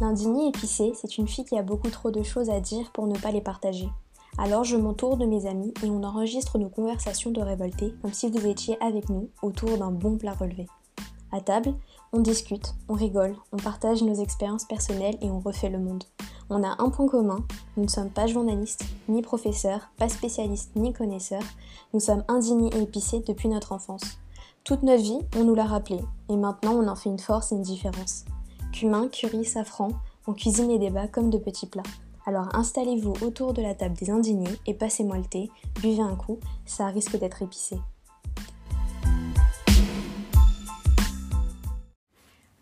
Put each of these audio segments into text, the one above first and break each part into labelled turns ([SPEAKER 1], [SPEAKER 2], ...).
[SPEAKER 1] Nandini épicée, c'est une fille qui a beaucoup trop de choses à dire pour ne pas les partager. Alors je m'entoure de mes amis et on enregistre nos conversations de révoltés comme si vous étiez avec nous autour d'un bon plat relevé. À table, on discute, on rigole, on partage nos expériences personnelles et on refait le monde. On a un point commun, nous ne sommes pas journalistes, ni professeurs, pas spécialistes, ni connaisseurs, nous sommes indignés et épicés depuis notre enfance. Toute notre vie, on nous l'a rappelé, et maintenant on en fait une force et une différence. Cumin, curry, safran, on cuisine les débats comme de petits plats. Alors installez-vous autour de la table des indignés et passez-moi le thé, buvez un coup, ça risque d'être épicé.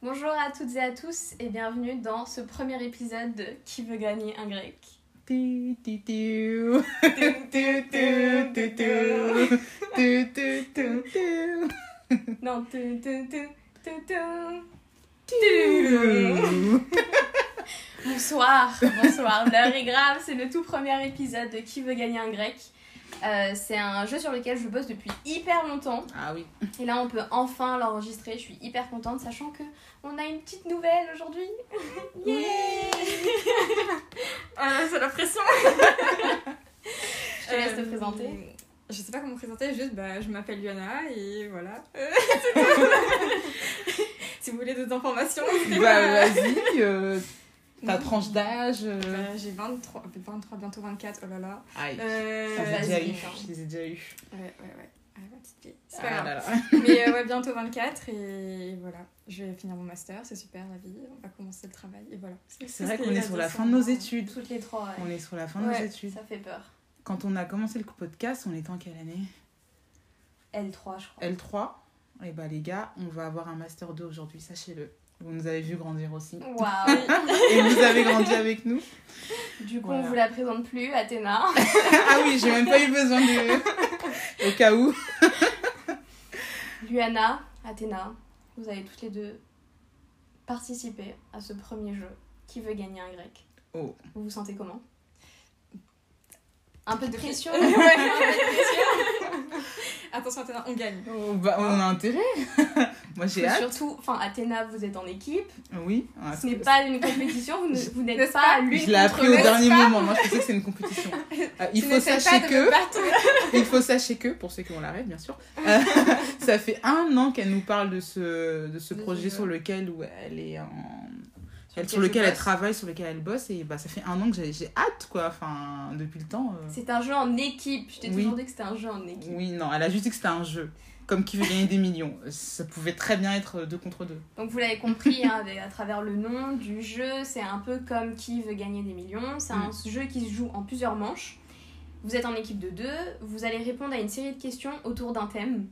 [SPEAKER 2] Bonjour à toutes et à tous et bienvenue dans ce premier épisode de Qui veut gagner un grec
[SPEAKER 3] Tu, tu, tu. Tu, tu, tu, tu. Tu, tu, tu, tu.
[SPEAKER 2] Non, tu, tu, tu, tu, tu.
[SPEAKER 3] Tu.
[SPEAKER 2] Bonsoir, bonsoir, l'heure est grave, c'est le tout premier épisode de Qui veut gagner un grec Euh, c'est un jeu sur lequel je bosse depuis hyper longtemps
[SPEAKER 3] Ah oui.
[SPEAKER 2] et là on peut enfin l'enregistrer. Je suis hyper contente sachant que on a une petite nouvelle aujourd'hui. Yeah
[SPEAKER 4] Ah, c'est la pression. Euh,
[SPEAKER 2] Je te
[SPEAKER 3] Euh,
[SPEAKER 2] laisse te présenter.
[SPEAKER 4] Je sais pas comment me présenter, juste bah, je m'appelle Luana et voilà. Euh, si vous voulez d'autres informations,
[SPEAKER 3] Bah vas-y, euh, ta tranche d'âge. euh,
[SPEAKER 4] euh, j'ai 23, 23, bientôt 24, oh là là.
[SPEAKER 3] Aïe.
[SPEAKER 4] Euh,
[SPEAKER 3] Je les ai
[SPEAKER 2] vas-y,
[SPEAKER 3] déjà eu,
[SPEAKER 2] enfin.
[SPEAKER 3] je les ai déjà eu.
[SPEAKER 4] Ouais, ouais, ouais. Ah, ma petite fille. C'est pas
[SPEAKER 3] Ah
[SPEAKER 4] grave.
[SPEAKER 3] là là.
[SPEAKER 4] Mais euh, ouais, bientôt 24 et voilà. Je vais finir mon master, c'est super la vie, on va commencer le travail et voilà.
[SPEAKER 3] C'est vrai qu'on est sur la fin de nos études.
[SPEAKER 2] Toutes les trois. ouais.
[SPEAKER 3] On est sur la fin de nos
[SPEAKER 2] Ouais,
[SPEAKER 3] études.
[SPEAKER 2] ça fait peur.
[SPEAKER 3] Quand on a commencé le podcast, on était en quelle année
[SPEAKER 2] L3 je crois.
[SPEAKER 3] L3. Et bah les gars, on va avoir un master 2 aujourd'hui, sachez-le. Vous nous avez vu grandir aussi.
[SPEAKER 2] Waouh.
[SPEAKER 3] Et vous avez grandi avec nous.
[SPEAKER 2] Du coup,
[SPEAKER 3] Voilà.
[SPEAKER 2] on vous la présente plus, Athéna.
[SPEAKER 3] Ah oui, j'ai même pas eu besoin de. Au cas où.
[SPEAKER 2] Luana, Athéna, vous avez toutes les deux participé à ce premier jeu. Qui veut gagner un grec
[SPEAKER 3] Oh.
[SPEAKER 2] Vous vous sentez comment Un peu de pression
[SPEAKER 4] Ouais, ouais, ouais. Attention, Athéna, on gagne.
[SPEAKER 3] Oh, bah, on a intérêt. Moi j'ai hâte.
[SPEAKER 2] Surtout, enfin, Athéna, vous êtes en équipe.
[SPEAKER 3] Oui. Ah,
[SPEAKER 2] Ce n'est pas une compétition, vous ne- vous n'êtes
[SPEAKER 4] N'est-ce
[SPEAKER 2] pas,
[SPEAKER 4] pas
[SPEAKER 2] l'une
[SPEAKER 3] Je l'ai appris
[SPEAKER 2] contre
[SPEAKER 3] au
[SPEAKER 2] l'autre.
[SPEAKER 3] dernier
[SPEAKER 4] pas
[SPEAKER 3] moment. Moi je pensais que c'est une compétition. Euh, il
[SPEAKER 4] Tu
[SPEAKER 3] faut
[SPEAKER 4] n'essaies pas
[SPEAKER 3] sachez
[SPEAKER 4] de me
[SPEAKER 3] que.
[SPEAKER 4] battre.
[SPEAKER 3] Il faut sachez que, pour ceux qui ont l'arrêt, bien sûr, euh, ça fait un an qu'elle nous parle de ce, de ce
[SPEAKER 4] De ce
[SPEAKER 3] projet
[SPEAKER 4] jeu.
[SPEAKER 3] sur lequel où elle est en... elle-
[SPEAKER 4] lequel
[SPEAKER 3] sur lequel
[SPEAKER 4] je
[SPEAKER 3] elle
[SPEAKER 4] bosse.
[SPEAKER 3] travaille, sur lequel elle bosse, et bah, ça fait un an que j'ai j'ai hâte, quoi, enfin, depuis le temps. euh.
[SPEAKER 2] C'est un jeu en équipe. Je t'ai
[SPEAKER 3] Oui.
[SPEAKER 2] toujours dit que c'était un jeu en équipe.
[SPEAKER 3] Oui, non, elle a juste dit que c'était un jeu, comme qui veut gagner des millions. Euh, Ça pouvait très bien être euh, deux contre deux.
[SPEAKER 2] Donc vous l'avez compris hein, avec- à travers le nom du jeu, c'est un peu comme qui veut gagner des millions. C'est un jeu qui se joue en plusieurs manches. Vous êtes en équipe de deux, vous allez répondre à une série de questions autour d'un thème,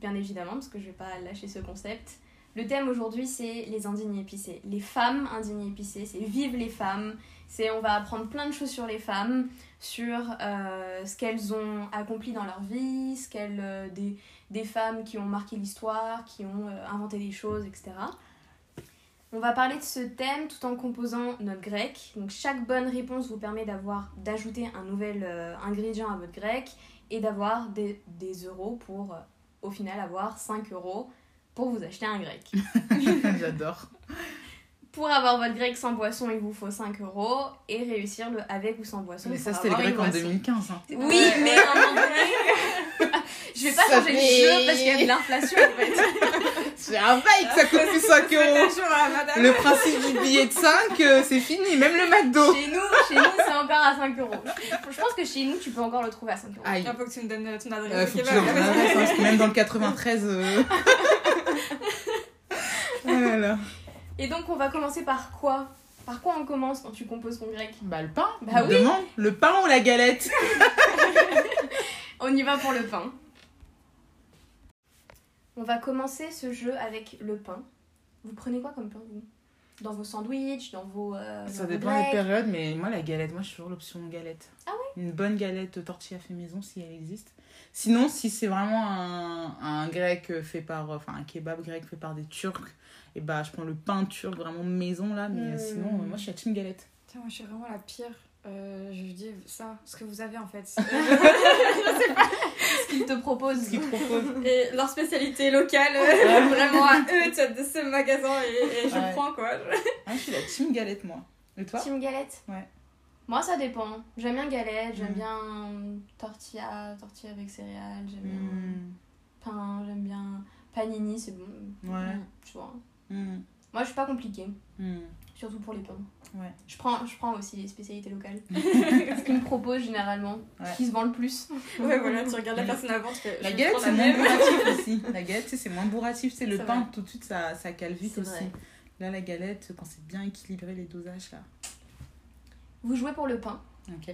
[SPEAKER 2] bien évidemment, parce que je vais pas lâcher ce concept. Le thème aujourd'hui, c'est les indignées épicées. Les femmes indignées épicées, c'est vivre les femmes, c'est on va apprendre plein de choses sur les femmes, sur euh, ce qu'elles ont accompli dans leur vie, ce qu'elles, euh, des, des femmes qui ont marqué l'histoire, qui ont euh, inventé des choses, etc. On va parler de ce thème tout en composant notre grec. Donc chaque bonne réponse vous permet d'avoir d'ajouter un nouvel euh, ingrédient à votre grec et d'avoir des, des euros pour euh, au final avoir 5 euros pour vous acheter un grec.
[SPEAKER 3] J'adore.
[SPEAKER 2] Pour avoir votre grec sans boisson, il vous faut 5 euros et réussir le avec ou sans boisson.
[SPEAKER 3] Mais
[SPEAKER 2] pour
[SPEAKER 3] ça, c'était le
[SPEAKER 2] avoir une
[SPEAKER 3] grec en
[SPEAKER 2] boisson.
[SPEAKER 3] 2015. hein.
[SPEAKER 2] Oui, mais à un moment donné- je vais pas
[SPEAKER 3] Ça
[SPEAKER 2] changer
[SPEAKER 3] fait-
[SPEAKER 2] le jeu parce qu'il y a de l'inflation en fait.
[SPEAKER 3] C'est un bail que ça coûte plus 5 euros.
[SPEAKER 4] Bonjour à madame.
[SPEAKER 3] Le principe du billet de 5, euh, c'est fini, même le McDo.
[SPEAKER 2] Chez nous, chez nous c'est encore à 5 euros. Je pense que chez nous, tu peux encore le trouver à 5 euros.
[SPEAKER 3] Aïe.
[SPEAKER 4] Il faut que tu me donnes euh, ton adresse.
[SPEAKER 3] Euh, faut
[SPEAKER 4] Ok,
[SPEAKER 3] que
[SPEAKER 4] bah,
[SPEAKER 3] tu leur donnes
[SPEAKER 4] bah,
[SPEAKER 3] l'adresse, hein, parce que même dans le 93. euh, voilà.
[SPEAKER 2] Et donc, on va commencer par quoi Par quoi on commence quand tu composes ton grec
[SPEAKER 3] Bah, le pain.
[SPEAKER 2] Bah
[SPEAKER 3] on
[SPEAKER 2] oui.
[SPEAKER 3] demande le pain ou la galette
[SPEAKER 2] On y va pour le pain. On va commencer ce jeu avec le pain. Vous prenez quoi comme pain, vous Dans vos sandwichs, dans vos. euh, dans
[SPEAKER 3] Ça
[SPEAKER 2] vos
[SPEAKER 3] dépend des
[SPEAKER 2] breaks
[SPEAKER 3] périodes, mais moi, la galette, moi, je suis toujours l'option galette.
[SPEAKER 2] Ah
[SPEAKER 3] oui Une bonne galette tortilla fait maison, si elle existe. Sinon, si c'est vraiment un, un grec fait par. Enfin, un kebab grec fait par des Turcs, eh et bah, je prends le pain turc vraiment maison, là. Mais
[SPEAKER 2] Hmm.
[SPEAKER 3] sinon, euh, moi, je suis la team galette.
[SPEAKER 4] Tiens, moi, je suis vraiment la pire. Euh, je dis ça, ce que vous avez en fait.
[SPEAKER 2] Ce qu'il te propose.
[SPEAKER 3] Ce qu'ils proposent.
[SPEAKER 4] et leur spécialité locale, euh, vraiment à eux, tu vois, de ce magasin, et, et je
[SPEAKER 3] Ouais.
[SPEAKER 4] prends quoi.
[SPEAKER 3] Ah, je suis la team galette, moi. Et toi
[SPEAKER 2] Team galette
[SPEAKER 3] Ouais.
[SPEAKER 2] Moi, ça dépend. J'aime bien galette, j'aime
[SPEAKER 3] Mm.
[SPEAKER 2] bien euh, tortilla, tortilla avec céréales, j'aime bien
[SPEAKER 3] Hmm,
[SPEAKER 2] pain, j'aime bien panini, c'est bon. Mm,
[SPEAKER 3] Ouais.
[SPEAKER 2] Tu vois.
[SPEAKER 3] Hmm,
[SPEAKER 2] Moi, je suis pas compliquée,
[SPEAKER 3] hmm.
[SPEAKER 2] surtout pour les pains.
[SPEAKER 3] Ouais.
[SPEAKER 2] Je prends, je prends aussi les spécialités locales. ce qu'ils me proposent généralement,
[SPEAKER 3] Ouais.
[SPEAKER 2] ce qui se vend le plus.
[SPEAKER 4] Ouais, voilà, tu regardes la personne avant, tu fais.
[SPEAKER 3] La
[SPEAKER 4] je
[SPEAKER 3] galette,
[SPEAKER 4] prends
[SPEAKER 3] c'est moins
[SPEAKER 4] même.
[SPEAKER 3] bourratif aussi. La galette, tu sais, c'est moins bourratif. C'est le
[SPEAKER 4] C'est
[SPEAKER 3] pain,
[SPEAKER 4] vrai.
[SPEAKER 3] tout de suite, ça, ça cale vite
[SPEAKER 2] C'est
[SPEAKER 3] aussi.
[SPEAKER 2] vrai.
[SPEAKER 3] Là, la galette, quand c'est bien équilibré, les dosages, là.
[SPEAKER 2] Vous jouez pour le pain.
[SPEAKER 3] Ok.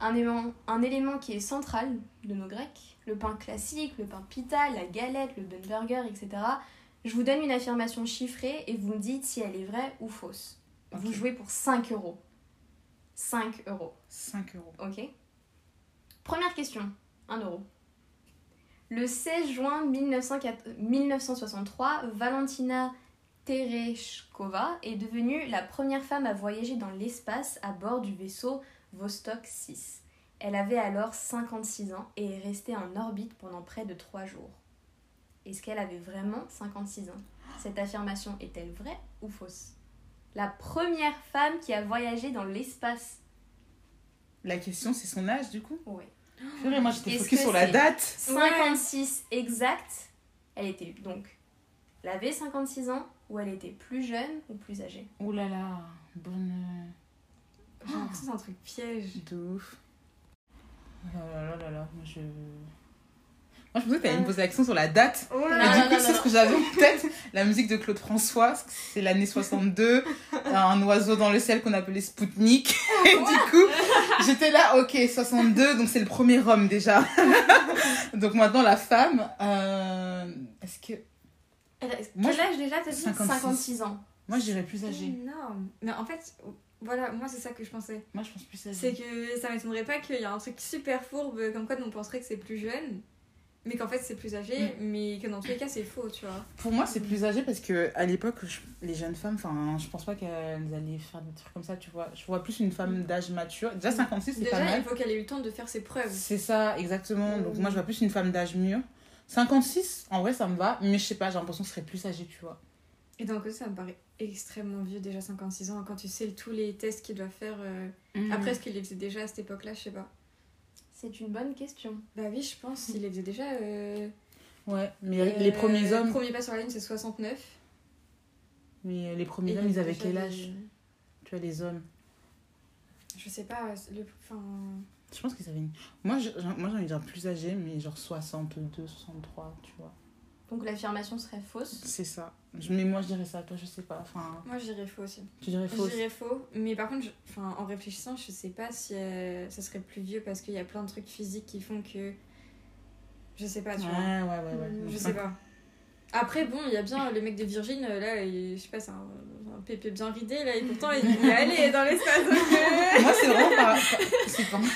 [SPEAKER 2] Un élément, un élément qui est central de nos Grecs, le pain classique, le pain pita, la galette, le bun burger, etc. Je vous donne une affirmation chiffrée et vous me dites si elle est vraie ou fausse. Vous
[SPEAKER 3] Ok.
[SPEAKER 2] jouez pour 5 euros. 5 euros,
[SPEAKER 3] 5 euros.
[SPEAKER 2] ok Première question, 1 euro. Le 16 juin 1904 1963, Valentina Tereshkova est devenue la première femme à voyager dans l'espace à bord du vaisseau Vostok 6. Elle avait alors 56 ans et est restée en orbite pendant près de 3 jours. Est-ce qu'elle avait vraiment 56 ans Cette affirmation est-elle vraie ou fausse La première femme qui a voyagé dans l'espace.
[SPEAKER 3] La question, c'est son âge, du coup
[SPEAKER 2] Ouais.
[SPEAKER 3] Purée, moi, j'étais
[SPEAKER 2] Oh, Est-ce
[SPEAKER 3] focus
[SPEAKER 2] que
[SPEAKER 3] sur la
[SPEAKER 2] c'est-
[SPEAKER 3] date.
[SPEAKER 2] 56 exact. Elle était donc. Elle avait 56 ans ou elle était plus jeune ou plus âgée
[SPEAKER 3] Oh là là, bonne...
[SPEAKER 2] euh,
[SPEAKER 4] J'ai l'impression que c'est un truc piège.
[SPEAKER 3] De ouf. Oh là là là là, moi je... Moi je pensais que t'allais me poser la question sur la date.
[SPEAKER 4] Oh
[SPEAKER 2] Ah, là
[SPEAKER 3] Mais
[SPEAKER 2] Non,
[SPEAKER 3] du
[SPEAKER 2] non,
[SPEAKER 3] coup,
[SPEAKER 2] non,
[SPEAKER 3] c'est
[SPEAKER 2] non.
[SPEAKER 3] ce que j'avais en tête. La musique de Claude François, parce que c'est l'année 62. Un oiseau dans le ciel qu'on appelait Spoutnik. Et du coup, j'étais là, ok, 62, donc c'est le premier homme déjà. donc maintenant la femme, euh, est-ce que...
[SPEAKER 2] Elle a- Quel
[SPEAKER 3] Moi, je-
[SPEAKER 2] âge déjà t'as dit
[SPEAKER 3] 56.
[SPEAKER 2] 56 ans.
[SPEAKER 3] Moi j'irais plus âgée.
[SPEAKER 4] énorme. Mais en fait, voilà, moi c'est ça que je pensais.
[SPEAKER 3] Moi je pense plus
[SPEAKER 4] C'est
[SPEAKER 3] âgée.
[SPEAKER 4] que ça m'étonnerait pas qu'il y a un truc super fourbe, comme quoi on penserait que c'est plus jeune, mais qu'en fait c'est plus âgé,
[SPEAKER 3] Mm.
[SPEAKER 4] mais que dans tous les cas c'est faux, tu vois.
[SPEAKER 3] Pour moi c'est plus âgé parce que à l'époque, je- les jeunes femmes, enfin je pense pas qu'elles allaient faire des trucs comme ça, tu vois. Je vois plus une femme d'âge mature. Déjà 56 c'est pas
[SPEAKER 4] Déjà,
[SPEAKER 3] mal.
[SPEAKER 4] il faut qu'elle ait eu le temps de faire ses preuves.
[SPEAKER 3] C'est ça, exactement. Donc
[SPEAKER 4] Mm.
[SPEAKER 3] moi, je vois plus une femme d'âge mûr. 56, en vrai, ça me va, mais je sais pas, j'ai l'impression que ce serait plus âgée, tu vois.
[SPEAKER 4] Et d'un côté, ça me paraît extrêmement vieux, déjà 56 ans, quand tu sais tous les tests qu'il doit faire. euh,
[SPEAKER 3] Mm.
[SPEAKER 4] Après, est-ce qu'il les faisait déjà à cette époque-là Je sais pas.
[SPEAKER 2] C'est une bonne question.
[SPEAKER 4] Bah oui, je
[SPEAKER 3] Mm.
[SPEAKER 4] pense qu'il les faisait déjà. euh,
[SPEAKER 3] Ouais, mais les
[SPEAKER 4] euh,
[SPEAKER 3] premiers hommes,
[SPEAKER 4] Le premier pas sur la Lune, c'est 69.
[SPEAKER 3] mais euh, les
[SPEAKER 4] Et
[SPEAKER 3] premiers
[SPEAKER 4] il
[SPEAKER 3] hommes, ils
[SPEAKER 4] faisait
[SPEAKER 3] avaient
[SPEAKER 4] déjà
[SPEAKER 3] quel
[SPEAKER 4] des-
[SPEAKER 3] âge Tu vois, les hommes.
[SPEAKER 4] Je sais pas, le... enfin...
[SPEAKER 3] Je pense qu'ils avaient une... Moi, je- j'ai moi, j'ai envie de dire plus âgée, mais genre 62, 63, tu vois.
[SPEAKER 2] Donc l'affirmation serait fausse.
[SPEAKER 3] C'est ça. Je- Mais moi, je dirais ça, toi, je sais pas. Enfin,
[SPEAKER 4] Moi, je dirais faux aussi.
[SPEAKER 3] tu dirais
[SPEAKER 4] Je
[SPEAKER 3] fausse.
[SPEAKER 4] dirais faux, mais par contre, je- enfin, en réfléchissant, je sais pas si euh, ça serait plus vieux parce qu'il y a plein de trucs physiques qui font que. Je sais pas,
[SPEAKER 3] Ouais,
[SPEAKER 4] tu vois.
[SPEAKER 3] ouais, ouais, ouais.
[SPEAKER 2] Mm,
[SPEAKER 3] Donc,
[SPEAKER 4] Je sais
[SPEAKER 3] cinq-
[SPEAKER 4] pas. Après, bon, il y a bien le mec de Virgin, euh, là, il- je sais pas, c'est un, un pépé bien ridé, là, et pourtant, il il est allé dans l'espace. donc,
[SPEAKER 3] Moi, c'est vraiment par... par- c'est pas-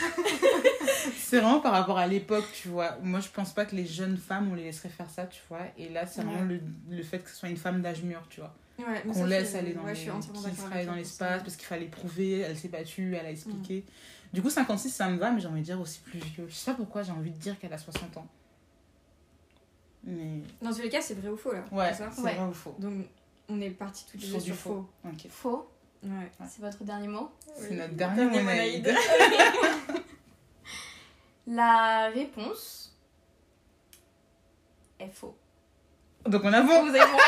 [SPEAKER 3] C'est vraiment par rapport à l'époque, tu vois. Moi, je pense pas que les jeunes femmes, on les laisserait faire ça, tu vois. Et là, c'est vraiment le, le fait que ce soit une femme d'âge mûr, tu vois.
[SPEAKER 4] euh, ouais, mais
[SPEAKER 3] Qu'on
[SPEAKER 4] ça,
[SPEAKER 3] laisse
[SPEAKER 4] c'est-
[SPEAKER 3] aller dans
[SPEAKER 4] ouais, je suis
[SPEAKER 3] l'espace,
[SPEAKER 4] entièrement
[SPEAKER 3] qui
[SPEAKER 4] d'accord
[SPEAKER 3] serait
[SPEAKER 4] avec
[SPEAKER 3] dans
[SPEAKER 4] toi, Mm.
[SPEAKER 3] l'espace,
[SPEAKER 4] parce
[SPEAKER 3] parce qu'il fallait prouver, elle s'est battue, elle a expliqué. Du coup, 56, ça me va, mais j'ai envie de dire aussi plus vieux. Je sais pas pourquoi j'ai envie de dire qu'elle a 60 ans. Mais...
[SPEAKER 4] que- Dans tous les cas, c'est vrai ou faux, là.
[SPEAKER 3] Ouais,
[SPEAKER 4] c'est ça
[SPEAKER 3] c'est
[SPEAKER 2] Ouais.
[SPEAKER 3] vrai ou faux.
[SPEAKER 4] Donc, on est parti toutes les
[SPEAKER 3] Sur
[SPEAKER 4] deux
[SPEAKER 3] du
[SPEAKER 4] sur
[SPEAKER 3] faux.
[SPEAKER 4] faux.
[SPEAKER 3] Ok.
[SPEAKER 2] Faux.
[SPEAKER 4] Ouais.
[SPEAKER 3] Ouais.
[SPEAKER 2] C'est votre dernier mot.
[SPEAKER 3] C'est
[SPEAKER 4] Oui.
[SPEAKER 3] notre dernier
[SPEAKER 4] monaïde.
[SPEAKER 3] monaïde.
[SPEAKER 2] La réponse est faux.
[SPEAKER 3] Donc on a Ah bon.
[SPEAKER 2] Vous avez bon.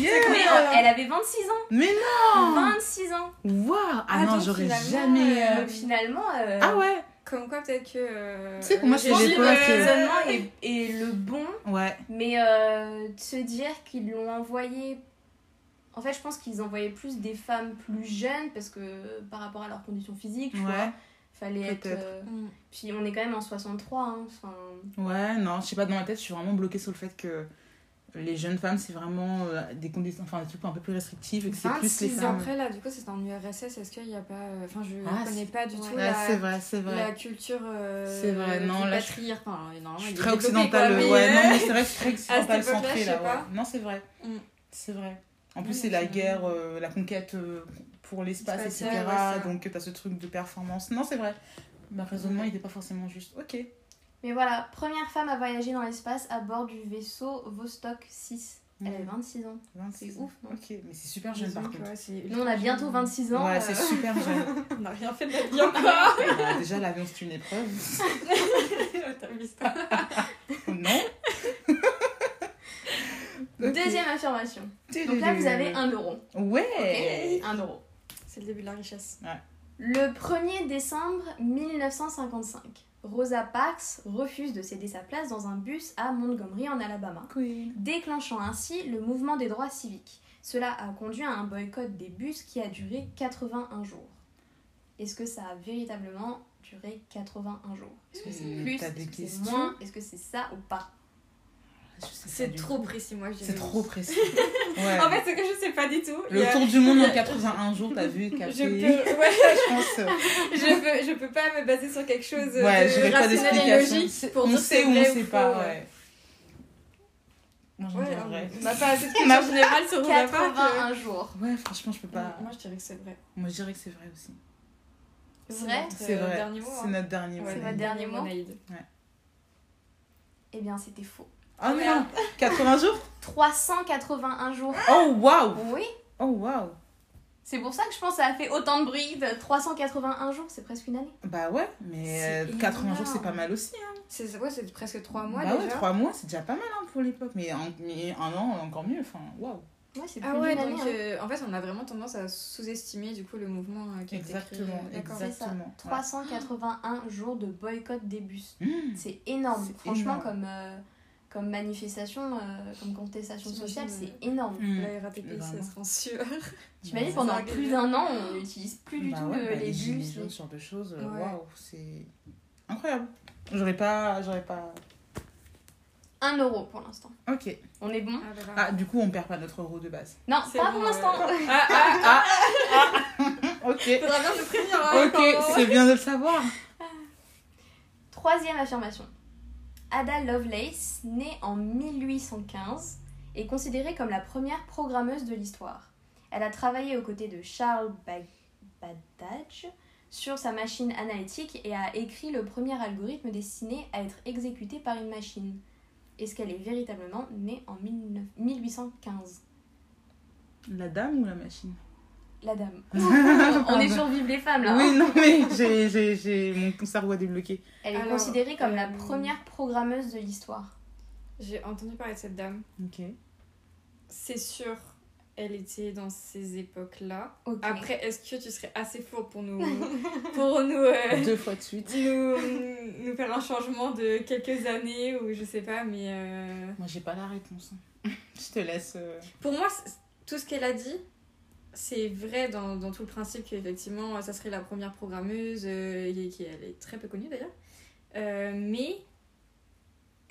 [SPEAKER 2] Mais euh,
[SPEAKER 3] Yeah
[SPEAKER 2] elle avait 26 ans.
[SPEAKER 3] Mais
[SPEAKER 2] Oh.
[SPEAKER 3] non
[SPEAKER 2] 26 ans.
[SPEAKER 3] Waouh Ah non,
[SPEAKER 4] donc
[SPEAKER 3] j'aurais
[SPEAKER 4] finalement,
[SPEAKER 3] jamais... euh,
[SPEAKER 2] Donc finalement. euh,
[SPEAKER 3] Ah ouais
[SPEAKER 4] Comme quoi, peut-être que. euh,
[SPEAKER 3] Tu sais que moi, c'est
[SPEAKER 4] j'ai
[SPEAKER 3] les
[SPEAKER 4] dit,
[SPEAKER 3] potes,
[SPEAKER 4] euh,
[SPEAKER 3] euh,
[SPEAKER 2] Raisonnement est, est le bon,
[SPEAKER 3] Ouais.
[SPEAKER 2] mais euh, de se dire qu'ils l'ont envoyé. En fait, je pense qu'ils envoyaient plus des femmes plus jeunes parce que par rapport à leurs conditions physiques, tu vois,
[SPEAKER 3] Ouais.
[SPEAKER 2] fallait être.
[SPEAKER 3] Peut-être.
[SPEAKER 2] euh,
[SPEAKER 4] Mm.
[SPEAKER 2] Puis on est quand même en 63, hein, enfin.
[SPEAKER 3] Ouais, non, je sais pas, dans ma tête, je suis vraiment bloquée sur le fait que les jeunes femmes, c'est vraiment euh, des conditions, enfin, des trucs un peu plus restrictifs et que c'est plus
[SPEAKER 2] 26
[SPEAKER 3] les
[SPEAKER 4] Mais
[SPEAKER 2] ans.
[SPEAKER 3] femmes.
[SPEAKER 4] après, là, du coup, c'est en URSS, est-ce qu'il n'y a pas. euh, Enfin, je
[SPEAKER 3] Ah,
[SPEAKER 4] connais
[SPEAKER 3] c'est-
[SPEAKER 4] pas du tout
[SPEAKER 3] Ouais, c'est
[SPEAKER 4] la,
[SPEAKER 3] vrai, c'est
[SPEAKER 4] la
[SPEAKER 3] vrai.
[SPEAKER 4] culture. euh,
[SPEAKER 3] C'est vrai, non,
[SPEAKER 4] du
[SPEAKER 3] là, je-
[SPEAKER 4] patriar- Enfin, normalement,
[SPEAKER 3] Je suis
[SPEAKER 4] il est
[SPEAKER 3] très
[SPEAKER 4] développé,
[SPEAKER 3] occidentale,
[SPEAKER 4] quoi, mais,
[SPEAKER 3] ouais,
[SPEAKER 4] euh,
[SPEAKER 3] non, mais c'est vrai, je suis très occidentale
[SPEAKER 4] époque-là, je
[SPEAKER 3] centrée
[SPEAKER 4] sais
[SPEAKER 3] là,
[SPEAKER 4] pas.
[SPEAKER 3] ouais. Non, c'est vrai.
[SPEAKER 4] Mm.
[SPEAKER 3] C'est vrai. En
[SPEAKER 4] Ouais,
[SPEAKER 3] plus, c'est
[SPEAKER 4] mais
[SPEAKER 3] la
[SPEAKER 4] c'est-
[SPEAKER 3] guerre, euh, la conquête euh, pour l'espace,
[SPEAKER 4] Espace,
[SPEAKER 3] etc.
[SPEAKER 4] ouais, ouais, c'est
[SPEAKER 3] donc, t'as ce truc de performance. Non, c'est vrai. Ma raisonnement, il n'est pas forcément juste. Ok.
[SPEAKER 2] Mais voilà, première femme à voyager dans l'espace à bord du vaisseau Vostok 6. Elle
[SPEAKER 3] Mm.
[SPEAKER 2] avait 26 ans.
[SPEAKER 3] 26
[SPEAKER 2] c'est ouf, non
[SPEAKER 3] Ok, mais c'est super jeune par contre.
[SPEAKER 2] Nous, on a bientôt 26 ans.
[SPEAKER 3] Ouais,
[SPEAKER 2] euh,
[SPEAKER 3] c'est super jeune.
[SPEAKER 4] On n'a rien fait de notre vie encore.
[SPEAKER 3] Bah, déjà, l'avion, c'est une épreuve.
[SPEAKER 4] T'as vu ça
[SPEAKER 3] non Ok.
[SPEAKER 2] Deuxième affirmation. Donc là, vous avez 1 euro.
[SPEAKER 3] Ouais
[SPEAKER 2] Ok 1 euro.
[SPEAKER 4] C'est le début de la richesse.
[SPEAKER 2] Le 1er décembre 1955, Rosa Parks refuse de céder sa place dans un bus à Montgomery en Alabama, déclenchant ainsi le mouvement des droits civiques. Cela a conduit à un boycott des bus qui a duré 81 jours. Est-ce que ça a véritablement duré 81 jours Est-ce que c'est
[SPEAKER 3] Euh,
[SPEAKER 2] plus
[SPEAKER 3] t'as des
[SPEAKER 2] Est-ce que c'est
[SPEAKER 3] questions
[SPEAKER 2] moins Est-ce que c'est ça ou pas
[SPEAKER 3] Ah, Je sais pas
[SPEAKER 4] C'est
[SPEAKER 3] du
[SPEAKER 4] trop précis, moi, je
[SPEAKER 3] tout.
[SPEAKER 4] dirais.
[SPEAKER 3] C'est trop précis. Ouais.
[SPEAKER 4] En fait, c'est que je sais pas du tout. Il
[SPEAKER 3] le
[SPEAKER 4] y a-
[SPEAKER 3] tour du monde en 81 jours, t'as vu, café,
[SPEAKER 4] Je
[SPEAKER 3] je
[SPEAKER 4] peux... ouais,
[SPEAKER 3] pense. euh,
[SPEAKER 4] je, peux, je peux pas me baser sur quelque chose euh,
[SPEAKER 3] Ouais,
[SPEAKER 4] de
[SPEAKER 3] j'aurais pas
[SPEAKER 4] rationnel et
[SPEAKER 3] d'explication.
[SPEAKER 4] logique
[SPEAKER 3] C'est-
[SPEAKER 4] pour
[SPEAKER 3] On
[SPEAKER 4] dire c'est
[SPEAKER 3] sait ou
[SPEAKER 4] vrai
[SPEAKER 3] on sait
[SPEAKER 4] faux,
[SPEAKER 3] pas,
[SPEAKER 4] ouais.
[SPEAKER 3] ouais. Moi, j'en
[SPEAKER 4] Ouais,
[SPEAKER 3] dirais vrai.
[SPEAKER 4] on n'a pas assez de
[SPEAKER 3] On a-
[SPEAKER 4] questions générales sur Rosa Parks.
[SPEAKER 2] 81 jours.
[SPEAKER 3] Ouais, franchement, je peux pas.
[SPEAKER 4] Moi, je dirais que c'est vrai.
[SPEAKER 3] Moi, je dirais que c'est vrai aussi.
[SPEAKER 2] Vrai
[SPEAKER 4] notre,
[SPEAKER 3] C'est
[SPEAKER 4] euh,
[SPEAKER 3] vrai.
[SPEAKER 4] dernier mot,
[SPEAKER 3] C'est
[SPEAKER 4] hein.
[SPEAKER 3] notre dernier mot.
[SPEAKER 4] Ouais,
[SPEAKER 2] C'est
[SPEAKER 4] notre
[SPEAKER 2] votre dernier mot
[SPEAKER 4] Naïd.
[SPEAKER 2] Eh bien, c'était faux.
[SPEAKER 3] Oh non 80 jours
[SPEAKER 2] 381 jours.
[SPEAKER 3] Oh waouh
[SPEAKER 2] Oui
[SPEAKER 3] Oh waouh
[SPEAKER 2] C'est pour ça que je pense que ça a fait autant de bruit. de 381 jours, c'est presque une année.
[SPEAKER 3] Bah ouais, mais
[SPEAKER 4] C'est
[SPEAKER 3] euh, 80 jours,
[SPEAKER 4] énorme.
[SPEAKER 3] c'est pas mal aussi. hein.
[SPEAKER 4] C'est ouais, c'est presque 3 mois
[SPEAKER 3] bah ouais,
[SPEAKER 4] déjà.
[SPEAKER 3] 3 mois, c'est déjà pas mal hein, pour l'époque. Mais, un- mais un an, encore mieux. Enfin, waouh
[SPEAKER 2] Ouais, c'est plus
[SPEAKER 4] Ah ouais,
[SPEAKER 2] d'une année.
[SPEAKER 4] donc
[SPEAKER 2] hein.
[SPEAKER 4] euh, en fait, on a vraiment tendance à sous-estimer du coup le mouvement euh, qui a été créé.
[SPEAKER 3] Exactement,
[SPEAKER 4] euh, D'accord.
[SPEAKER 2] C'est ça.
[SPEAKER 3] exactement. ouais.
[SPEAKER 2] 381 jours de boycott des bus.
[SPEAKER 3] Mmh.
[SPEAKER 2] C'est énorme.
[SPEAKER 3] C'est
[SPEAKER 2] Franchement,
[SPEAKER 3] énorme.
[SPEAKER 2] comme, euh, comme manifestation, euh, comme contestation
[SPEAKER 4] J'imagine, euh,
[SPEAKER 2] sociale, c'est
[SPEAKER 4] ouais.
[SPEAKER 2] énorme.
[SPEAKER 3] Mmh.
[SPEAKER 4] La RATP, ça
[SPEAKER 3] Vraiment.
[SPEAKER 4] sera en sueur.
[SPEAKER 2] Tu m'as dit
[SPEAKER 3] Ouais.
[SPEAKER 2] pendant
[SPEAKER 4] Ça,
[SPEAKER 2] plus
[SPEAKER 4] galère.
[SPEAKER 2] d'un an, on n'utilise plus du
[SPEAKER 3] Bah
[SPEAKER 2] tout
[SPEAKER 3] ouais,
[SPEAKER 2] euh,
[SPEAKER 3] bah,
[SPEAKER 2] les
[SPEAKER 3] gilets
[SPEAKER 2] bus.
[SPEAKER 3] jaunes, ce genre de choses, euh,
[SPEAKER 4] Ouais.
[SPEAKER 3] waouh, c'est incroyable. J'aurais pas, j'aurais pas.
[SPEAKER 2] 1 euro pour l'instant.
[SPEAKER 3] Ok.
[SPEAKER 2] On est bon
[SPEAKER 4] Ah, là, là.
[SPEAKER 3] Ah, du coup, on perd pas notre euro de base.
[SPEAKER 2] Non,
[SPEAKER 4] C'est
[SPEAKER 2] pas
[SPEAKER 4] bon,
[SPEAKER 2] pour l'instant.
[SPEAKER 4] ouais. Ah, ah, ah,
[SPEAKER 2] Ah.
[SPEAKER 3] Ok.
[SPEAKER 4] faudra bien nous prévenir. hein,
[SPEAKER 3] Ok,
[SPEAKER 4] quand-
[SPEAKER 3] c'est bien de le savoir.
[SPEAKER 2] Troisième affirmation. Ada Lovelace, née en 1815, est considérée comme la première programmeuse de l'histoire. Elle a travaillé aux côtés de Charles Ba- Babbage sur sa machine analytique et a écrit le premier algorithme destiné à être exécuté par une machine. Est-ce qu'elle est véritablement née en 19- 1815
[SPEAKER 3] La dame ou la machine
[SPEAKER 2] La dame. On est sur Vive les femmes là. hein.
[SPEAKER 3] Oui, non, mais j'ai, j'ai, j'ai- mon cerveau a débloqué.
[SPEAKER 2] Elle est
[SPEAKER 4] Alors,
[SPEAKER 2] considérée comme la
[SPEAKER 4] euh,
[SPEAKER 2] première programmeuse de l'histoire.
[SPEAKER 4] J'ai entendu parler de cette dame.
[SPEAKER 3] Ok.
[SPEAKER 4] C'est sûr, elle était dans ces époques-là.
[SPEAKER 2] Ok.
[SPEAKER 4] Après, est-ce que tu serais assez fort pour nous, pour nous, euh,
[SPEAKER 3] Deux fois de suite.
[SPEAKER 4] nous, nous faire un changement de quelques années ou je sais pas, mais euh,
[SPEAKER 3] Moi, j'ai pas la réponse. hein. Je te laisse. euh,
[SPEAKER 4] pour moi, c'est- tout ce qu'elle a dit, c'est vrai dans, dans tout le principe qu'effectivement, ça serait la première programmeuse, euh, et qui elle est très peu connue d'ailleurs. Euh, mais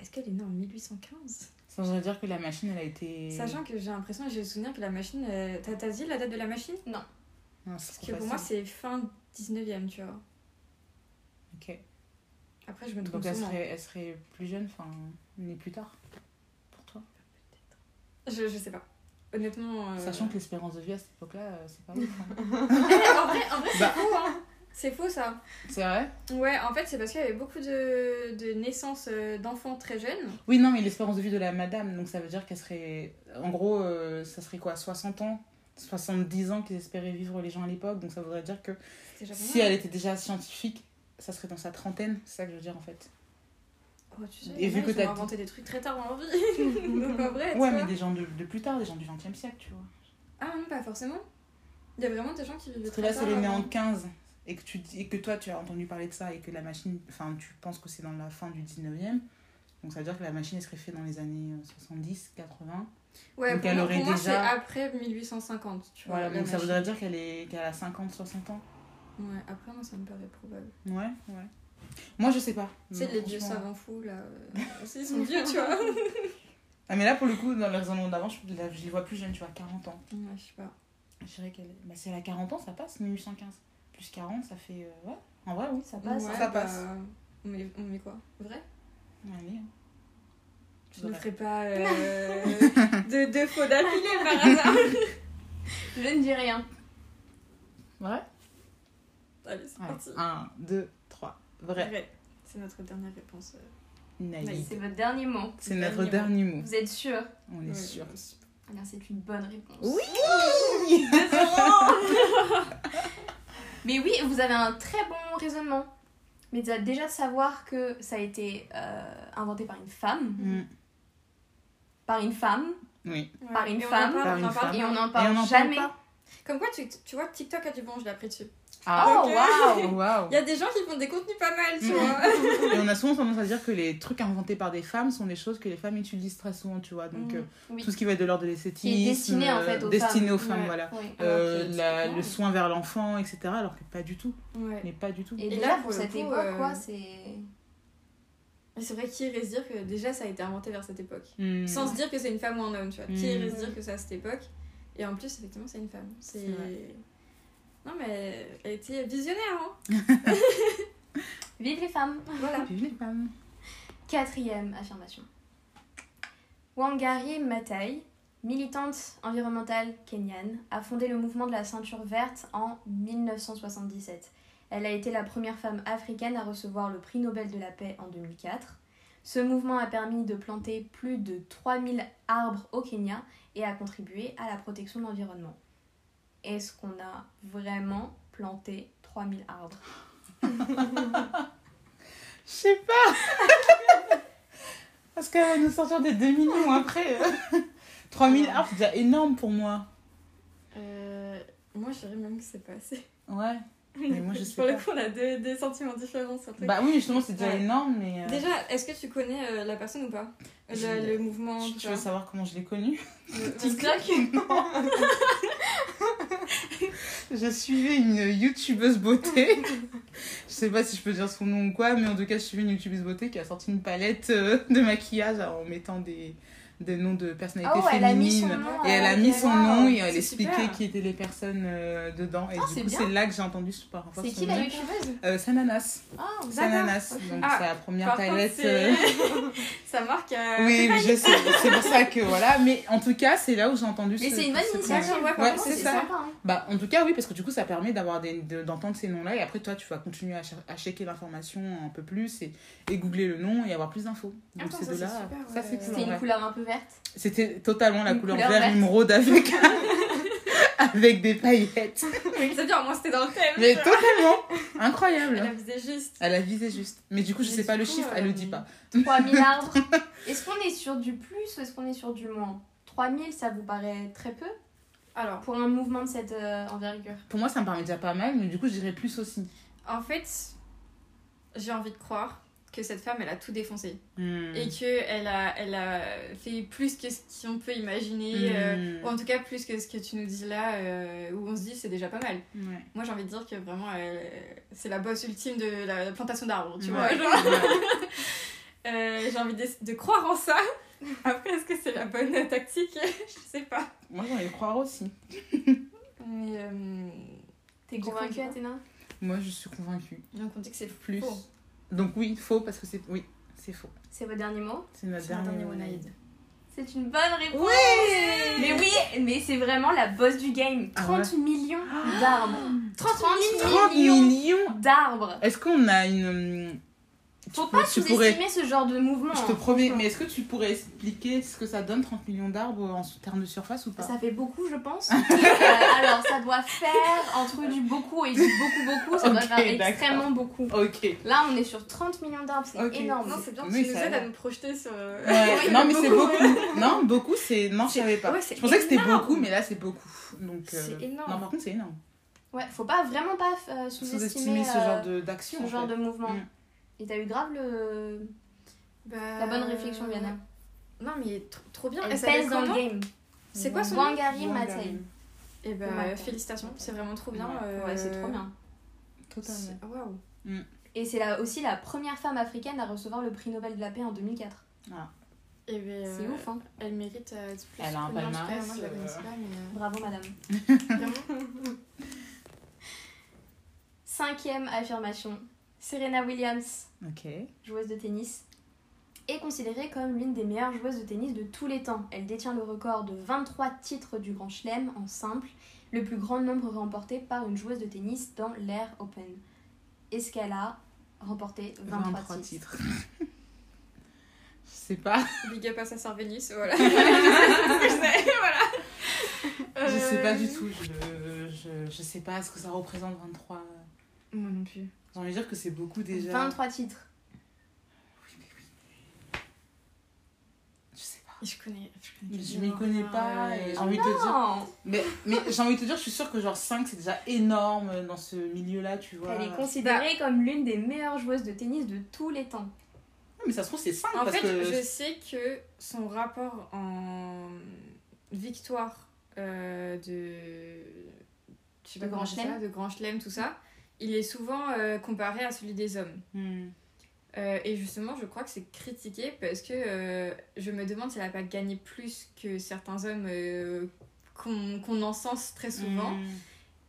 [SPEAKER 4] est-ce qu'elle est née en 1815
[SPEAKER 3] Ça voudrait dire que la machine, elle a été.
[SPEAKER 4] Sachant que j'ai l'impression, j'ai le souvenir que la machine, euh, t'as t'as dit la date de la machine
[SPEAKER 3] Non, c'est
[SPEAKER 4] Parce
[SPEAKER 3] trop
[SPEAKER 4] que pour moi,
[SPEAKER 3] facile.
[SPEAKER 4] c'est fin 19e, tu vois.
[SPEAKER 3] Ok.
[SPEAKER 4] Après, je me trompe
[SPEAKER 3] Donc, elle
[SPEAKER 4] sûrement.
[SPEAKER 3] serait, elle serait plus jeune, enfin, née plus tard. Pour toi
[SPEAKER 4] Je, je sais pas. Honnêtement. euh,
[SPEAKER 3] Sachant que l'espérance de vie à cette époque-là, euh, c'est pas ouf. hein.
[SPEAKER 4] Eh, en vrai, en vrai c'est
[SPEAKER 3] Bah.
[SPEAKER 4] faux, hein. C'est faux, ça.
[SPEAKER 3] C'est vrai
[SPEAKER 4] Ouais, en fait, c'est parce qu'il y avait beaucoup de, de naissances euh, d'enfants très jeunes.
[SPEAKER 3] Oui, non, mais l'espérance de vie de la madame, donc ça veut dire qu'elle serait. En gros, euh, ça serait quoi 60 ans 70 ans qu'ils espéraient vivre les gens à l'époque, donc ça voudrait dire que
[SPEAKER 4] C'était japonais.
[SPEAKER 3] si elle était déjà scientifique, ça serait dans sa trentaine, c'est ça que je veux dire en fait.
[SPEAKER 4] Oh, tu sais,
[SPEAKER 3] Et
[SPEAKER 4] les
[SPEAKER 3] vu
[SPEAKER 4] gens,
[SPEAKER 3] que
[SPEAKER 4] ils ont
[SPEAKER 3] t'as
[SPEAKER 4] inventé des trucs très tard dans leur vie. Donc, en vrai, tu
[SPEAKER 3] Ouais,
[SPEAKER 4] vois.
[SPEAKER 3] mais des gens de, de plus tard, des gens du 20 e siècle, tu vois.
[SPEAKER 4] Ah, non, pas forcément. Il y a vraiment des gens qui vivaient
[SPEAKER 3] Parce que
[SPEAKER 4] très
[SPEAKER 3] là,
[SPEAKER 4] tard. hein.
[SPEAKER 3] c'est les née en
[SPEAKER 4] avant.
[SPEAKER 3] 15, et que, tu, dis- et que toi, tu as entendu parler de ça, et que la machine. Enfin, tu penses que c'est dans la fin du 19 e donc ça veut dire que la machine, elle serait faite dans les années euh, 70, 80.
[SPEAKER 4] Ouais,
[SPEAKER 3] Donc,
[SPEAKER 4] pour
[SPEAKER 3] elle
[SPEAKER 4] moi,
[SPEAKER 3] aurait
[SPEAKER 4] pour moi,
[SPEAKER 3] déjà-
[SPEAKER 4] c'est après 1850, tu vois.
[SPEAKER 3] Voilà,
[SPEAKER 4] la
[SPEAKER 3] donc ça
[SPEAKER 4] machine.
[SPEAKER 3] voudrait dire qu'elle est qu'elle a 50, 60 ans.
[SPEAKER 4] Ouais, après, moi, ça me paraît probable.
[SPEAKER 3] Ouais, ouais. Moi, je sais pas.
[SPEAKER 4] Tu sais,
[SPEAKER 3] Non,
[SPEAKER 4] les vieux
[SPEAKER 3] franchement.
[SPEAKER 4] savants fous, là, euh, aussi, ils sont vieux, tu vois. Ouais,
[SPEAKER 3] Ah, mais là, pour le coup, dans le raisonnement d'avant, je, la- je les vois plus jeunes, tu vois, 40 ans.
[SPEAKER 4] je sais pas.
[SPEAKER 3] Je dirais qu'elle. Bah, si elle a 40 ans, ça passe, 1815. Plus 40, ça fait. euh, ouais, en vrai, oui.
[SPEAKER 2] Ça passe.
[SPEAKER 4] Ouais,
[SPEAKER 3] ça passe.
[SPEAKER 4] bah, On met, on met quoi Vrai
[SPEAKER 3] Allez. hein. Je
[SPEAKER 4] Je ne
[SPEAKER 3] dirais-
[SPEAKER 4] ferai pas euh, de deux faux d'affilée par hasard.
[SPEAKER 2] Je ne dis rien.
[SPEAKER 3] Vrai
[SPEAKER 4] Allez, c'est parti.
[SPEAKER 3] 1, 2, 3. Vrai.
[SPEAKER 4] Vrai. C'est notre dernière réponse. euh,
[SPEAKER 3] Naïd.
[SPEAKER 4] Naïd.
[SPEAKER 2] C'est votre dernier mot.
[SPEAKER 3] C'est notre
[SPEAKER 4] Dernier
[SPEAKER 3] dernier mot.
[SPEAKER 2] Vous êtes sûr
[SPEAKER 3] On est
[SPEAKER 4] ouais,
[SPEAKER 3] sûr.
[SPEAKER 4] je suis-
[SPEAKER 2] Eh bien, c'est une bonne réponse.
[SPEAKER 3] Oui
[SPEAKER 2] Mais oui, vous avez un très bon raisonnement. Mais déjà- déjà de savoir que ça a été euh, inventé par une femme,
[SPEAKER 3] Mm.
[SPEAKER 2] par une femme,
[SPEAKER 3] Oui.
[SPEAKER 4] Ouais.
[SPEAKER 2] Par une
[SPEAKER 4] Et on en
[SPEAKER 2] femme.
[SPEAKER 4] parle,
[SPEAKER 3] Par
[SPEAKER 4] on
[SPEAKER 3] une
[SPEAKER 4] en parle.
[SPEAKER 3] femme.
[SPEAKER 2] et on n'en
[SPEAKER 3] on
[SPEAKER 2] parle
[SPEAKER 3] n'en parle
[SPEAKER 2] jamais.
[SPEAKER 3] pas.
[SPEAKER 4] Comme quoi, tu, tu vois, TikTok a du bon, je l'ai appris dessus.
[SPEAKER 3] Ah
[SPEAKER 4] Ok.
[SPEAKER 3] waouh Waouh
[SPEAKER 4] Il y a des gens qui font des contenus pas mal, tu
[SPEAKER 3] Mhm.
[SPEAKER 4] vois.
[SPEAKER 3] Et on a souvent tendance à dire que les trucs inventés par des femmes sont des choses que les femmes utilisent très souvent, tu vois. Donc,
[SPEAKER 2] Mm,
[SPEAKER 3] euh,
[SPEAKER 2] oui.
[SPEAKER 3] tout ce qui va être de l'ordre de l'esthétisme.
[SPEAKER 2] Qui est destiné, en
[SPEAKER 3] euh,
[SPEAKER 2] fait, aux Ah,
[SPEAKER 3] destiné aux femmes,
[SPEAKER 4] Ouais.
[SPEAKER 3] voilà.
[SPEAKER 2] Oui.
[SPEAKER 3] Euh,
[SPEAKER 4] Alors que
[SPEAKER 3] la-
[SPEAKER 4] c'est
[SPEAKER 3] le
[SPEAKER 4] bien.
[SPEAKER 3] soin vers l'enfant, etc. Alors que pas du tout.
[SPEAKER 4] Ouais.
[SPEAKER 3] Mais pas du tout.
[SPEAKER 2] Et,
[SPEAKER 4] Et
[SPEAKER 2] déjà
[SPEAKER 4] là,
[SPEAKER 2] pour
[SPEAKER 4] pour le
[SPEAKER 2] cette
[SPEAKER 4] coup,
[SPEAKER 2] époque,
[SPEAKER 4] euh,
[SPEAKER 2] quoi, c'est.
[SPEAKER 4] Mais C'est vrai, qui irait se dire que déjà ça a été inventé vers cette époque
[SPEAKER 3] Mm.
[SPEAKER 4] Sans se dire que c'est une femme ou un homme, tu vois. Qui
[SPEAKER 3] Mm.
[SPEAKER 4] irait se dire que c'est à cette époque Et en plus, effectivement, c'est une femme. C'est.
[SPEAKER 3] C'est vrai.
[SPEAKER 4] Non, mais elle était visionnaire, hein
[SPEAKER 2] Vive les femmes
[SPEAKER 4] Voilà.
[SPEAKER 3] Vive Ah, les femmes.
[SPEAKER 2] Quatrième affirmation. Wangari Maathai, militante environnementale kenyane, a fondé le mouvement de la ceinture verte en 1977. Elle a été la première femme africaine à recevoir le prix Nobel de la paix en 2004. Ce mouvement a permis de planter plus de 3000 arbres au Kenya et a contribué à la protection de l'environnement. Est-ce qu'on a vraiment planté 3000 arbres
[SPEAKER 3] Je sais pas Parce qu'elle va nous sortir des 2 millions après. 3000 arbres, c'est déjà énorme pour moi.
[SPEAKER 4] Euh, moi, je dirais même que c'est pas assez.
[SPEAKER 3] Ouais. Mais moi, je sais
[SPEAKER 4] Pour
[SPEAKER 3] pas.
[SPEAKER 4] le coup, on a deux, deux sentiments différents sur le truc.
[SPEAKER 3] Bah oui, justement, c'est déjà
[SPEAKER 4] Ouais.
[SPEAKER 3] énorme, mais. euh,
[SPEAKER 4] Déjà, est-ce que tu connais euh, la personne ou pas
[SPEAKER 3] Je-
[SPEAKER 4] le, le mouvement,
[SPEAKER 3] tu-
[SPEAKER 4] tout
[SPEAKER 3] tu
[SPEAKER 4] ça.
[SPEAKER 3] veux savoir comment je l'ai connue
[SPEAKER 4] Le-
[SPEAKER 2] TikTok
[SPEAKER 3] Je suivais une youtubeuse beauté. je sais pas si je peux dire son nom ou quoi, mais en tout cas, je suivais une youtubeuse beauté qui a sorti une palette euh, de maquillage en mettant des, des noms de personnalités
[SPEAKER 2] Oh, elle a mis son
[SPEAKER 3] féminines.
[SPEAKER 2] nom
[SPEAKER 3] Et elle a
[SPEAKER 2] euh,
[SPEAKER 3] mis
[SPEAKER 2] ok,
[SPEAKER 3] son
[SPEAKER 2] wow.
[SPEAKER 3] nom et elle
[SPEAKER 4] c'est
[SPEAKER 3] expliquait
[SPEAKER 4] super.
[SPEAKER 3] qui étaient les personnes euh, dedans. Et
[SPEAKER 2] Ah, c'est
[SPEAKER 3] du coup,
[SPEAKER 2] bien.
[SPEAKER 3] c'est là que j'ai entendu ce par rapport
[SPEAKER 2] C'est
[SPEAKER 3] son
[SPEAKER 2] qui la
[SPEAKER 3] nom.
[SPEAKER 2] youtubeuse
[SPEAKER 3] Euh, Sananas.
[SPEAKER 2] Oh,
[SPEAKER 3] Sananas.
[SPEAKER 2] Ok.
[SPEAKER 3] Donc,
[SPEAKER 4] Ah,
[SPEAKER 3] c'est la première
[SPEAKER 4] Par contre,
[SPEAKER 3] palette.
[SPEAKER 4] c'est-
[SPEAKER 3] euh,
[SPEAKER 4] ça marque. euh,
[SPEAKER 3] Oui, mais je sais, c'est pour ça que voilà. Mais en tout cas, c'est là où j'ai entendu
[SPEAKER 2] Mais
[SPEAKER 3] ce-
[SPEAKER 2] c'est une bonne
[SPEAKER 3] ce
[SPEAKER 2] initiative,
[SPEAKER 3] point.
[SPEAKER 4] ouais, par
[SPEAKER 3] Ouais,
[SPEAKER 4] contre,
[SPEAKER 3] c'est
[SPEAKER 4] c'est
[SPEAKER 3] ça.
[SPEAKER 2] sympa, hein.
[SPEAKER 3] Bah, en tout cas, oui, parce que du coup, ça permet d'avoir des, de- d'entendre ces noms-là. Et après, toi, tu vas continuer à, cher- à checker l'information un peu plus et, et googler le nom et avoir plus d'infos. Donc,
[SPEAKER 4] Attends,
[SPEAKER 3] c'est
[SPEAKER 4] ça,
[SPEAKER 3] de
[SPEAKER 4] c'est
[SPEAKER 3] là.
[SPEAKER 4] super,
[SPEAKER 3] ça, c'est
[SPEAKER 4] ouais.
[SPEAKER 3] cool,
[SPEAKER 2] C'était
[SPEAKER 3] en
[SPEAKER 2] une
[SPEAKER 3] vrai.
[SPEAKER 2] couleur un peu verte.
[SPEAKER 3] C'était totalement la
[SPEAKER 2] Une
[SPEAKER 3] couleur,
[SPEAKER 2] couleur
[SPEAKER 3] vert
[SPEAKER 2] verte.
[SPEAKER 3] émeraude avec, avec des paillettes.
[SPEAKER 4] Oui, c'est bien, au moins c'était dans le thème.
[SPEAKER 3] Mais
[SPEAKER 4] tu vois.
[SPEAKER 3] totalement
[SPEAKER 4] Elle la
[SPEAKER 3] incroyable.
[SPEAKER 4] faisait juste.
[SPEAKER 3] Elle a visé juste. Mais du coup, je
[SPEAKER 4] Mais
[SPEAKER 3] sais
[SPEAKER 4] du
[SPEAKER 3] pas le
[SPEAKER 4] coup,
[SPEAKER 3] chiffre, elle le
[SPEAKER 4] euh,
[SPEAKER 3] dit pas.
[SPEAKER 2] 3000 arbres. Est-ce qu'on est sur du plus ou est-ce qu'on est sur du moins 3000, ça vous paraît très peu
[SPEAKER 4] Alors,
[SPEAKER 2] pour un mouvement de cette euh, envergure
[SPEAKER 3] Pour moi, ça me paraît déjà pas mal, mais du coup, je dirais plus aussi.
[SPEAKER 4] en fait, j'ai envie de croire que cette femme, elle a tout défoncé.
[SPEAKER 3] Hmm.
[SPEAKER 4] Et qu'elle a, elle a fait plus que ce qu'on peut imaginer. euh,
[SPEAKER 3] Hmm.
[SPEAKER 4] ou en tout cas, plus que ce que tu nous dis là, euh, où on se dit c'est déjà pas mal.
[SPEAKER 3] Ouais.
[SPEAKER 4] Moi, j'ai envie de dire que vraiment, elle- c'est la bosse ultime de la plantation d'arbres, tu vois.
[SPEAKER 3] Ouais.
[SPEAKER 4] genre.
[SPEAKER 3] Ouais.
[SPEAKER 4] Euh, j'ai envie de, de croire en ça. Après, est-ce que c'est la bonne tactique Je sais pas.
[SPEAKER 3] Moi, j'ai envie de croire aussi.
[SPEAKER 4] Mais. euh,
[SPEAKER 2] T'es
[SPEAKER 4] Du coup,
[SPEAKER 2] convaincue,
[SPEAKER 4] je-
[SPEAKER 2] Athéna
[SPEAKER 3] Moi, je suis convaincue.
[SPEAKER 4] donc, on dit que c'est
[SPEAKER 3] Plus.
[SPEAKER 4] faux.
[SPEAKER 3] Donc oui, faux parce que c'est oui, c'est faux.
[SPEAKER 2] C'est votre dernier mot
[SPEAKER 3] C'est notre
[SPEAKER 4] C'est un
[SPEAKER 3] dernier
[SPEAKER 4] dernier
[SPEAKER 3] mot, Naïd.
[SPEAKER 4] monaïde.
[SPEAKER 2] C'est une bonne réponse
[SPEAKER 3] Ouais
[SPEAKER 2] Mais oui, mais c'est vraiment la boss du game. 30
[SPEAKER 3] Ah ouais.
[SPEAKER 2] millions d'arbres.
[SPEAKER 4] 30
[SPEAKER 3] 30
[SPEAKER 2] millions
[SPEAKER 3] millions
[SPEAKER 2] d'arbres.
[SPEAKER 3] Est-ce qu'on a une hum,
[SPEAKER 2] Faut
[SPEAKER 3] tu-
[SPEAKER 2] pas
[SPEAKER 3] tu
[SPEAKER 2] sous-estimer
[SPEAKER 3] pourrais-
[SPEAKER 2] ce genre de mouvement.
[SPEAKER 3] Je te
[SPEAKER 2] hein,
[SPEAKER 3] promets,
[SPEAKER 2] franchement.
[SPEAKER 3] mais est-ce que tu pourrais expliquer ce que ça donne 30 millions d'arbres en sous- termes de surface ou pas
[SPEAKER 2] Ça fait beaucoup, je pense. Euh, alors, ça doit faire entre du beaucoup et du beaucoup, beaucoup, ça doit
[SPEAKER 3] Ok,
[SPEAKER 2] faire
[SPEAKER 3] d'accord.
[SPEAKER 2] extrêmement beaucoup.
[SPEAKER 3] Ok. Euh,
[SPEAKER 2] Là, on est sur 30 millions d'arbres, c'est
[SPEAKER 3] Ok.
[SPEAKER 2] énorme.
[SPEAKER 4] Non, c'est bien,
[SPEAKER 3] Oui,
[SPEAKER 4] tu nous
[SPEAKER 3] ça
[SPEAKER 4] aides
[SPEAKER 3] va.
[SPEAKER 4] à nous projeter sur. euh,
[SPEAKER 3] Ouais,
[SPEAKER 4] Oui,
[SPEAKER 3] non mais c'est beaucoup. Non, beaucoup c'est non, je
[SPEAKER 4] C'est-
[SPEAKER 3] savais pas.
[SPEAKER 4] ouais,
[SPEAKER 3] je
[SPEAKER 4] c'est
[SPEAKER 3] pensais que c'était
[SPEAKER 4] énorme.
[SPEAKER 3] beaucoup mais là c'est beaucoup. Donc euh,
[SPEAKER 4] C'est énorme.
[SPEAKER 3] Non, par contre c'est énorme.
[SPEAKER 2] Ouais, faut pas vraiment pas euh, sous-estimer
[SPEAKER 3] Sous-estimer ce genre
[SPEAKER 2] de,
[SPEAKER 3] de d'action.
[SPEAKER 2] ce
[SPEAKER 3] en
[SPEAKER 2] genre
[SPEAKER 3] fait.
[SPEAKER 2] de mouvement.
[SPEAKER 3] Mm.
[SPEAKER 2] Et t'as eu grave le...
[SPEAKER 4] Bah,
[SPEAKER 2] la bonne réflexion, Viana.
[SPEAKER 4] Non, mais tr- trop bien.
[SPEAKER 2] Elle
[SPEAKER 4] Elle s'appelle
[SPEAKER 2] pèse dans le
[SPEAKER 4] comment
[SPEAKER 2] game.
[SPEAKER 4] C'est quoi son nom
[SPEAKER 2] Wangari Maathai.
[SPEAKER 4] Eh bah,
[SPEAKER 2] Ouais.
[SPEAKER 4] félicitations, c'est vraiment trop bien.
[SPEAKER 3] Ouais.
[SPEAKER 4] euh,
[SPEAKER 2] Ouais, c'est trop bien.
[SPEAKER 3] Totalement.
[SPEAKER 4] c'est- Waouh.
[SPEAKER 2] Et c'est là aussi la première femme africaine à recevoir le prix Nobel de la paix en 2004.
[SPEAKER 4] Et ben,
[SPEAKER 2] C'est
[SPEAKER 4] euh,
[SPEAKER 2] ouf, hein.
[SPEAKER 4] Elle mérite euh, d'être plus.
[SPEAKER 3] Elle a un
[SPEAKER 4] connue, en tout cas,
[SPEAKER 3] palmarès,
[SPEAKER 4] Moi, je la
[SPEAKER 3] euh,
[SPEAKER 4] connaissais pas, mais. euh,
[SPEAKER 2] Bravo, madame.
[SPEAKER 4] Vraiment.
[SPEAKER 2] Cinquième affirmation. Serena Williams
[SPEAKER 3] OK.
[SPEAKER 2] joueuse de tennis, est considérée comme l'une des meilleures joueuses de tennis de tous les temps. Elle détient le record de 23 titres du Grand Chelem en simple le plus grand nombre remporté par une joueuse de tennis dans l'Air Open. Est-ce qu'elle a remporté 23,
[SPEAKER 3] 23
[SPEAKER 2] titres
[SPEAKER 3] titres. Je sais pas.
[SPEAKER 4] Big up à sa Sarvenis, voilà.
[SPEAKER 3] Je sais pas du tout. Je, je, je sais pas ce que ça représente 23.
[SPEAKER 2] Moi non plus.
[SPEAKER 3] J'ai envie de dire que c'est beaucoup déjà.
[SPEAKER 2] 23 titres.
[SPEAKER 3] Je sais pas.
[SPEAKER 4] Je connais. Ah, Je,
[SPEAKER 3] Mais je m'y connais
[SPEAKER 4] euh,
[SPEAKER 3] pas et j'ai envie de te dire.
[SPEAKER 2] Non
[SPEAKER 3] Mais, mais j'ai envie de te dire, je suis sûre que genre 5 c'est déjà énorme dans ce milieu-là, tu vois.
[SPEAKER 2] Elle est considérée comme l'une des meilleures joueuses de tennis de tous les temps.
[SPEAKER 3] Ah, mais ça se trouve, c'est 5
[SPEAKER 4] En
[SPEAKER 3] parce
[SPEAKER 4] fait,
[SPEAKER 3] que.
[SPEAKER 4] je sais que son rapport en victoire euh, de. Je sais
[SPEAKER 2] De
[SPEAKER 4] pas
[SPEAKER 2] Grand
[SPEAKER 4] comment on dit ça,
[SPEAKER 2] Chelem.
[SPEAKER 4] De Grand Chelem, tout ça. Il est souvent euh, comparé à celui des hommes.
[SPEAKER 3] Hmm.
[SPEAKER 4] Euh, et justement, je crois que c'est critiqué parce que euh, je me demande si elle a pas gagné plus que certains hommes euh, qu'on qu'on encense très souvent.
[SPEAKER 3] Hmm.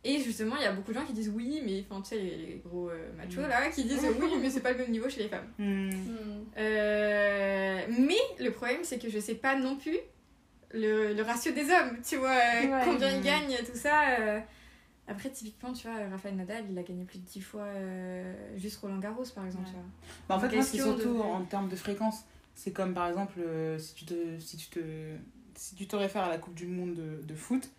[SPEAKER 4] Et justement, il y a beaucoup de gens qui disent oui, mais enfin, tu sais, les, les gros euh, machos
[SPEAKER 3] Mm.
[SPEAKER 4] là, qui disent oui, mais c'est pas le même niveau chez les femmes.
[SPEAKER 3] Hmm.
[SPEAKER 4] Euh, mais le problème, c'est que je sais pas non plus le, le ratio des hommes, tu vois, euh,
[SPEAKER 2] Ouais.
[SPEAKER 4] combien ils
[SPEAKER 3] Mm.
[SPEAKER 4] gagnent, tout ça. euh. Après, typiquement, tu vois, Rafael Nadal, il a gagné plus de 10 fois euh, juste Roland Garros, par exemple,
[SPEAKER 3] Ouais.
[SPEAKER 4] tu vois.
[SPEAKER 3] Bah, en fait, moi, c'est
[SPEAKER 4] Question
[SPEAKER 3] surtout
[SPEAKER 4] de-
[SPEAKER 3] en termes de fréquence. C'est comme par exemple, euh, si tu te, si tu te, si tu te réfères à la Coupe du Monde de, de foot,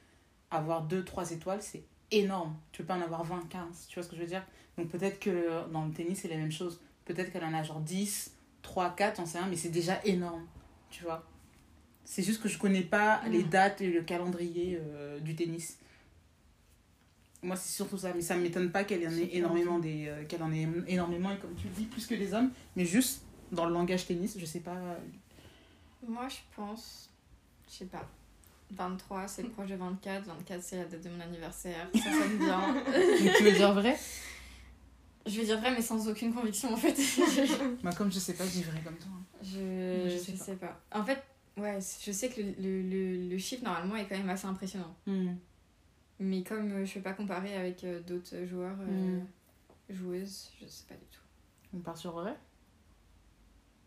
[SPEAKER 3] avoir 2-3 étoiles, c'est énorme. Tu peux pas en avoir 20, 15. Tu vois ce que je veux dire Donc peut-être que dans le tennis, c'est la même chose. Peut-être qu'elle en a genre 10, 3, 4, j'en sais rien, mais c'est déjà énorme. Tu vois C'est juste que je connais pas les
[SPEAKER 4] Mhm.
[SPEAKER 3] dates et le calendrier euh, du tennis. Moi, c'est surtout ça, mais ça m'étonne pas qu'elle y en ait énormément, des, euh, qu'elle en ait énormément, et comme tu le dis, plus que les hommes, mais juste dans le langage tennis, je sais pas.
[SPEAKER 4] Moi, je pense, je sais pas. 23, c'est proche de 24. 24, c'est la date de mon anniversaire. Ça sonne bien.
[SPEAKER 3] Donc, tu veux dire vrai
[SPEAKER 4] je vais dire vrai, mais sans aucune conviction, en fait.
[SPEAKER 3] Bah, comme je sais pas, je dis vrai comme toi. hein.
[SPEAKER 4] Je,
[SPEAKER 3] Je
[SPEAKER 4] je
[SPEAKER 3] sais
[SPEAKER 4] sais,
[SPEAKER 3] pas.
[SPEAKER 4] pas. En fait, ouais, c- je sais que le, le, le- le chiffre normalement est quand même assez impressionnant. Mais comme euh, je peux pas comparer avec euh, d'autres joueurs, euh,
[SPEAKER 3] Mm.
[SPEAKER 4] joueuses, je sais pas du tout.
[SPEAKER 3] On part sur vrai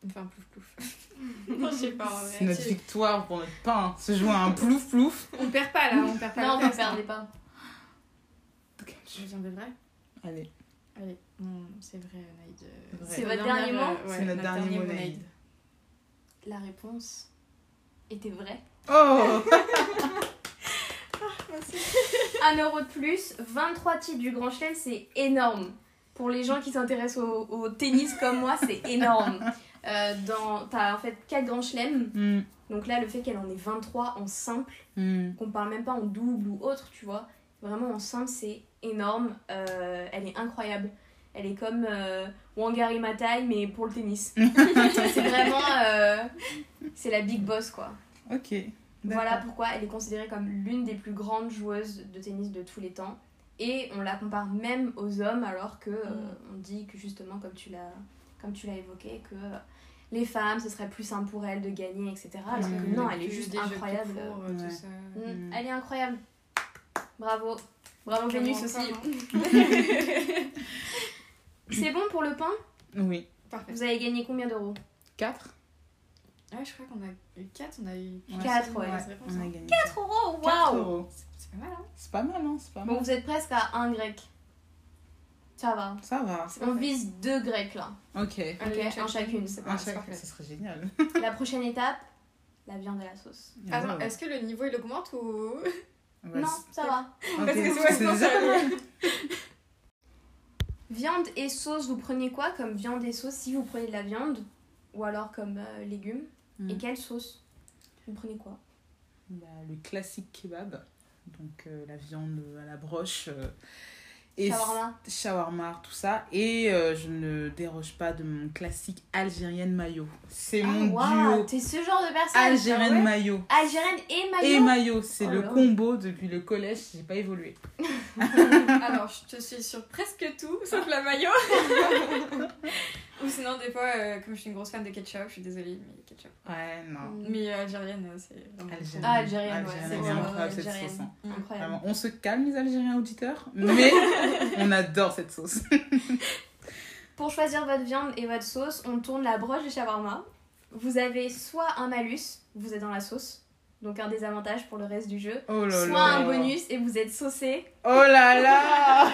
[SPEAKER 4] Enfin, plouf plouf. je sais pas. en vrai.
[SPEAKER 3] C'est notre victoire pour notre pain, hein. se jouer à un plouf plouf.
[SPEAKER 4] On perd pas là, on perd pas.
[SPEAKER 2] Non, vous
[SPEAKER 4] la
[SPEAKER 2] ne
[SPEAKER 4] place, hein.
[SPEAKER 2] perdez pas.
[SPEAKER 4] Je viens de vrai.
[SPEAKER 3] Allez,
[SPEAKER 4] Allez, non, c'est vrai, Naïd. euh,
[SPEAKER 3] Vrai.
[SPEAKER 2] C'est votre dernier mot
[SPEAKER 4] euh, ouais,
[SPEAKER 3] c'est notre, dernier mot,
[SPEAKER 4] Naïd.
[SPEAKER 3] Naïd.
[SPEAKER 2] La réponse était vraie.
[SPEAKER 3] Oh
[SPEAKER 2] 1 euro de plus, 23 titres du Grand Chelem, c'est énorme. Pour les gens qui s'intéressent au, au tennis comme moi, c'est énorme. Euh, dans- T'as en fait 4 Grands Chelem,
[SPEAKER 3] Hmm,
[SPEAKER 2] donc là le fait qu'elle en ait 23 en simple,
[SPEAKER 3] hmm.
[SPEAKER 2] qu'on parle même pas en double ou autre, tu vois, vraiment en simple c'est énorme, Euh, elle est incroyable. Elle est comme euh, Wangari Maathai, mais pour le tennis. c'est vraiment. euh, c'est la big boss quoi.
[SPEAKER 3] Ok.
[SPEAKER 2] Voilà
[SPEAKER 3] D'accord.
[SPEAKER 2] pourquoi elle est considérée comme l'une des plus grandes joueuses de tennis de tous les temps. Et on la compare même aux hommes alors que euh, on dit que justement, comme tu l'as, comme tu l'as évoqué, que euh, les femmes, ce serait plus simple pour elles de gagner, etc. Alors que
[SPEAKER 3] Mhm.
[SPEAKER 2] Ah, non, elle est
[SPEAKER 4] Plus
[SPEAKER 2] juste
[SPEAKER 4] des jeux plus
[SPEAKER 2] incroyable.
[SPEAKER 4] courts, euh, tout
[SPEAKER 3] Ouais.
[SPEAKER 4] ça.
[SPEAKER 2] Mm,
[SPEAKER 3] Mhm.
[SPEAKER 2] Elle est incroyable. Bravo. Bravo
[SPEAKER 4] Clairement,
[SPEAKER 2] Vénus aussi.
[SPEAKER 4] clairement.
[SPEAKER 2] C'est bon pour le pain
[SPEAKER 3] Oui.
[SPEAKER 4] Parfait.
[SPEAKER 2] Vous avez gagné combien d'euros
[SPEAKER 3] 4
[SPEAKER 4] Ouais, Ah, je crois qu'on a eu 4, on a eu
[SPEAKER 3] Ouais.
[SPEAKER 2] Quatre, ouais.
[SPEAKER 4] Ouais, c'est réponse,
[SPEAKER 3] On a
[SPEAKER 4] hein.
[SPEAKER 3] gagné.
[SPEAKER 2] 4 euros,
[SPEAKER 3] 4
[SPEAKER 2] waouh
[SPEAKER 3] euros.
[SPEAKER 4] C'est pas mal, hein
[SPEAKER 3] C'est pas mal, hein C'est pas mal.
[SPEAKER 2] Bon, vous êtes presque à un grec. Ça va.
[SPEAKER 3] Ça va.
[SPEAKER 4] C'est
[SPEAKER 2] On
[SPEAKER 4] parfait.
[SPEAKER 2] vise deux grecs là.
[SPEAKER 3] Ok.
[SPEAKER 2] Ok,
[SPEAKER 4] Allez,
[SPEAKER 2] en chacune.
[SPEAKER 4] c'est
[SPEAKER 3] Un
[SPEAKER 4] parfait, c'est
[SPEAKER 3] chaque,
[SPEAKER 4] parfait.
[SPEAKER 3] ça serait génial.
[SPEAKER 2] La prochaine étape, la viande et la sauce.
[SPEAKER 3] Ah,
[SPEAKER 4] Attends, est-ce que le niveau il augmente ou.
[SPEAKER 3] Ouais,
[SPEAKER 2] euh, non,
[SPEAKER 3] c'est-
[SPEAKER 2] ça va.
[SPEAKER 3] Ah, Ok,
[SPEAKER 4] Parce que
[SPEAKER 3] c'est
[SPEAKER 4] sinon, je pense
[SPEAKER 3] déjà
[SPEAKER 4] à-
[SPEAKER 3] pas mal.
[SPEAKER 2] Viande et sauce, vous prenez quoi comme viande et sauce si vous prenez de la viande ou alors comme euh, légumes
[SPEAKER 3] Mm.
[SPEAKER 2] Et quelle sauce Vous prenez quoi
[SPEAKER 3] Bah, le classique kebab, donc euh, la viande à la broche euh, et
[SPEAKER 2] Shawarma.
[SPEAKER 3] shawarma, tout ça. Et euh, je ne déroge pas de mon classique algérienne mayo. C'est mon
[SPEAKER 2] Ah, waouh,
[SPEAKER 3] duo
[SPEAKER 2] T'es ce genre de personne
[SPEAKER 3] algérienne
[SPEAKER 2] ah ouais
[SPEAKER 3] mayo.
[SPEAKER 2] Algérienne et maillot
[SPEAKER 3] Et mayo, c'est
[SPEAKER 2] Oh
[SPEAKER 3] le
[SPEAKER 2] là.
[SPEAKER 3] combo depuis le collège, j'ai pas évolué.
[SPEAKER 4] Alors, Ah je te suis sur presque tout, sauf la maillot. ou sinon, des fois, euh, comme je suis une grosse fan de ketchup, je suis désolée, mais ketchup.
[SPEAKER 3] Ouais, non.
[SPEAKER 4] Mais euh, algérienne, euh, c'est vraiment.
[SPEAKER 3] Hmm. Algérienne,
[SPEAKER 2] Ah, Mm. algérienne, ouais,
[SPEAKER 4] c'est
[SPEAKER 3] elle est
[SPEAKER 4] vraiment
[SPEAKER 3] incroyable cette
[SPEAKER 2] algérienne.
[SPEAKER 3] sauce. hein.
[SPEAKER 2] Incroyable.
[SPEAKER 3] Vraiment, on se calme les Algériens auditeurs, mais on adore cette sauce.
[SPEAKER 2] Pour choisir votre viande et votre sauce, on tourne la broche de shawarma. Vous avez soit un malus, vous êtes dans la sauce, donc un désavantage pour le reste du jeu.
[SPEAKER 3] Oh là
[SPEAKER 2] Soit
[SPEAKER 3] là.
[SPEAKER 2] un bonus et vous êtes saucé.
[SPEAKER 3] Oh là là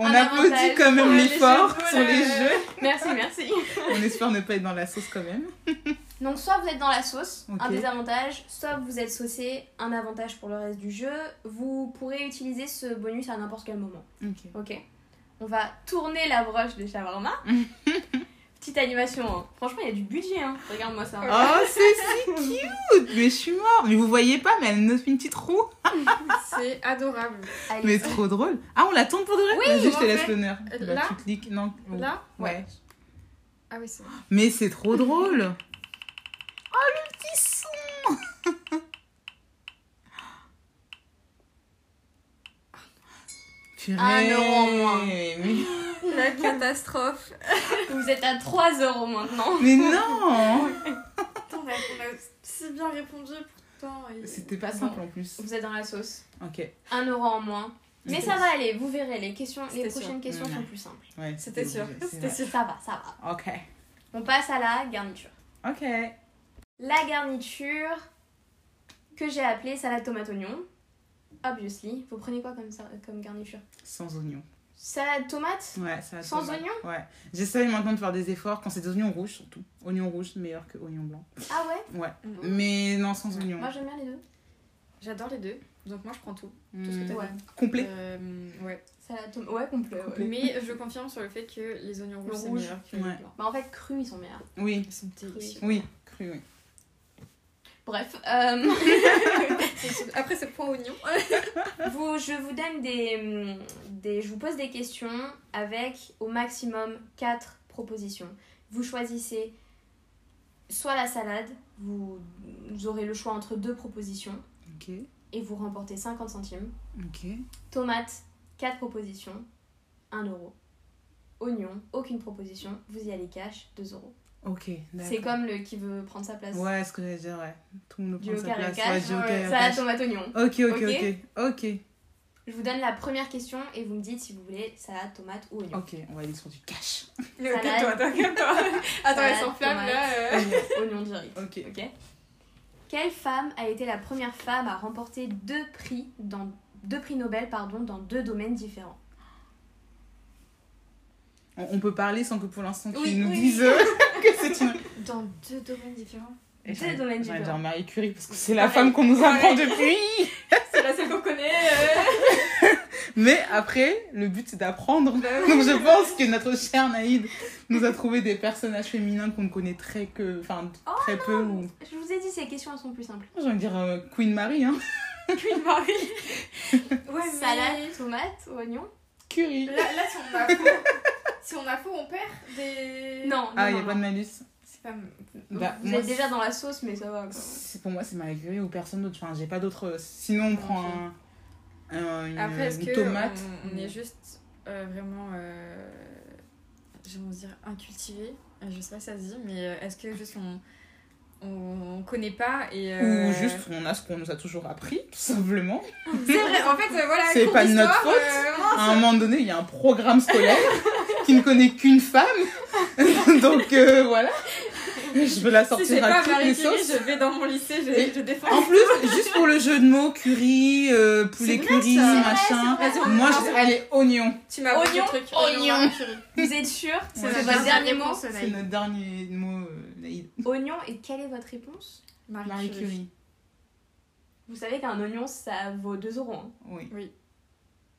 [SPEAKER 3] On
[SPEAKER 2] Un
[SPEAKER 3] applaudit
[SPEAKER 2] avantage
[SPEAKER 3] quand
[SPEAKER 2] pour
[SPEAKER 3] même
[SPEAKER 2] les
[SPEAKER 3] l'effort
[SPEAKER 2] chapeaux,
[SPEAKER 3] sur
[SPEAKER 2] là.
[SPEAKER 3] les jeux.
[SPEAKER 2] Merci, merci.
[SPEAKER 3] On espère ne pas être dans la sauce quand même.
[SPEAKER 2] Donc soit vous êtes dans la sauce, un
[SPEAKER 3] Ok.
[SPEAKER 2] désavantage, soit vous êtes saucé, un avantage pour le reste du jeu. Vous pourrez utiliser ce bonus à n'importe quel moment.
[SPEAKER 3] Ok.
[SPEAKER 2] Ok. On va tourner la broche de shawarma. Petite animation. hein. Franchement, il y a du budget. hein. Regarde-moi ça.
[SPEAKER 3] Oh, c'est si cute Mais je suis mort Mais vous voyez pas, mais elle nous fait une petite roue.
[SPEAKER 4] Ah, C'est adorable.
[SPEAKER 2] Allez.
[SPEAKER 3] Mais trop drôle. Ah, on la tourne pour de vrai
[SPEAKER 4] Oui,
[SPEAKER 3] Vas-y, je te
[SPEAKER 4] comment on
[SPEAKER 3] laisse
[SPEAKER 4] fait
[SPEAKER 3] l'honneur.
[SPEAKER 4] Euh,
[SPEAKER 3] Bah,
[SPEAKER 4] là
[SPEAKER 3] tu cliques. Non. oh.
[SPEAKER 4] Là
[SPEAKER 3] Ouais.
[SPEAKER 4] Ah oui, c'est bon.
[SPEAKER 3] Mais c'est trop drôle. Oh,
[SPEAKER 4] Oh,
[SPEAKER 3] le petit son Purée.
[SPEAKER 2] Un euro en moins.
[SPEAKER 3] Mais-
[SPEAKER 4] La catastrophe.
[SPEAKER 2] Vous êtes à 3 euros maintenant.
[SPEAKER 3] Mais non
[SPEAKER 4] Attends, on a, on a si bien répondu pourtant. et-
[SPEAKER 3] C'était pas simple en plus.
[SPEAKER 2] Vous êtes dans la sauce.
[SPEAKER 3] Ok.
[SPEAKER 2] 1 euro en moins. Mais
[SPEAKER 3] Ok.
[SPEAKER 2] ça va aller, vous verrez, les, questions, les
[SPEAKER 4] C'était sûr.
[SPEAKER 2] prochaines questions
[SPEAKER 3] Mmh.
[SPEAKER 2] sont plus simples.
[SPEAKER 3] Ouais,
[SPEAKER 4] C'était sûr.
[SPEAKER 3] obligé, c'est
[SPEAKER 4] C'était
[SPEAKER 3] vrai.
[SPEAKER 4] sûr.
[SPEAKER 2] Ça va, ça va.
[SPEAKER 3] Ok.
[SPEAKER 2] On passe à la garniture.
[SPEAKER 3] Ok.
[SPEAKER 2] La garniture que j'ai appelée salade tomate oignon. Obviously, vous prenez quoi comme, ça, comme garniture
[SPEAKER 3] Sans oignons.
[SPEAKER 2] Salade tomate
[SPEAKER 3] Ouais, ça va
[SPEAKER 2] Sans
[SPEAKER 3] tomber.
[SPEAKER 2] oignons
[SPEAKER 3] Ouais. J'essaye maintenant de faire des efforts quand c'est des oignons rouges surtout. Oignons rouges, meilleur que oignons blancs.
[SPEAKER 2] Ah ouais
[SPEAKER 3] Ouais.
[SPEAKER 4] Mhm.
[SPEAKER 3] Mais non, sans oignons.
[SPEAKER 2] Moi j'aime bien les deux.
[SPEAKER 4] J'adore les deux. Donc moi, je prends tout.
[SPEAKER 3] Mhm.
[SPEAKER 4] Tout ce que t'as
[SPEAKER 2] Ouais.
[SPEAKER 4] dit.
[SPEAKER 3] Complet.
[SPEAKER 4] Euh, ouais.
[SPEAKER 2] Salade tomate. Ouais, complet. ouais.
[SPEAKER 4] Mais je confirme sur le fait que les oignons
[SPEAKER 2] Le
[SPEAKER 4] rouges, c'est
[SPEAKER 2] rouge.
[SPEAKER 4] meilleur que
[SPEAKER 3] Ouais.
[SPEAKER 4] les blancs.
[SPEAKER 2] Bah en fait, cru, ils sont meilleurs.
[SPEAKER 3] Oui.
[SPEAKER 4] Ils sont délicieux.
[SPEAKER 3] Oui. Cru, oui.
[SPEAKER 2] Bref, euh,
[SPEAKER 4] Après, c'est point oignon.
[SPEAKER 2] vous, je vous donne des, hum, des. Je vous pose des questions avec au maximum 4 propositions. Vous choisissez soit la salade, vous, vous aurez le choix entre deux propositions
[SPEAKER 3] Ok.
[SPEAKER 2] et vous remportez 50 centimes.
[SPEAKER 3] Ok.
[SPEAKER 2] Tomate, 4 propositions, 1 euro. Oignon, aucune proposition, vous y allez cash, 2 euros.
[SPEAKER 3] Ok. d'accord.
[SPEAKER 2] C'est comme le qui veut prendre sa place.
[SPEAKER 3] Ouais, ce que j'allais dire, ouais. Tout le monde
[SPEAKER 2] Du
[SPEAKER 3] prend sa
[SPEAKER 2] Ocar
[SPEAKER 3] place.
[SPEAKER 2] Ocar,
[SPEAKER 3] Ouais, du Ocar
[SPEAKER 4] ouais,
[SPEAKER 2] Salade,
[SPEAKER 3] Ocar.
[SPEAKER 2] tomate, oignon.
[SPEAKER 3] Ok, ok, ok. Ok.
[SPEAKER 2] Je vous donne la première question et vous me dites si vous voulez salade, tomate ou oignon.
[SPEAKER 3] Ok, on va aller sur du cash.
[SPEAKER 4] Mais ok,
[SPEAKER 2] Salade.
[SPEAKER 4] toi, t'inquiète pas. Attends, elle
[SPEAKER 2] Salade,
[SPEAKER 4] s'enflamme
[SPEAKER 2] tomate.
[SPEAKER 4] là. euh.
[SPEAKER 2] Oignon, oignon direct.
[SPEAKER 3] Ok.
[SPEAKER 2] Ok. Quelle femme a été la première femme à remporter deux prix dans deux prix Nobel pardon dans deux domaines différents
[SPEAKER 3] On, on peut parler sans que pour l'instant tu
[SPEAKER 2] Oui,
[SPEAKER 3] nous
[SPEAKER 2] oui.
[SPEAKER 3] dises euh, que c'est une.
[SPEAKER 4] Dans deux domaines différents.
[SPEAKER 3] Et
[SPEAKER 2] Deux domaines
[SPEAKER 3] j'allais
[SPEAKER 2] différents.
[SPEAKER 3] dire Marie Curie parce que c'est la femme qu'on nous apprend depuis.
[SPEAKER 4] C'est la seule qu'on connaît. euh.
[SPEAKER 3] Mais après, le but c'est d'apprendre.
[SPEAKER 4] Bah
[SPEAKER 3] Donc je pense que notre chère Naïd nous a trouvé des personnages féminins qu'on ne connaît très que, enfin
[SPEAKER 2] Oh
[SPEAKER 3] très peu. Ou...
[SPEAKER 2] Je vous ai dit ces questions elles sont plus simples.
[SPEAKER 3] J'ai envie de dire euh, Queen Marie, hein.
[SPEAKER 4] Queen Marie. Ouais, mais-
[SPEAKER 2] Salade, tomate, ou oignon
[SPEAKER 3] Curie.
[SPEAKER 4] Là, là, si on a faux, si on a faux, on perd des.
[SPEAKER 2] Non, non,
[SPEAKER 3] Ah, il n'y
[SPEAKER 2] non,
[SPEAKER 3] a
[SPEAKER 2] non.
[SPEAKER 3] pas de malus.
[SPEAKER 4] C'est pas.
[SPEAKER 3] Bah,
[SPEAKER 2] Vous
[SPEAKER 3] moi,
[SPEAKER 2] êtes déjà dans la sauce mais ça va. quoi.
[SPEAKER 3] c'est- Pour moi, c'est Marie Curie ou personne d'autre. Enfin, j'ai pas d'autres. euh, Sinon, on prend un- un- une,
[SPEAKER 4] Après, est-ce
[SPEAKER 3] une
[SPEAKER 4] que
[SPEAKER 3] tomate.
[SPEAKER 4] On, on est juste euh, vraiment, euh, j'ai envie de dire, incultivé Euh, Je sais pas si ça se dit, mais euh, est-ce que juste on, on, on connaît pas et euh,
[SPEAKER 3] Ou juste, on a ce qu'on nous a toujours appris, tout simplement.
[SPEAKER 4] C'est vrai. En fait, euh, voilà.
[SPEAKER 3] C'est
[SPEAKER 4] cours
[SPEAKER 3] pas de notre
[SPEAKER 4] d'histoire,
[SPEAKER 3] faute.
[SPEAKER 4] euh, mince.
[SPEAKER 3] À un moment donné, il y a un programme scolaire qui ne connaît qu'une femme. Donc euh, voilà. Je veux la
[SPEAKER 4] si
[SPEAKER 3] sortir
[SPEAKER 4] j'ai
[SPEAKER 3] à
[SPEAKER 4] pas
[SPEAKER 3] toutes les
[SPEAKER 4] Marie Curie,
[SPEAKER 3] sauces.
[SPEAKER 4] je vais dans mon lycée,
[SPEAKER 3] Et-
[SPEAKER 4] je, je défends.
[SPEAKER 3] En plus, juste pour le jeu de mots, Curie, euh, poulet
[SPEAKER 4] C'est vrai,
[SPEAKER 3] Curie,
[SPEAKER 4] ça. C'est vrai,
[SPEAKER 3] machin.
[SPEAKER 4] Vas-y, on
[SPEAKER 3] Moi,
[SPEAKER 4] prend.
[SPEAKER 3] je... allez, oignon.
[SPEAKER 4] tu m'as vendu
[SPEAKER 2] Oignon,
[SPEAKER 4] le truc.
[SPEAKER 2] oignon.
[SPEAKER 4] Marie Curie.
[SPEAKER 2] Vous êtes sûr
[SPEAKER 3] C'est
[SPEAKER 2] C'est
[SPEAKER 3] notre
[SPEAKER 2] votre
[SPEAKER 3] dernière
[SPEAKER 2] dernier mot.
[SPEAKER 4] réponse,
[SPEAKER 3] C'est
[SPEAKER 4] Naïd.
[SPEAKER 3] notre dernier mot, euh, Naïd.
[SPEAKER 2] Oignon et quelle est votre réponse
[SPEAKER 3] Marie Curie.
[SPEAKER 2] Vous savez qu'un oignon ça vaut 2 euros. hein.
[SPEAKER 3] Oui.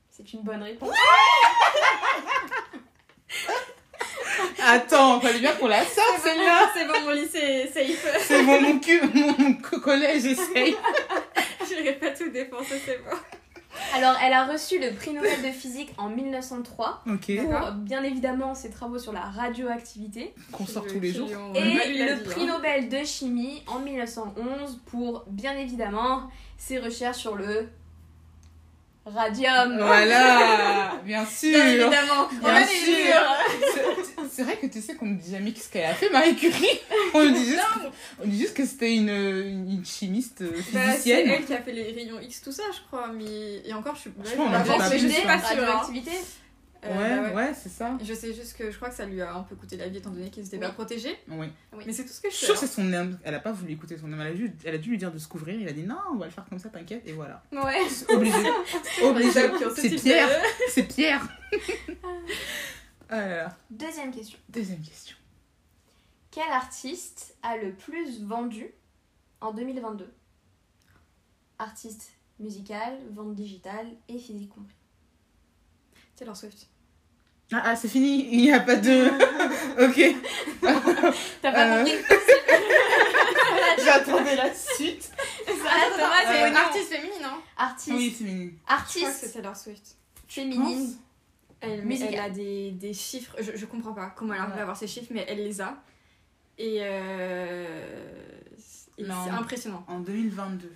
[SPEAKER 2] C'est une bonne réponse.
[SPEAKER 3] Attends, fallait bien qu'on la sorte
[SPEAKER 4] C'est bon,
[SPEAKER 3] celle-là.
[SPEAKER 4] Ah, c'est bon, mon lycée est safe.
[SPEAKER 3] C'est bon, mon cul, mon, mon co- collège essaye.
[SPEAKER 4] J'irai pas tout défoncer, c'est bon.
[SPEAKER 2] Alors, elle a reçu le prix Nobel de physique en 1903
[SPEAKER 3] Ok.
[SPEAKER 2] pour
[SPEAKER 4] D'accord.
[SPEAKER 2] euh, bien évidemment ses travaux sur la radioactivité
[SPEAKER 3] Qu'on sort tous les jours.
[SPEAKER 2] et le
[SPEAKER 3] hein.
[SPEAKER 2] prix Nobel de chimie en 1911 pour bien évidemment ses recherches sur le radium.
[SPEAKER 3] Voilà, bien sûr.
[SPEAKER 4] Bien évidemment.
[SPEAKER 3] Bien sûr. C'est- C'est vrai que tu sais qu'on ne dit jamais ce qu'elle a fait, Marie Curie. On dit juste, on dit juste que c'était une, une chimiste euh,
[SPEAKER 4] Bah, c'est elle.
[SPEAKER 3] physicienne.
[SPEAKER 4] qui a fait les rayons X, tout ça, je crois. Mais... Et encore, je suis.
[SPEAKER 3] Je crois qu'on
[SPEAKER 4] Ouais,
[SPEAKER 3] a déjà
[SPEAKER 4] mais
[SPEAKER 3] appris
[SPEAKER 4] je
[SPEAKER 3] ça.
[SPEAKER 4] suis pas sûre. hein.
[SPEAKER 2] radioactivité.
[SPEAKER 4] Euh,
[SPEAKER 3] ouais,
[SPEAKER 4] bah
[SPEAKER 3] ouais, c'est ça.
[SPEAKER 4] Je sais juste que je crois que ça lui a un peu coûté la vie étant donné qu'ils n'étaient
[SPEAKER 2] Oui.
[SPEAKER 4] pas protégés.
[SPEAKER 3] Oui.
[SPEAKER 2] Oui.
[SPEAKER 4] Mais c'est tout ce que
[SPEAKER 3] Je
[SPEAKER 4] je
[SPEAKER 3] suis
[SPEAKER 4] sais. hein.
[SPEAKER 3] sûre que c'est son âme. Elle a pas voulu écouter son âme. Elle a dû, elle a dû lui dire de se couvrir. Il a dit non, on va le faire comme ça, t'inquiète. Et voilà.
[SPEAKER 2] Ouais.
[SPEAKER 3] Obligé. Obligé.
[SPEAKER 4] Qui ont ce
[SPEAKER 3] C'est
[SPEAKER 4] type de-
[SPEAKER 3] Pierre. C'est Pierre. Ah là là.
[SPEAKER 2] Deuxième question.
[SPEAKER 3] Deuxième question.
[SPEAKER 2] Quel artiste a le plus vendu en 2022 Artiste musical, vente digitale et physique compris.
[SPEAKER 4] Taylor Swift.
[SPEAKER 3] Ah, ah, c'est fini. Il n'y a pas de. ok.
[SPEAKER 2] T'as pas
[SPEAKER 3] Euh.
[SPEAKER 2] compris
[SPEAKER 3] J'attendais la suite.
[SPEAKER 4] Ah, Thomas,
[SPEAKER 3] euh,
[SPEAKER 4] c'est une
[SPEAKER 2] non.
[SPEAKER 4] artiste féminine, hein
[SPEAKER 2] Artiste,
[SPEAKER 3] Oui, c'est fini.
[SPEAKER 4] Je crois que c'est
[SPEAKER 2] artiste
[SPEAKER 4] Taylor Swift.
[SPEAKER 2] féminine.
[SPEAKER 4] Elle,
[SPEAKER 2] Musicale.
[SPEAKER 4] elle a des, des chiffres, je, je comprends pas comment elle arrive
[SPEAKER 3] Ouais.
[SPEAKER 4] à avoir ces chiffres, mais elle les a. Et, euh, et c'est
[SPEAKER 3] Non.
[SPEAKER 4] impressionnant.
[SPEAKER 3] En 2022,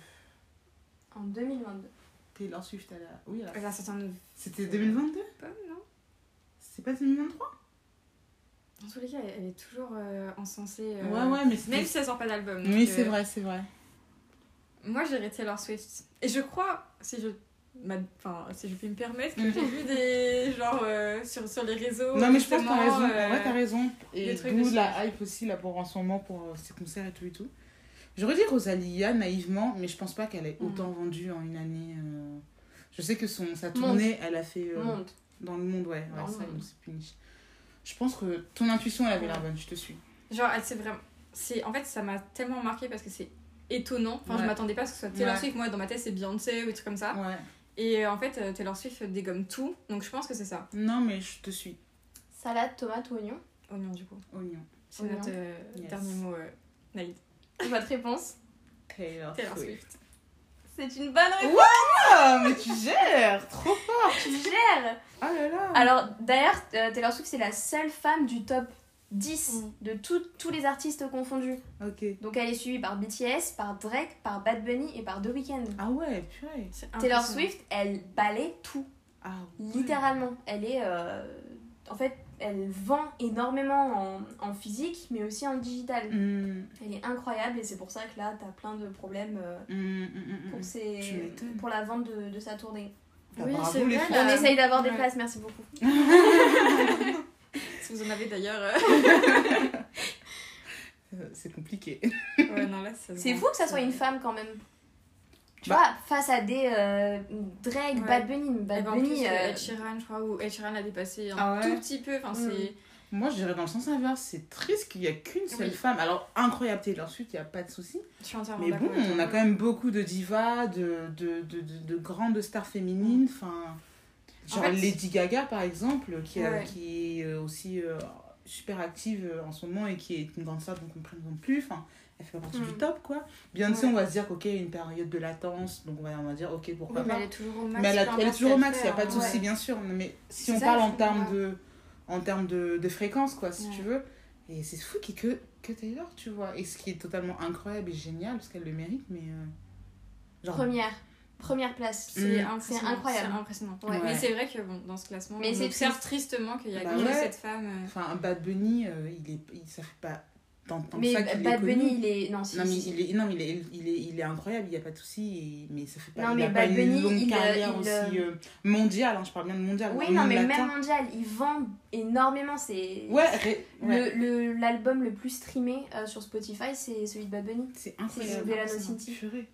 [SPEAKER 2] En 2022.
[SPEAKER 3] Taylor Swift, elle a. Oui, elle a-
[SPEAKER 4] Elle a sorti un album,
[SPEAKER 3] C'était 2022
[SPEAKER 4] non
[SPEAKER 3] C'est pas 2023
[SPEAKER 4] Dans tous les cas, elle, elle est toujours euh, encensée. euh,
[SPEAKER 3] Ouais, ouais, mais c'était.
[SPEAKER 4] Même si elle sort pas d'album. donc,
[SPEAKER 3] Oui, c'est
[SPEAKER 4] euh,
[SPEAKER 3] vrai, c'est vrai.
[SPEAKER 4] Moi, j'irais Taylor Swift. Et je crois, si je, ma- enfin, si je puis me permettre, que
[SPEAKER 3] Mm.
[SPEAKER 4] j'ai vu des. genre euh, sur, sur les réseaux.
[SPEAKER 3] Non, mais je pense que
[SPEAKER 4] justement,
[SPEAKER 3] t'as raison.
[SPEAKER 4] euh,
[SPEAKER 3] Ouais, t'as raison. Et
[SPEAKER 4] des trucs
[SPEAKER 3] d'où
[SPEAKER 4] de
[SPEAKER 3] la hype aussi, là, pour en ce moment, pour euh, ses concerts et tout et tout. J'aurais dit Rosalia, naïvement, mais je pense pas qu'elle ait
[SPEAKER 4] Mm.
[SPEAKER 3] autant vendu en une année. euh. Je sais que son, sa
[SPEAKER 2] Monde.
[SPEAKER 3] tournée, elle a fait euh,
[SPEAKER 2] Monde.
[SPEAKER 3] dans le monde, ouais.
[SPEAKER 2] Dans
[SPEAKER 3] ouais
[SPEAKER 2] le
[SPEAKER 3] ça,
[SPEAKER 2] monde.
[SPEAKER 3] donc c'est plus niche. Je pense que ton intuition, elle avait
[SPEAKER 4] Ouais.
[SPEAKER 3] l'air bonne, je te suis.
[SPEAKER 4] Genre, elle s'est vraiment. c'est- En fait, ça m'a tellement marqué parce que c'est étonnant. Enfin,
[SPEAKER 3] Ouais.
[SPEAKER 4] je m'attendais pas à ce que ce soit Taylor
[SPEAKER 3] Ouais.
[SPEAKER 4] Swift. Moi, dans ma tête, c'est Beyoncé ou des trucs comme ça.
[SPEAKER 3] Ouais.
[SPEAKER 4] Et euh, en fait, euh, Taylor Swift dégomme tout. Donc, je pense que c'est ça.
[SPEAKER 3] Non, mais je te suis.
[SPEAKER 2] Salade, tomate ou oignon
[SPEAKER 4] Oignon, Oh du coup.
[SPEAKER 3] Oignon.
[SPEAKER 4] C'est
[SPEAKER 2] Oignon.
[SPEAKER 4] notre euh,
[SPEAKER 3] Oh Yes.
[SPEAKER 4] dernier mot, euh, Naïd.
[SPEAKER 2] Votre réponse
[SPEAKER 3] Taylor,
[SPEAKER 4] Taylor
[SPEAKER 3] Swift.
[SPEAKER 4] Swift.
[SPEAKER 2] C'est une bonne réponse.
[SPEAKER 3] Ah, mais tu gères Trop fort
[SPEAKER 2] Tu gères
[SPEAKER 3] Ah là là
[SPEAKER 2] Alors d'ailleurs, euh, Taylor Swift, c'est la seule femme du top 10
[SPEAKER 4] Mm.
[SPEAKER 2] de tout- tous les artistes confondus.
[SPEAKER 3] Ok.
[SPEAKER 2] Donc elle est suivie par BTS, par Drake, par Bad Bunny et par The Weeknd.
[SPEAKER 3] Ah ouais, purée.
[SPEAKER 4] C'est
[SPEAKER 2] Taylor
[SPEAKER 4] impressionnant.
[SPEAKER 2] Swift, elle balaie tout,
[SPEAKER 3] Ah ouais.
[SPEAKER 2] littéralement. Elle est. euh, en fait, elle vend énormément en, en physique, mais aussi en digital.
[SPEAKER 3] Mm,
[SPEAKER 2] Elle est incroyable et c'est pour ça que là, t'as plein de problèmes euh,
[SPEAKER 3] mm, mm, mm, mm.
[SPEAKER 2] pour, ses-
[SPEAKER 3] Tu m'étonnes.
[SPEAKER 2] pour la vente de, de sa tournée.
[SPEAKER 3] Bah,
[SPEAKER 4] Oui,
[SPEAKER 3] bravo,
[SPEAKER 4] c'est
[SPEAKER 3] les
[SPEAKER 4] vrai,
[SPEAKER 3] filles.
[SPEAKER 4] là.
[SPEAKER 2] On
[SPEAKER 4] Euh,
[SPEAKER 2] essaye d'avoir des
[SPEAKER 4] ouais.
[SPEAKER 2] places, merci beaucoup.
[SPEAKER 4] Si vous en avez d'ailleurs.
[SPEAKER 3] Euh, C'est compliqué.
[SPEAKER 4] euh, ouais, non, là, ça se
[SPEAKER 2] C'est
[SPEAKER 4] vend.
[SPEAKER 2] fou que ça soit une femme quand même. Tu
[SPEAKER 3] Bah.
[SPEAKER 2] vois, face à des euh, Drake,
[SPEAKER 4] Ouais.
[SPEAKER 2] Bad Bunny, mais Bad
[SPEAKER 4] Et ben, en plus,
[SPEAKER 2] Bunny.
[SPEAKER 4] euh,
[SPEAKER 2] euh,
[SPEAKER 4] Ed Sheeran, je crois, ou Ed Sheeran l'a dépassé un
[SPEAKER 3] Ah ouais
[SPEAKER 4] tout petit peu. Enfin, c'est.
[SPEAKER 3] Moi, je dirais dans le sens inverse, c'est triste qu'il n'y a qu'une seule
[SPEAKER 4] Oui.
[SPEAKER 3] femme. Alors, incroyable Taylor Swift, il n'y a pas de souci.
[SPEAKER 4] Je suis entièrement
[SPEAKER 3] Mais bon,
[SPEAKER 4] d'accord avec toi.
[SPEAKER 3] on a quand même beaucoup de divas, de, de, de, de, de grandes stars féminines. Enfin, genre
[SPEAKER 4] Mm. fait,
[SPEAKER 3] Lady Gaga, par exemple, qui, a-
[SPEAKER 4] Ouais.
[SPEAKER 3] qui est euh, aussi euh, super active euh, en ce moment et qui est une grande star, donc on ne présente plus. Enfin, elle fait pas partie du
[SPEAKER 2] Mm.
[SPEAKER 3] top, quoi. Beyoncé,
[SPEAKER 4] Ouais.
[SPEAKER 3] on va se dire, ok, une période de latence, donc on va, on va dire, ok, pourquoi
[SPEAKER 4] Oui, mais
[SPEAKER 3] pas.
[SPEAKER 4] elle est toujours au max.
[SPEAKER 3] Mais elle, a-
[SPEAKER 4] peu
[SPEAKER 3] elle est
[SPEAKER 4] importe
[SPEAKER 3] toujours au
[SPEAKER 4] ce qu'elle
[SPEAKER 3] max, il
[SPEAKER 4] fait,
[SPEAKER 3] a pas de
[SPEAKER 4] hein.
[SPEAKER 3] souci,
[SPEAKER 2] Ouais.
[SPEAKER 3] bien sûr. Mais si
[SPEAKER 4] C'est
[SPEAKER 3] on
[SPEAKER 4] ça,
[SPEAKER 3] parle
[SPEAKER 4] je
[SPEAKER 3] en
[SPEAKER 4] comprends
[SPEAKER 3] termes
[SPEAKER 4] pas.
[SPEAKER 3] de, en termes de, de fréquence, quoi, si
[SPEAKER 4] Ouais.
[SPEAKER 3] tu veux. Et c'est fou qu'il y ait que, que Taylor, tu vois. Et ce qui est totalement incroyable et génial, parce qu'elle le mérite, mais. euh, Genre.
[SPEAKER 2] première. Première place.
[SPEAKER 4] C'est
[SPEAKER 3] Mm.
[SPEAKER 4] impressionnant,
[SPEAKER 2] C'est incroyable.
[SPEAKER 4] c'est impressionnant.
[SPEAKER 2] Ouais.
[SPEAKER 4] Mais
[SPEAKER 3] Ouais.
[SPEAKER 4] c'est vrai que bon, dans ce classement,
[SPEAKER 2] Mais
[SPEAKER 4] mais
[SPEAKER 2] c'est
[SPEAKER 4] on observe tristement qu'il y a
[SPEAKER 3] Bah
[SPEAKER 4] que
[SPEAKER 3] ouais.
[SPEAKER 4] cette femme.
[SPEAKER 3] Enfin, un Bad Bunny, euh, il est, il, ça fait pas tant, tant que
[SPEAKER 2] Mais
[SPEAKER 3] ça qu'il est
[SPEAKER 2] Bad
[SPEAKER 3] connu.
[SPEAKER 2] Bunny, il est. Non, si,
[SPEAKER 3] Non, mais
[SPEAKER 2] si.
[SPEAKER 3] il est, non, mais il est, il est, il est incroyable, il n'y a pas de souci. et- Mais ça fait pas,
[SPEAKER 2] Non,
[SPEAKER 3] il
[SPEAKER 2] mais
[SPEAKER 3] a
[SPEAKER 2] Bad
[SPEAKER 3] pas une
[SPEAKER 2] Bunny,
[SPEAKER 3] longue
[SPEAKER 2] il, euh,
[SPEAKER 3] carrière
[SPEAKER 2] il,
[SPEAKER 3] aussi euh, mondiale, hein, je parle bien de mondiale.
[SPEAKER 2] Oui,
[SPEAKER 3] au
[SPEAKER 2] non,
[SPEAKER 3] niveau
[SPEAKER 2] mais
[SPEAKER 3] latin.
[SPEAKER 2] même mondial, ils vendent énormément. C'est
[SPEAKER 3] Ouais, ré- ouais.
[SPEAKER 2] le- le- l'album le, plus streamé euh, sur Spotify, c'est celui de Bad Bunny.
[SPEAKER 3] c'est
[SPEAKER 2] Giuliano
[SPEAKER 3] incroyable.
[SPEAKER 2] Cinti.
[SPEAKER 3] Purée.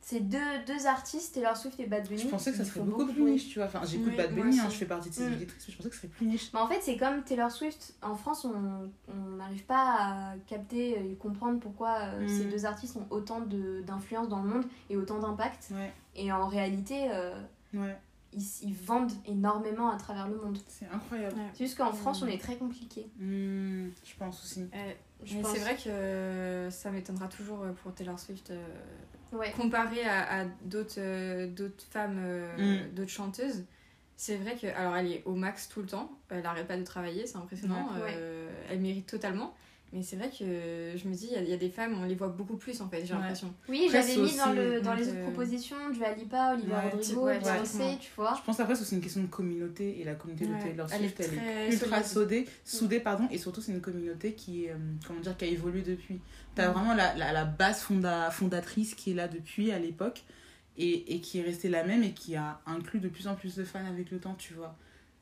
[SPEAKER 2] C'est deux, deux artistes, Taylor Swift et Bad Bunny.
[SPEAKER 3] Je pensais que ça
[SPEAKER 2] Ils
[SPEAKER 3] serait
[SPEAKER 2] font
[SPEAKER 3] beaucoup plus
[SPEAKER 2] oui.
[SPEAKER 3] niche, tu vois. Enfin, j'écoute
[SPEAKER 4] Oui,
[SPEAKER 3] Bad
[SPEAKER 4] moi
[SPEAKER 3] Bunny, hein,
[SPEAKER 4] aussi.
[SPEAKER 3] je fais partie de ces
[SPEAKER 2] Mm.
[SPEAKER 3] éditrices, mais je pensais que ce serait plus niche.
[SPEAKER 2] Mais en fait, c'est comme Taylor Swift. En France, on on n'arrive pas à capter et comprendre pourquoi euh,
[SPEAKER 3] Mm.
[SPEAKER 2] ces deux artistes ont autant de- d'influence dans le monde et autant d'impact.
[SPEAKER 3] Ouais,
[SPEAKER 2] Et en réalité, euh,
[SPEAKER 3] ouais,
[SPEAKER 2] ils, ils vendent énormément à travers le monde.
[SPEAKER 3] c'est incroyable.
[SPEAKER 2] C'est juste qu'en France,
[SPEAKER 4] Mm.
[SPEAKER 3] Hmm.
[SPEAKER 2] on est très compliqué.
[SPEAKER 3] Mm, je pense aussi.
[SPEAKER 4] euh,
[SPEAKER 2] Je
[SPEAKER 4] mais
[SPEAKER 2] pense.
[SPEAKER 4] c'est vrai que euh, ça m'étonnera toujours euh, pour Taylor Swift euh,
[SPEAKER 2] Ouais.
[SPEAKER 4] comparé à, à d'autres euh, d'autres femmes, euh,
[SPEAKER 3] Mm.
[SPEAKER 4] d'autres chanteuses. C'est vrai que alors elle est au max tout le temps, elle n'arrête pas de travailler, c'est impressionnant,
[SPEAKER 2] Ouais.
[SPEAKER 4] euh, elle mérite totalement. Mais c'est vrai que euh, je me dis, il y a- il y, a des femmes, on les voit beaucoup plus en fait, j'ai
[SPEAKER 3] Ouais.
[SPEAKER 4] l'impression.
[SPEAKER 2] Oui,
[SPEAKER 3] Après,
[SPEAKER 2] j'avais
[SPEAKER 3] c'est
[SPEAKER 2] mis dans,
[SPEAKER 3] aussi-
[SPEAKER 2] le, dans
[SPEAKER 4] donc,
[SPEAKER 2] les autres
[SPEAKER 4] euh,
[SPEAKER 2] propositions du Alipa, Olivia
[SPEAKER 3] Ouais,
[SPEAKER 2] Rodrigo,
[SPEAKER 4] ouais,
[SPEAKER 2] Beyoncé,
[SPEAKER 4] ouais.
[SPEAKER 2] tu vois.
[SPEAKER 3] Je pense après, c'est aussi une question de communauté et la communauté de
[SPEAKER 4] Ouais.
[SPEAKER 3] Taylor
[SPEAKER 4] Elle est
[SPEAKER 3] Swift, elle est,
[SPEAKER 2] Euh,
[SPEAKER 4] très
[SPEAKER 3] ultra
[SPEAKER 4] solide.
[SPEAKER 3] soudée, soudée pardon, et surtout, c'est une communauté qui, est, euh, comment dire, qui a évolué depuis. T'as vraiment la, la, la base fonda- fondatrice qui est là depuis à l'époque et, et qui est restée la même et qui a inclus de plus en plus de fans avec le temps, tu vois.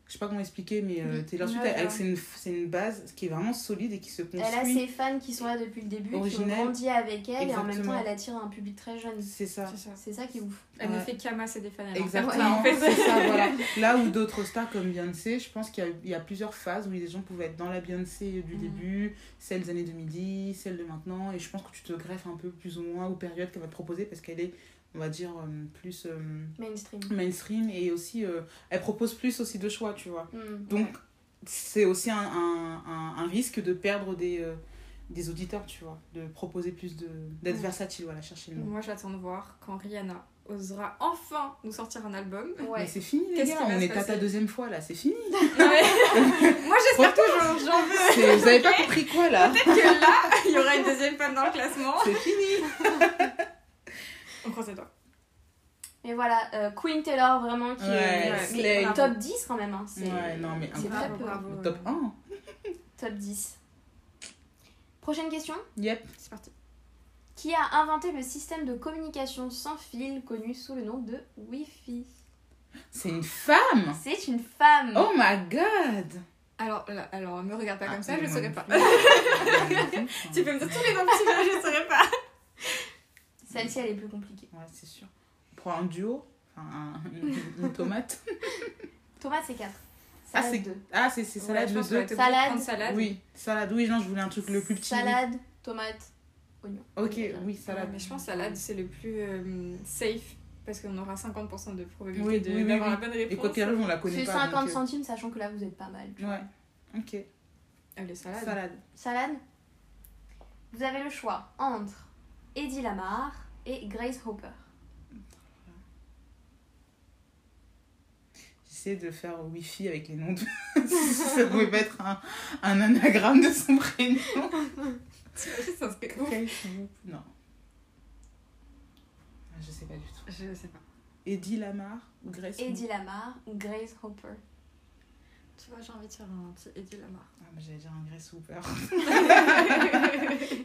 [SPEAKER 3] Je sais pas comment expliquer, mais euh, Taylor Swift,
[SPEAKER 2] Mm. Ouais,
[SPEAKER 3] elle-
[SPEAKER 2] ouais.
[SPEAKER 3] c'est une, c'est une base qui est vraiment solide et qui se construit.
[SPEAKER 2] Elle a ses fans qui sont là depuis le début, qui
[SPEAKER 3] Originelle.
[SPEAKER 2] ont grandi avec elle, et en même
[SPEAKER 3] Exactement.
[SPEAKER 2] temps, elle attire un public très jeune.
[SPEAKER 3] C'est ça.
[SPEAKER 4] C'est ça.
[SPEAKER 2] C'est ça qui est ouf.
[SPEAKER 4] Elle ne
[SPEAKER 3] Ouais.
[SPEAKER 4] fait qu'amasser des fans. elle en fait.
[SPEAKER 3] Exactement.
[SPEAKER 4] En fait,
[SPEAKER 3] c'est ça, voilà. Là où d'autres stars comme Beyoncé, je pense qu'il y a- il y, a plusieurs phases où les gens pouvaient être dans la Beyoncé du
[SPEAKER 4] Mhm.
[SPEAKER 3] début, celle des années 2010, celle de maintenant. Et je pense que tu te greffes un peu plus ou moins aux périodes qu'elle va te proposer parce qu'elle est, on va dire, euh, plus euh,
[SPEAKER 2] Mainstream.
[SPEAKER 3] mainstream et aussi, euh, elle propose plus aussi de choix, tu vois.
[SPEAKER 2] Mm.
[SPEAKER 3] Donc, c'est aussi un, un, un- un risque de perdre des, euh, des auditeurs, tu vois, de proposer plus de d'être
[SPEAKER 4] Ouais.
[SPEAKER 3] versatile, voilà, chercher le mot.
[SPEAKER 4] Moi, j'attends de voir quand Rihanna osera enfin nous sortir un album.
[SPEAKER 3] Mais
[SPEAKER 2] Ouais.
[SPEAKER 3] c'est fini, les
[SPEAKER 4] Qu'est-ce
[SPEAKER 3] gars,
[SPEAKER 4] qui va
[SPEAKER 3] on
[SPEAKER 4] se
[SPEAKER 3] est à ta
[SPEAKER 4] passer
[SPEAKER 3] deuxième fois là, c'est fini.
[SPEAKER 4] Moi, j'espère toujours, j'en veux
[SPEAKER 3] C'est- Vous avez pas compris quoi là
[SPEAKER 4] que là, il y aura une deuxième fan dans le classement.
[SPEAKER 3] C'est fini.
[SPEAKER 4] On croise les doigts.
[SPEAKER 2] Mais voilà, euh, Queen Taylor, vraiment, qui
[SPEAKER 3] Ouais,
[SPEAKER 2] est euh, mais
[SPEAKER 3] Slay.
[SPEAKER 2] top 10 quand même. hein. C'est
[SPEAKER 3] Ouais, non, mais
[SPEAKER 2] c'est très
[SPEAKER 3] incroyable.
[SPEAKER 2] peu. hein.
[SPEAKER 4] Bravo.
[SPEAKER 3] Le top 1.
[SPEAKER 2] Top 10. Prochaine question.
[SPEAKER 3] Yep.
[SPEAKER 4] C'est parti.
[SPEAKER 2] Qui a inventé le système de communication sans fil connu sous le nom de Wi-Fi
[SPEAKER 3] C'est une femme
[SPEAKER 2] C'est une femme
[SPEAKER 3] Oh my god
[SPEAKER 4] Alors, là, alors, me regarde Mm. pas comme ça,
[SPEAKER 3] Ah,
[SPEAKER 4] je ne
[SPEAKER 3] non,
[SPEAKER 4] saurais
[SPEAKER 3] non
[SPEAKER 4] pas.
[SPEAKER 3] plus. Ah,
[SPEAKER 4] Tu peux me dire tous les noms possibles, je ne saurais pas.
[SPEAKER 2] Celle-ci, elle est plus compliquée.
[SPEAKER 3] Ouais, c'est sûr. Pour un duo, enfin, un- une, une tomate.
[SPEAKER 2] Thomas, c'est 4.
[SPEAKER 3] Ah,
[SPEAKER 2] Salade
[SPEAKER 3] c'est-
[SPEAKER 2] 2.
[SPEAKER 3] Ah, c'est c'est
[SPEAKER 4] Ouais,
[SPEAKER 3] salade
[SPEAKER 4] je
[SPEAKER 3] de
[SPEAKER 4] pense qu'on va
[SPEAKER 3] deux.
[SPEAKER 4] être obligé de
[SPEAKER 2] Salade.
[SPEAKER 4] prendre salade.
[SPEAKER 3] Oui, salade. Oui, non, je voulais un truc le plus petit.
[SPEAKER 2] Salade, tomate, oignon.
[SPEAKER 3] Ok,
[SPEAKER 2] Déjà.
[SPEAKER 3] oui,
[SPEAKER 4] Ouais,
[SPEAKER 3] salade.
[SPEAKER 4] mais je pense salade, c'est le plus euh, safe parce qu'on aura 50% de probabilité
[SPEAKER 3] Oui,
[SPEAKER 4] de-
[SPEAKER 3] oui, oui,
[SPEAKER 4] d'avoir
[SPEAKER 3] oui.
[SPEAKER 4] la bonne réponse.
[SPEAKER 3] Et quoi qu'il arrive, on la connaît
[SPEAKER 2] C'est
[SPEAKER 3] pas.
[SPEAKER 2] 50
[SPEAKER 3] donc, euh,
[SPEAKER 2] centimes, sachant que là, vous êtes pas mal.
[SPEAKER 3] Ouais. Ok.
[SPEAKER 4] Allez, salade.
[SPEAKER 3] Salade.
[SPEAKER 2] Salade, vous avez le choix entre Eddie Lamar et Grace Hopper.
[SPEAKER 3] J'essaie de faire Wi-Fi avec les noms de. ça pouvait pas être un, un anagramme de son prénom.
[SPEAKER 4] Ça serait ouf.
[SPEAKER 3] non. Ah, Je sais pas du tout.
[SPEAKER 4] Je sais pas.
[SPEAKER 3] Eddie Lamar ou Grace Mo-
[SPEAKER 2] Eddie Lamar ou Grace Hopper.
[SPEAKER 4] Tu vois, j'ai envie de faire un petit Eddie Lamar.
[SPEAKER 3] Ah, bah, j'allais dire un Grace Hooper.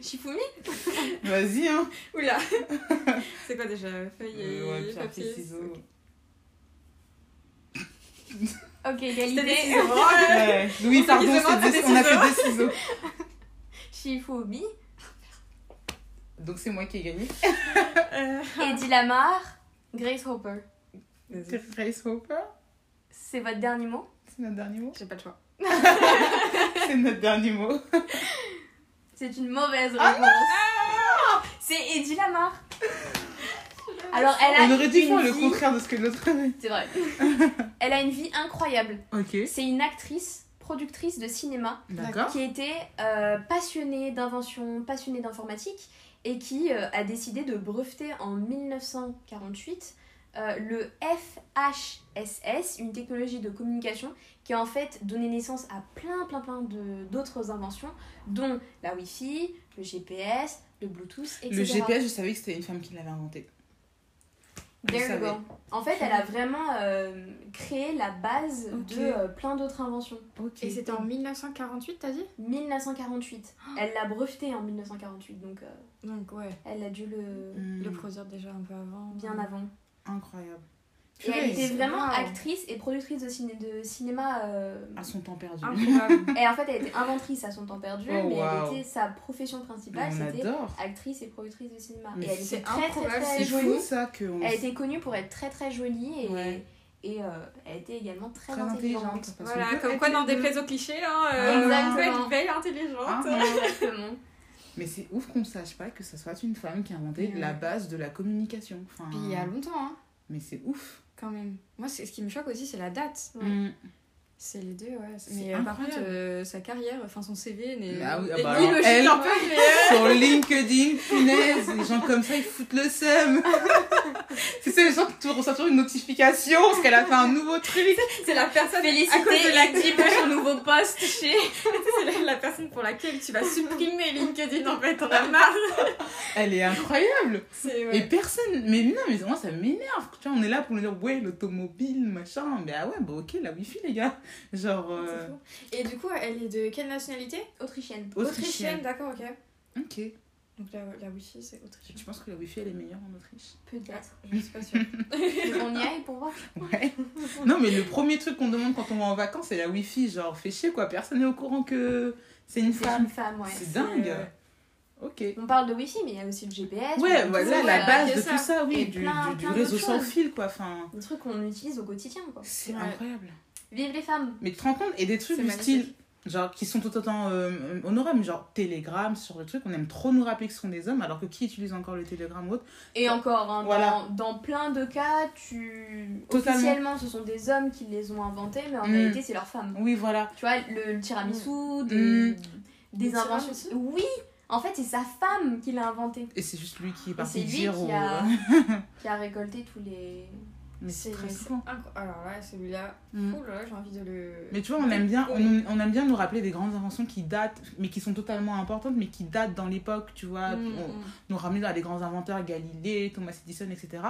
[SPEAKER 2] Shifumi
[SPEAKER 3] Vas-y, hein.
[SPEAKER 4] Oula C'est quoi déjà Feuille et
[SPEAKER 3] Euh, ouais, pierre,
[SPEAKER 4] papier
[SPEAKER 3] feuille, ciseaux.
[SPEAKER 2] Ok,
[SPEAKER 4] C'était des
[SPEAKER 2] égalité.
[SPEAKER 4] ciseaux. Ouais.
[SPEAKER 3] Ouais. Oui, pardon,
[SPEAKER 4] Ils demandent
[SPEAKER 3] c'est
[SPEAKER 4] des
[SPEAKER 3] des- on a
[SPEAKER 4] ciseaux.
[SPEAKER 3] fait des ciseaux.
[SPEAKER 2] Shifumi,
[SPEAKER 3] Donc c'est moi qui ai gagné.
[SPEAKER 2] Eddie Lamar, Grace Hopper.
[SPEAKER 4] Vas-y.
[SPEAKER 3] Grace Hooper,
[SPEAKER 2] C'est votre dernier mot
[SPEAKER 3] c'est notre dernier mot.
[SPEAKER 4] J'ai pas le choix.
[SPEAKER 3] C'est notre dernier mot.
[SPEAKER 2] C'est une mauvaise réponse. Ah c'est Eddie Lamar. Alors elle a
[SPEAKER 3] On aurait dû
[SPEAKER 2] une
[SPEAKER 3] faire le
[SPEAKER 2] vie-
[SPEAKER 3] contraire de ce que l'autre avait.
[SPEAKER 2] C'est vrai. elle a une vie incroyable.
[SPEAKER 3] Ok.
[SPEAKER 2] C'est une actrice, productrice de cinéma
[SPEAKER 3] D'accord.
[SPEAKER 2] qui était euh, passionnée d'invention, passionnée d'informatique et qui euh, a décidé de breveter en 1948 euh, le FHSS, une technologie de communication qui a en fait donné naissance à plein plein plein de- d'autres inventions dont la Wi-Fi, le GPS, le Bluetooth, etc.
[SPEAKER 3] Le GPS, je savais que c'était une femme qui l'avait inventé.
[SPEAKER 2] There
[SPEAKER 3] Je
[SPEAKER 2] you go.
[SPEAKER 3] savais.
[SPEAKER 2] En fait, elle a vraiment euh, créé la base
[SPEAKER 3] Ok.
[SPEAKER 2] de euh, plein d'autres inventions.
[SPEAKER 3] Ok.
[SPEAKER 4] Et c'était en 1948, t'as dit
[SPEAKER 2] 1948. Elle l'a breveté en 1948, donc euh,
[SPEAKER 4] Donc, ouais.
[SPEAKER 2] elle a dû le
[SPEAKER 3] Hmm.
[SPEAKER 4] Le produire déjà un peu avant.
[SPEAKER 3] Mm.
[SPEAKER 2] bien avant.
[SPEAKER 3] Incroyable.
[SPEAKER 2] Et elle
[SPEAKER 3] Purée,
[SPEAKER 2] était vraiment
[SPEAKER 4] Wow.
[SPEAKER 2] actrice et productrice de, ciné- de cinéma. euh,
[SPEAKER 3] À son temps perdu.
[SPEAKER 4] Incroyable.
[SPEAKER 2] Et en fait, elle était inventrice à son temps perdu,
[SPEAKER 3] Ah. Oh,
[SPEAKER 2] mais elle
[SPEAKER 3] wow.
[SPEAKER 2] était sa profession
[SPEAKER 3] Mais
[SPEAKER 2] principale,
[SPEAKER 3] on
[SPEAKER 2] Bah, c'était
[SPEAKER 3] adore.
[SPEAKER 2] actrice et productrice de cinéma.
[SPEAKER 3] Mais
[SPEAKER 2] et elle
[SPEAKER 4] c'est
[SPEAKER 2] était très très,
[SPEAKER 4] improbable,
[SPEAKER 2] très
[SPEAKER 3] C'est
[SPEAKER 2] jolie.
[SPEAKER 3] fou ça que. on-
[SPEAKER 2] Elle était connue pour être très très jolie et,
[SPEAKER 3] Ouais.
[SPEAKER 2] et euh, elle était également très,
[SPEAKER 3] Très
[SPEAKER 2] intelligente.
[SPEAKER 3] intelligente. Ah. parce qu'on
[SPEAKER 4] voilà,
[SPEAKER 3] peut
[SPEAKER 4] comme
[SPEAKER 3] être
[SPEAKER 4] quoi,
[SPEAKER 3] les
[SPEAKER 4] n'en
[SPEAKER 3] deux.
[SPEAKER 4] déplaise aux clichés, hein. euh, on peut
[SPEAKER 2] Ah, Exactement.
[SPEAKER 4] être belle, intelligente.
[SPEAKER 3] Ah, ouais.
[SPEAKER 2] Exactement.
[SPEAKER 3] Mais c'est ouf qu'on sache pas que ça soit une femme qui a inventé
[SPEAKER 4] Ouais.
[SPEAKER 3] la base de la communication. Enfin,
[SPEAKER 4] Puis il y a longtemps, hein.
[SPEAKER 3] mais c'est ouf.
[SPEAKER 4] Quand même. Moi, c'est- ce qui me choque aussi, c'est la date.
[SPEAKER 2] Ouais.
[SPEAKER 3] Mm.
[SPEAKER 4] C'est les deux, ouais.
[SPEAKER 3] C'est
[SPEAKER 4] Mais euh, par
[SPEAKER 3] incroyable.
[SPEAKER 4] contre, euh, sa carrière, enfin son CV n'est
[SPEAKER 3] Ah oui, ah
[SPEAKER 4] est
[SPEAKER 3] bah alors,
[SPEAKER 4] illogique
[SPEAKER 3] elle-
[SPEAKER 4] un peu, mais euh,
[SPEAKER 3] Sur LinkedIn, punaise, les gens comme ça ils foutent le seum. c'est ça, les gens qui te reçoivent toujours une notification parce qu'elle a fait un nouveau truc.
[SPEAKER 4] c'est la personne
[SPEAKER 2] Félicité
[SPEAKER 4] à cause de la
[SPEAKER 2] Eddie pour son nouveau poste chez...
[SPEAKER 4] c'est la, la personne pour laquelle tu vas supprimer LinkedIn en fait, on a marre.
[SPEAKER 3] Elle est incroyable.
[SPEAKER 4] C'est
[SPEAKER 3] Et personne, mais non, mais moi ça m'énerve. Tu vois, on est là pour nous dire, ouais, l'automobile, machin. Mais ah ouais, bah ok, la wifi, les gars. Genre. euh,
[SPEAKER 4] Et du coup, elle est de quelle nationalité
[SPEAKER 2] Autrichienne.
[SPEAKER 3] autrichienne.
[SPEAKER 4] d'accord, ok.
[SPEAKER 3] Ok.
[SPEAKER 4] Donc la, la Wi-Fi, c'est autrichien.
[SPEAKER 3] Tu penses que la Wi-Fi elle est meilleure en Autriche
[SPEAKER 2] Peut-être.
[SPEAKER 4] Je suis pas sûre.
[SPEAKER 2] On y aille pour voir.
[SPEAKER 3] Ouais. non, mais le premier truc qu'on demande quand on va en vacances, c'est la Wi-Fi. Genre, fais chier quoi, personne n'est au courant que c'est une
[SPEAKER 2] C'est
[SPEAKER 3] femme.
[SPEAKER 2] une femme, ouais. euh,
[SPEAKER 3] c'est dingue.
[SPEAKER 4] euh,
[SPEAKER 3] Ok.
[SPEAKER 2] On parle de Wi-Fi, mais il y a aussi le GPS. on
[SPEAKER 3] Ouais,
[SPEAKER 2] a
[SPEAKER 3] voilà,
[SPEAKER 2] tout,
[SPEAKER 3] la
[SPEAKER 2] euh,
[SPEAKER 3] base
[SPEAKER 4] que
[SPEAKER 3] de
[SPEAKER 4] ça.
[SPEAKER 3] tout ça, oui,
[SPEAKER 2] Et
[SPEAKER 3] du,
[SPEAKER 2] plein-
[SPEAKER 3] du- du
[SPEAKER 2] plein
[SPEAKER 3] réseau
[SPEAKER 2] d'autres
[SPEAKER 3] sans
[SPEAKER 2] choses.
[SPEAKER 3] fil quoi. Enfin,
[SPEAKER 2] Des trucs qu'on utilise au quotidien, quoi.
[SPEAKER 3] c'est
[SPEAKER 4] Ouais.
[SPEAKER 3] incroyable.
[SPEAKER 2] Vive les femmes
[SPEAKER 3] Mais tu te rends compte Et des trucs
[SPEAKER 4] C'est
[SPEAKER 3] du
[SPEAKER 4] magnifique.
[SPEAKER 3] style, genre, qui sont tout autant euh, honorables, mais genre Telegram, sur le truc, on aime trop nous rappeler que ce sont des hommes, alors que qui utilise encore le Telegram ou autre
[SPEAKER 2] Et encore, hein,
[SPEAKER 3] Voilà.
[SPEAKER 2] dans, dans plein de cas, tu...
[SPEAKER 3] Totalement.
[SPEAKER 2] officiellement, ce sont des hommes qui les ont inventés, mais en
[SPEAKER 3] Mm.
[SPEAKER 2] réalité, c'est leurs femmes.
[SPEAKER 3] Oui, voilà.
[SPEAKER 2] Tu vois, le, le tiramisu, des,
[SPEAKER 3] Mm.
[SPEAKER 2] des
[SPEAKER 4] Le
[SPEAKER 2] inventions.
[SPEAKER 4] tiramisu
[SPEAKER 2] Oui En fait, c'est sa femme qui l'a inventé,
[SPEAKER 3] Et c'est juste lui qui est
[SPEAKER 2] Et c'est
[SPEAKER 3] parti
[SPEAKER 2] lui
[SPEAKER 3] dire
[SPEAKER 2] qui
[SPEAKER 3] au-
[SPEAKER 2] a- qui a récolté tous les.
[SPEAKER 3] Mais c'est très souvent.
[SPEAKER 4] incro- Alors là, celui-là,
[SPEAKER 3] Mm.
[SPEAKER 4] oh là là, j'ai envie de le.
[SPEAKER 3] Mais tu vois, on aime, bien, on, on aime bien nous rappeler des grandes inventions qui datent, mais qui sont totalement importantes, mais qui datent dans l'époque, tu vois.
[SPEAKER 4] Mm,
[SPEAKER 3] On-
[SPEAKER 4] mm.
[SPEAKER 3] nous ramener à des grands inventeurs, Galilée, Thomas Edison, etc.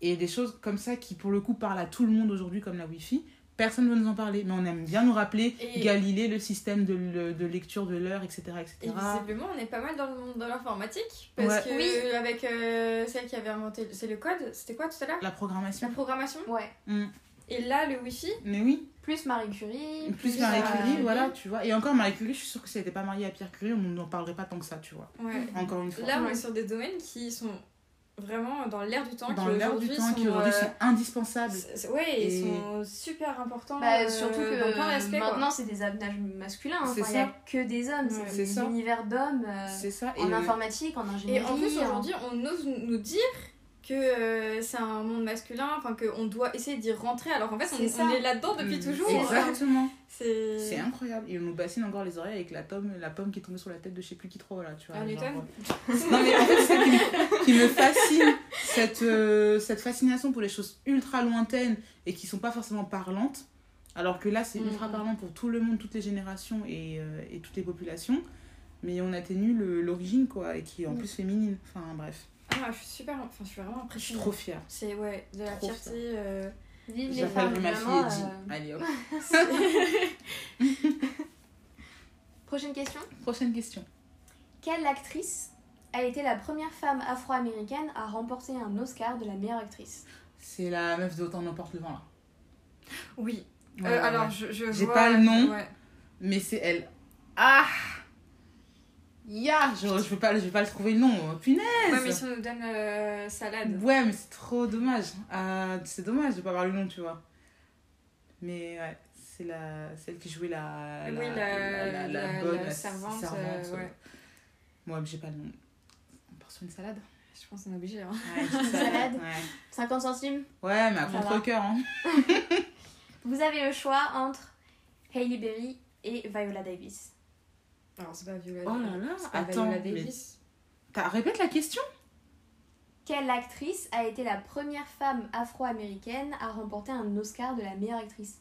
[SPEAKER 3] Et des choses comme ça qui, pour le coup, parlent à tout le monde aujourd'hui, comme la Wi-Fi. Personne ne veut nous en parler, mais on aime bien nous rappeler
[SPEAKER 4] Et-
[SPEAKER 3] Galilée, le système de, le- de lecture de l'heure, etc.
[SPEAKER 4] Et
[SPEAKER 3] etc.
[SPEAKER 4] visiblement, on est pas mal dans le monde de l'informatique. Parce
[SPEAKER 3] Ouais.
[SPEAKER 4] que,
[SPEAKER 2] Oui.
[SPEAKER 4] avec euh, celle qui avait inventé. C'est le code C'était quoi tout à l'heure
[SPEAKER 3] La
[SPEAKER 4] La
[SPEAKER 3] programmation.
[SPEAKER 4] programmation.
[SPEAKER 2] Ouais.
[SPEAKER 3] Mm.
[SPEAKER 4] Et là, le Wi-Fi.
[SPEAKER 3] Mais oui,
[SPEAKER 2] Plus Marie Curie. euh,
[SPEAKER 3] plus
[SPEAKER 4] plus
[SPEAKER 3] Marie
[SPEAKER 4] à-
[SPEAKER 3] Curie, voilà, tu vois. Et encore Marie Curie, je suis sûre que si elle n'était pas mariée à Pierre Curie, on n'en parlerait pas tant que ça, tu vois.
[SPEAKER 4] Ouais.
[SPEAKER 3] Encore une fois.
[SPEAKER 4] Là, on
[SPEAKER 2] Ouais.
[SPEAKER 4] est sur des domaines qui sont vraiment dans l'air du temps.
[SPEAKER 3] dans
[SPEAKER 4] qui
[SPEAKER 3] l'heure du
[SPEAKER 4] aujourd'hui
[SPEAKER 3] temps, qui
[SPEAKER 4] sont,
[SPEAKER 3] aujourd'hui
[SPEAKER 4] euh,
[SPEAKER 3] sont indispensables.
[SPEAKER 4] c'est- c'est- Ouais, ils
[SPEAKER 3] Et-
[SPEAKER 4] sont super importants.
[SPEAKER 2] Bah,
[SPEAKER 4] euh,
[SPEAKER 2] surtout que
[SPEAKER 4] dans plein d'aspects, quoi.
[SPEAKER 2] maintenant, c'est des avendages masculins. hein.
[SPEAKER 3] C'est
[SPEAKER 2] Enfin, il n'y a
[SPEAKER 3] ça.
[SPEAKER 2] que des hommes.
[SPEAKER 4] Ouais,
[SPEAKER 2] c'est
[SPEAKER 3] c'est
[SPEAKER 2] des
[SPEAKER 3] ça.
[SPEAKER 2] univers d'hommes. euh,
[SPEAKER 3] C'est ça.
[SPEAKER 2] en
[SPEAKER 3] et-
[SPEAKER 2] informatique, en
[SPEAKER 4] Et
[SPEAKER 2] ingénierie.
[SPEAKER 4] en plus,
[SPEAKER 2] en-
[SPEAKER 4] aujourd'hui, on ose nous dire que euh, c'est un monde masculin, enfin qu'on doit essayer d'y rentrer, alors qu'en fait,
[SPEAKER 2] C'est
[SPEAKER 4] on,
[SPEAKER 2] ça.
[SPEAKER 4] on est là-dedans depuis toujours.
[SPEAKER 3] Hmm,
[SPEAKER 4] hein.
[SPEAKER 3] Exactement.
[SPEAKER 2] Hmm.
[SPEAKER 4] C'est.
[SPEAKER 3] Mmh. C'est incroyable. Et on nous bassine encore les oreilles avec la pomme, la pomme qui est tombée sur la tête de je sais plus qui trop, là, tu vois.
[SPEAKER 4] Ah,
[SPEAKER 3] genre,
[SPEAKER 4] Newton.
[SPEAKER 3] ouais. Non, mais en fait, c'est ça qui me, qui me fascine. Cette, euh, cette fascination pour les choses ultra lointaines et qui sont pas forcément parlantes. Alors que là, c'est
[SPEAKER 2] Hmm.
[SPEAKER 3] ultra
[SPEAKER 4] Mhm.
[SPEAKER 3] parlant pour tout le monde, toutes les générations et, euh, et toutes les populations. Mais on atténue le- l'origine, quoi, et qui est en
[SPEAKER 2] Mhm.
[SPEAKER 3] plus féminine. Enfin, bref.
[SPEAKER 4] Ah, je suis super. Enfin, je suis vraiment
[SPEAKER 3] Je suis
[SPEAKER 4] impressionnée.
[SPEAKER 3] trop fière.
[SPEAKER 4] C'est ouais, de la
[SPEAKER 3] Trop
[SPEAKER 4] fierté. euh,
[SPEAKER 2] Vive les
[SPEAKER 3] J'appelle
[SPEAKER 2] femmes.
[SPEAKER 3] ma fille
[SPEAKER 2] vraiment,
[SPEAKER 3] et dit
[SPEAKER 2] euh,
[SPEAKER 3] Allez, hop.
[SPEAKER 2] Prochaine question.
[SPEAKER 3] Prochaine question.
[SPEAKER 2] Quelle actrice a été la première femme afro-américaine à remporter un Oscar de la meilleure actrice
[SPEAKER 3] C'est la meuf de Autant n'importe le vent, là.
[SPEAKER 4] Oui.
[SPEAKER 3] Ouais,
[SPEAKER 4] Euh,
[SPEAKER 3] ouais,
[SPEAKER 4] alors,
[SPEAKER 3] ouais.
[SPEAKER 4] je, je
[SPEAKER 3] J'ai
[SPEAKER 4] vois-
[SPEAKER 3] pas le nom.
[SPEAKER 4] Ouais.
[SPEAKER 3] mais c'est elle. Ah Ya Je je peux pas, je vais pas le trouver le nom, oh, punaise
[SPEAKER 4] Ouais, mais si on nous donne euh, salade.
[SPEAKER 3] Ouais, mais c'est trop dommage. Ah, c'est dommage de pas avoir le nom, tu vois. Mais ouais, c'est la celle qui jouait Ah la
[SPEAKER 4] oui, la, la, la servante. euh, ouais.
[SPEAKER 3] Moi, j'ai pas le nom. On part sur une salade
[SPEAKER 4] Je pense qu'on est obligé. hein.
[SPEAKER 3] Ouais, une petite
[SPEAKER 2] salade.
[SPEAKER 3] Ouais.
[SPEAKER 2] 50 centimes.
[SPEAKER 3] Ouais, mais
[SPEAKER 2] Ça
[SPEAKER 3] à
[SPEAKER 2] va.
[SPEAKER 3] contre-coeur. Hein.
[SPEAKER 2] Vous avez le choix entre Hailey Berry et Viola Davis.
[SPEAKER 4] Alors, c'est pas Viola.
[SPEAKER 3] Oh là là,
[SPEAKER 4] c'est pas
[SPEAKER 3] attends.
[SPEAKER 4] Viola
[SPEAKER 3] mais-
[SPEAKER 4] Davis.
[SPEAKER 3] T'as- Répète la question
[SPEAKER 2] Quelle actrice a été la première femme afro-américaine à remporter un Oscar de la meilleure actrice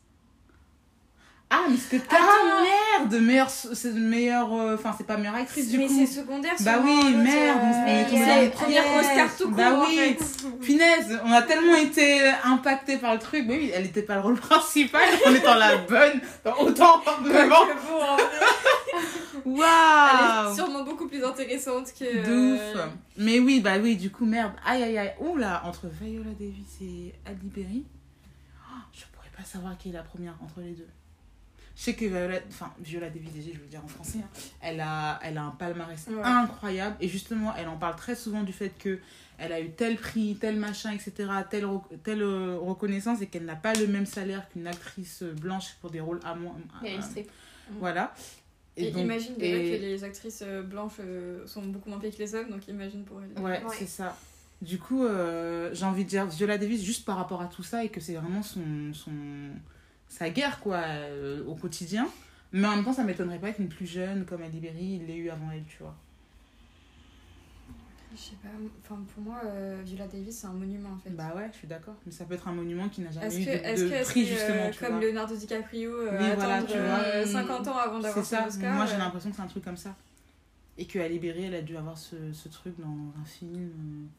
[SPEAKER 3] Ah, mais c'était ta
[SPEAKER 4] Attends.
[SPEAKER 3] merde Meilleure. C'est meilleure. euh, Enfin, c'est pas meilleure actrice du
[SPEAKER 4] Ah. mais
[SPEAKER 3] coup.
[SPEAKER 4] c'est secondaire.
[SPEAKER 3] Bah
[SPEAKER 4] souvent,
[SPEAKER 3] oui,
[SPEAKER 4] l'autre,
[SPEAKER 3] merde,
[SPEAKER 4] euh,
[SPEAKER 3] on
[SPEAKER 2] mais
[SPEAKER 3] est
[SPEAKER 2] il
[SPEAKER 4] c'est
[SPEAKER 2] y a
[SPEAKER 3] tombé dans
[SPEAKER 4] la
[SPEAKER 3] les
[SPEAKER 4] première
[SPEAKER 3] pièges.
[SPEAKER 4] Oscar tout court.
[SPEAKER 3] Bah
[SPEAKER 4] en
[SPEAKER 3] oui,
[SPEAKER 4] fait.
[SPEAKER 3] punaise, on a tellement été impacté par le truc. Mais oui, elle n'était pas le rôle principal en étant la bonne dans autant
[SPEAKER 4] Quoique
[SPEAKER 3] vraiment.
[SPEAKER 4] bon, en vrai, elle est
[SPEAKER 3] Waouh!
[SPEAKER 4] sûrement beaucoup plus intéressante que.
[SPEAKER 3] De
[SPEAKER 4] euh,
[SPEAKER 3] ouf! Mais oui, bah oui, du coup, merde. Aïe, aïe, aïe. Oula, entre Viola Davis et Ali Berry, oh, je pourrais pas savoir qui est la première entre les deux. Je sais que Viola, enfin, Viola Davis, déjà, je veux le dire en français, hein, elle, a, elle a un palmarès
[SPEAKER 4] Ouais.
[SPEAKER 3] incroyable. Et justement, elle en parle très souvent du fait que elle a eu tel prix, tel machin, etc., telle, rec- telle euh, reconnaissance et qu'elle n'a pas le même salaire qu'une actrice blanche pour des rôles à moins. à-
[SPEAKER 2] Meryl Streep.
[SPEAKER 3] Voilà.
[SPEAKER 4] Et,
[SPEAKER 3] donc-
[SPEAKER 4] imagine déjà
[SPEAKER 3] et-
[SPEAKER 4] que les actrices euh, blanches euh, sont beaucoup moins payées que les hommes, donc imagine pour elles.
[SPEAKER 3] Ouais,
[SPEAKER 2] Ouais.
[SPEAKER 3] c'est ça. Du coup, euh, j'ai envie de dire Viola Davis juste par rapport à tout ça et que c'est vraiment son, son, sa guerre quoi euh, au quotidien. Mais en même temps, ça m'étonnerait pas qu'une plus jeune comme Ali Berry l'ait eu avant elle, tu vois.
[SPEAKER 4] Je sais pas, enfin pour moi, euh, Viola Davis c'est un monument en fait.
[SPEAKER 3] Bah ouais, je suis d'accord. Mais ça peut être un monument qui n'a jamais
[SPEAKER 4] est-ce
[SPEAKER 3] eu
[SPEAKER 4] que,
[SPEAKER 3] de,
[SPEAKER 4] est-ce
[SPEAKER 3] de
[SPEAKER 4] que, est-ce
[SPEAKER 3] prix
[SPEAKER 4] que, euh,
[SPEAKER 3] justement, tu
[SPEAKER 4] comme
[SPEAKER 3] vois.
[SPEAKER 4] Leonardo DiCaprio, euh,
[SPEAKER 3] Oui, voilà,
[SPEAKER 4] attendre
[SPEAKER 3] tu vois.
[SPEAKER 4] euh,
[SPEAKER 2] Mm.
[SPEAKER 4] 50 ans avant
[SPEAKER 3] C'est
[SPEAKER 4] d'avoir son
[SPEAKER 3] ça.
[SPEAKER 4] Oscar
[SPEAKER 3] Moi, j'ai
[SPEAKER 4] euh,
[SPEAKER 3] l'impression que c'est un truc comme ça. Et que Ali Berry, elle a dû avoir ce, ce truc dans un film.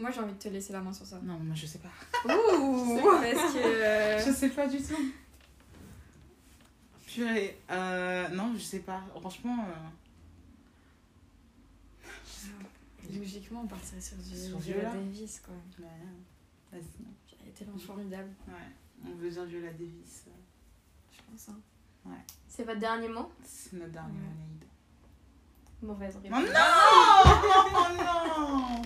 [SPEAKER 4] Moi j'ai envie de te laisser la main sur ça.
[SPEAKER 3] euh. Non, moi je sais pas.
[SPEAKER 4] Ouh Parce que. euh,
[SPEAKER 3] Je sais pas du tout. Purée. Euh, non, je sais pas. Franchement. euh,
[SPEAKER 4] euh, Logiquement, on partirait sur
[SPEAKER 3] Sur
[SPEAKER 4] Viola, Viola
[SPEAKER 3] Viola.
[SPEAKER 4] Davis, quoi.
[SPEAKER 3] bah, vas-y.
[SPEAKER 4] Elle était vraiment formidable,
[SPEAKER 3] Ouais. On veut dire Viola Davis. euh,
[SPEAKER 4] je pense. Hein.
[SPEAKER 2] C'est votre dernier mot
[SPEAKER 3] C'est notre dernière
[SPEAKER 4] Ouais.
[SPEAKER 3] Anaïde.
[SPEAKER 2] Mauvaise
[SPEAKER 3] Oh
[SPEAKER 2] réponse.
[SPEAKER 3] non Oh non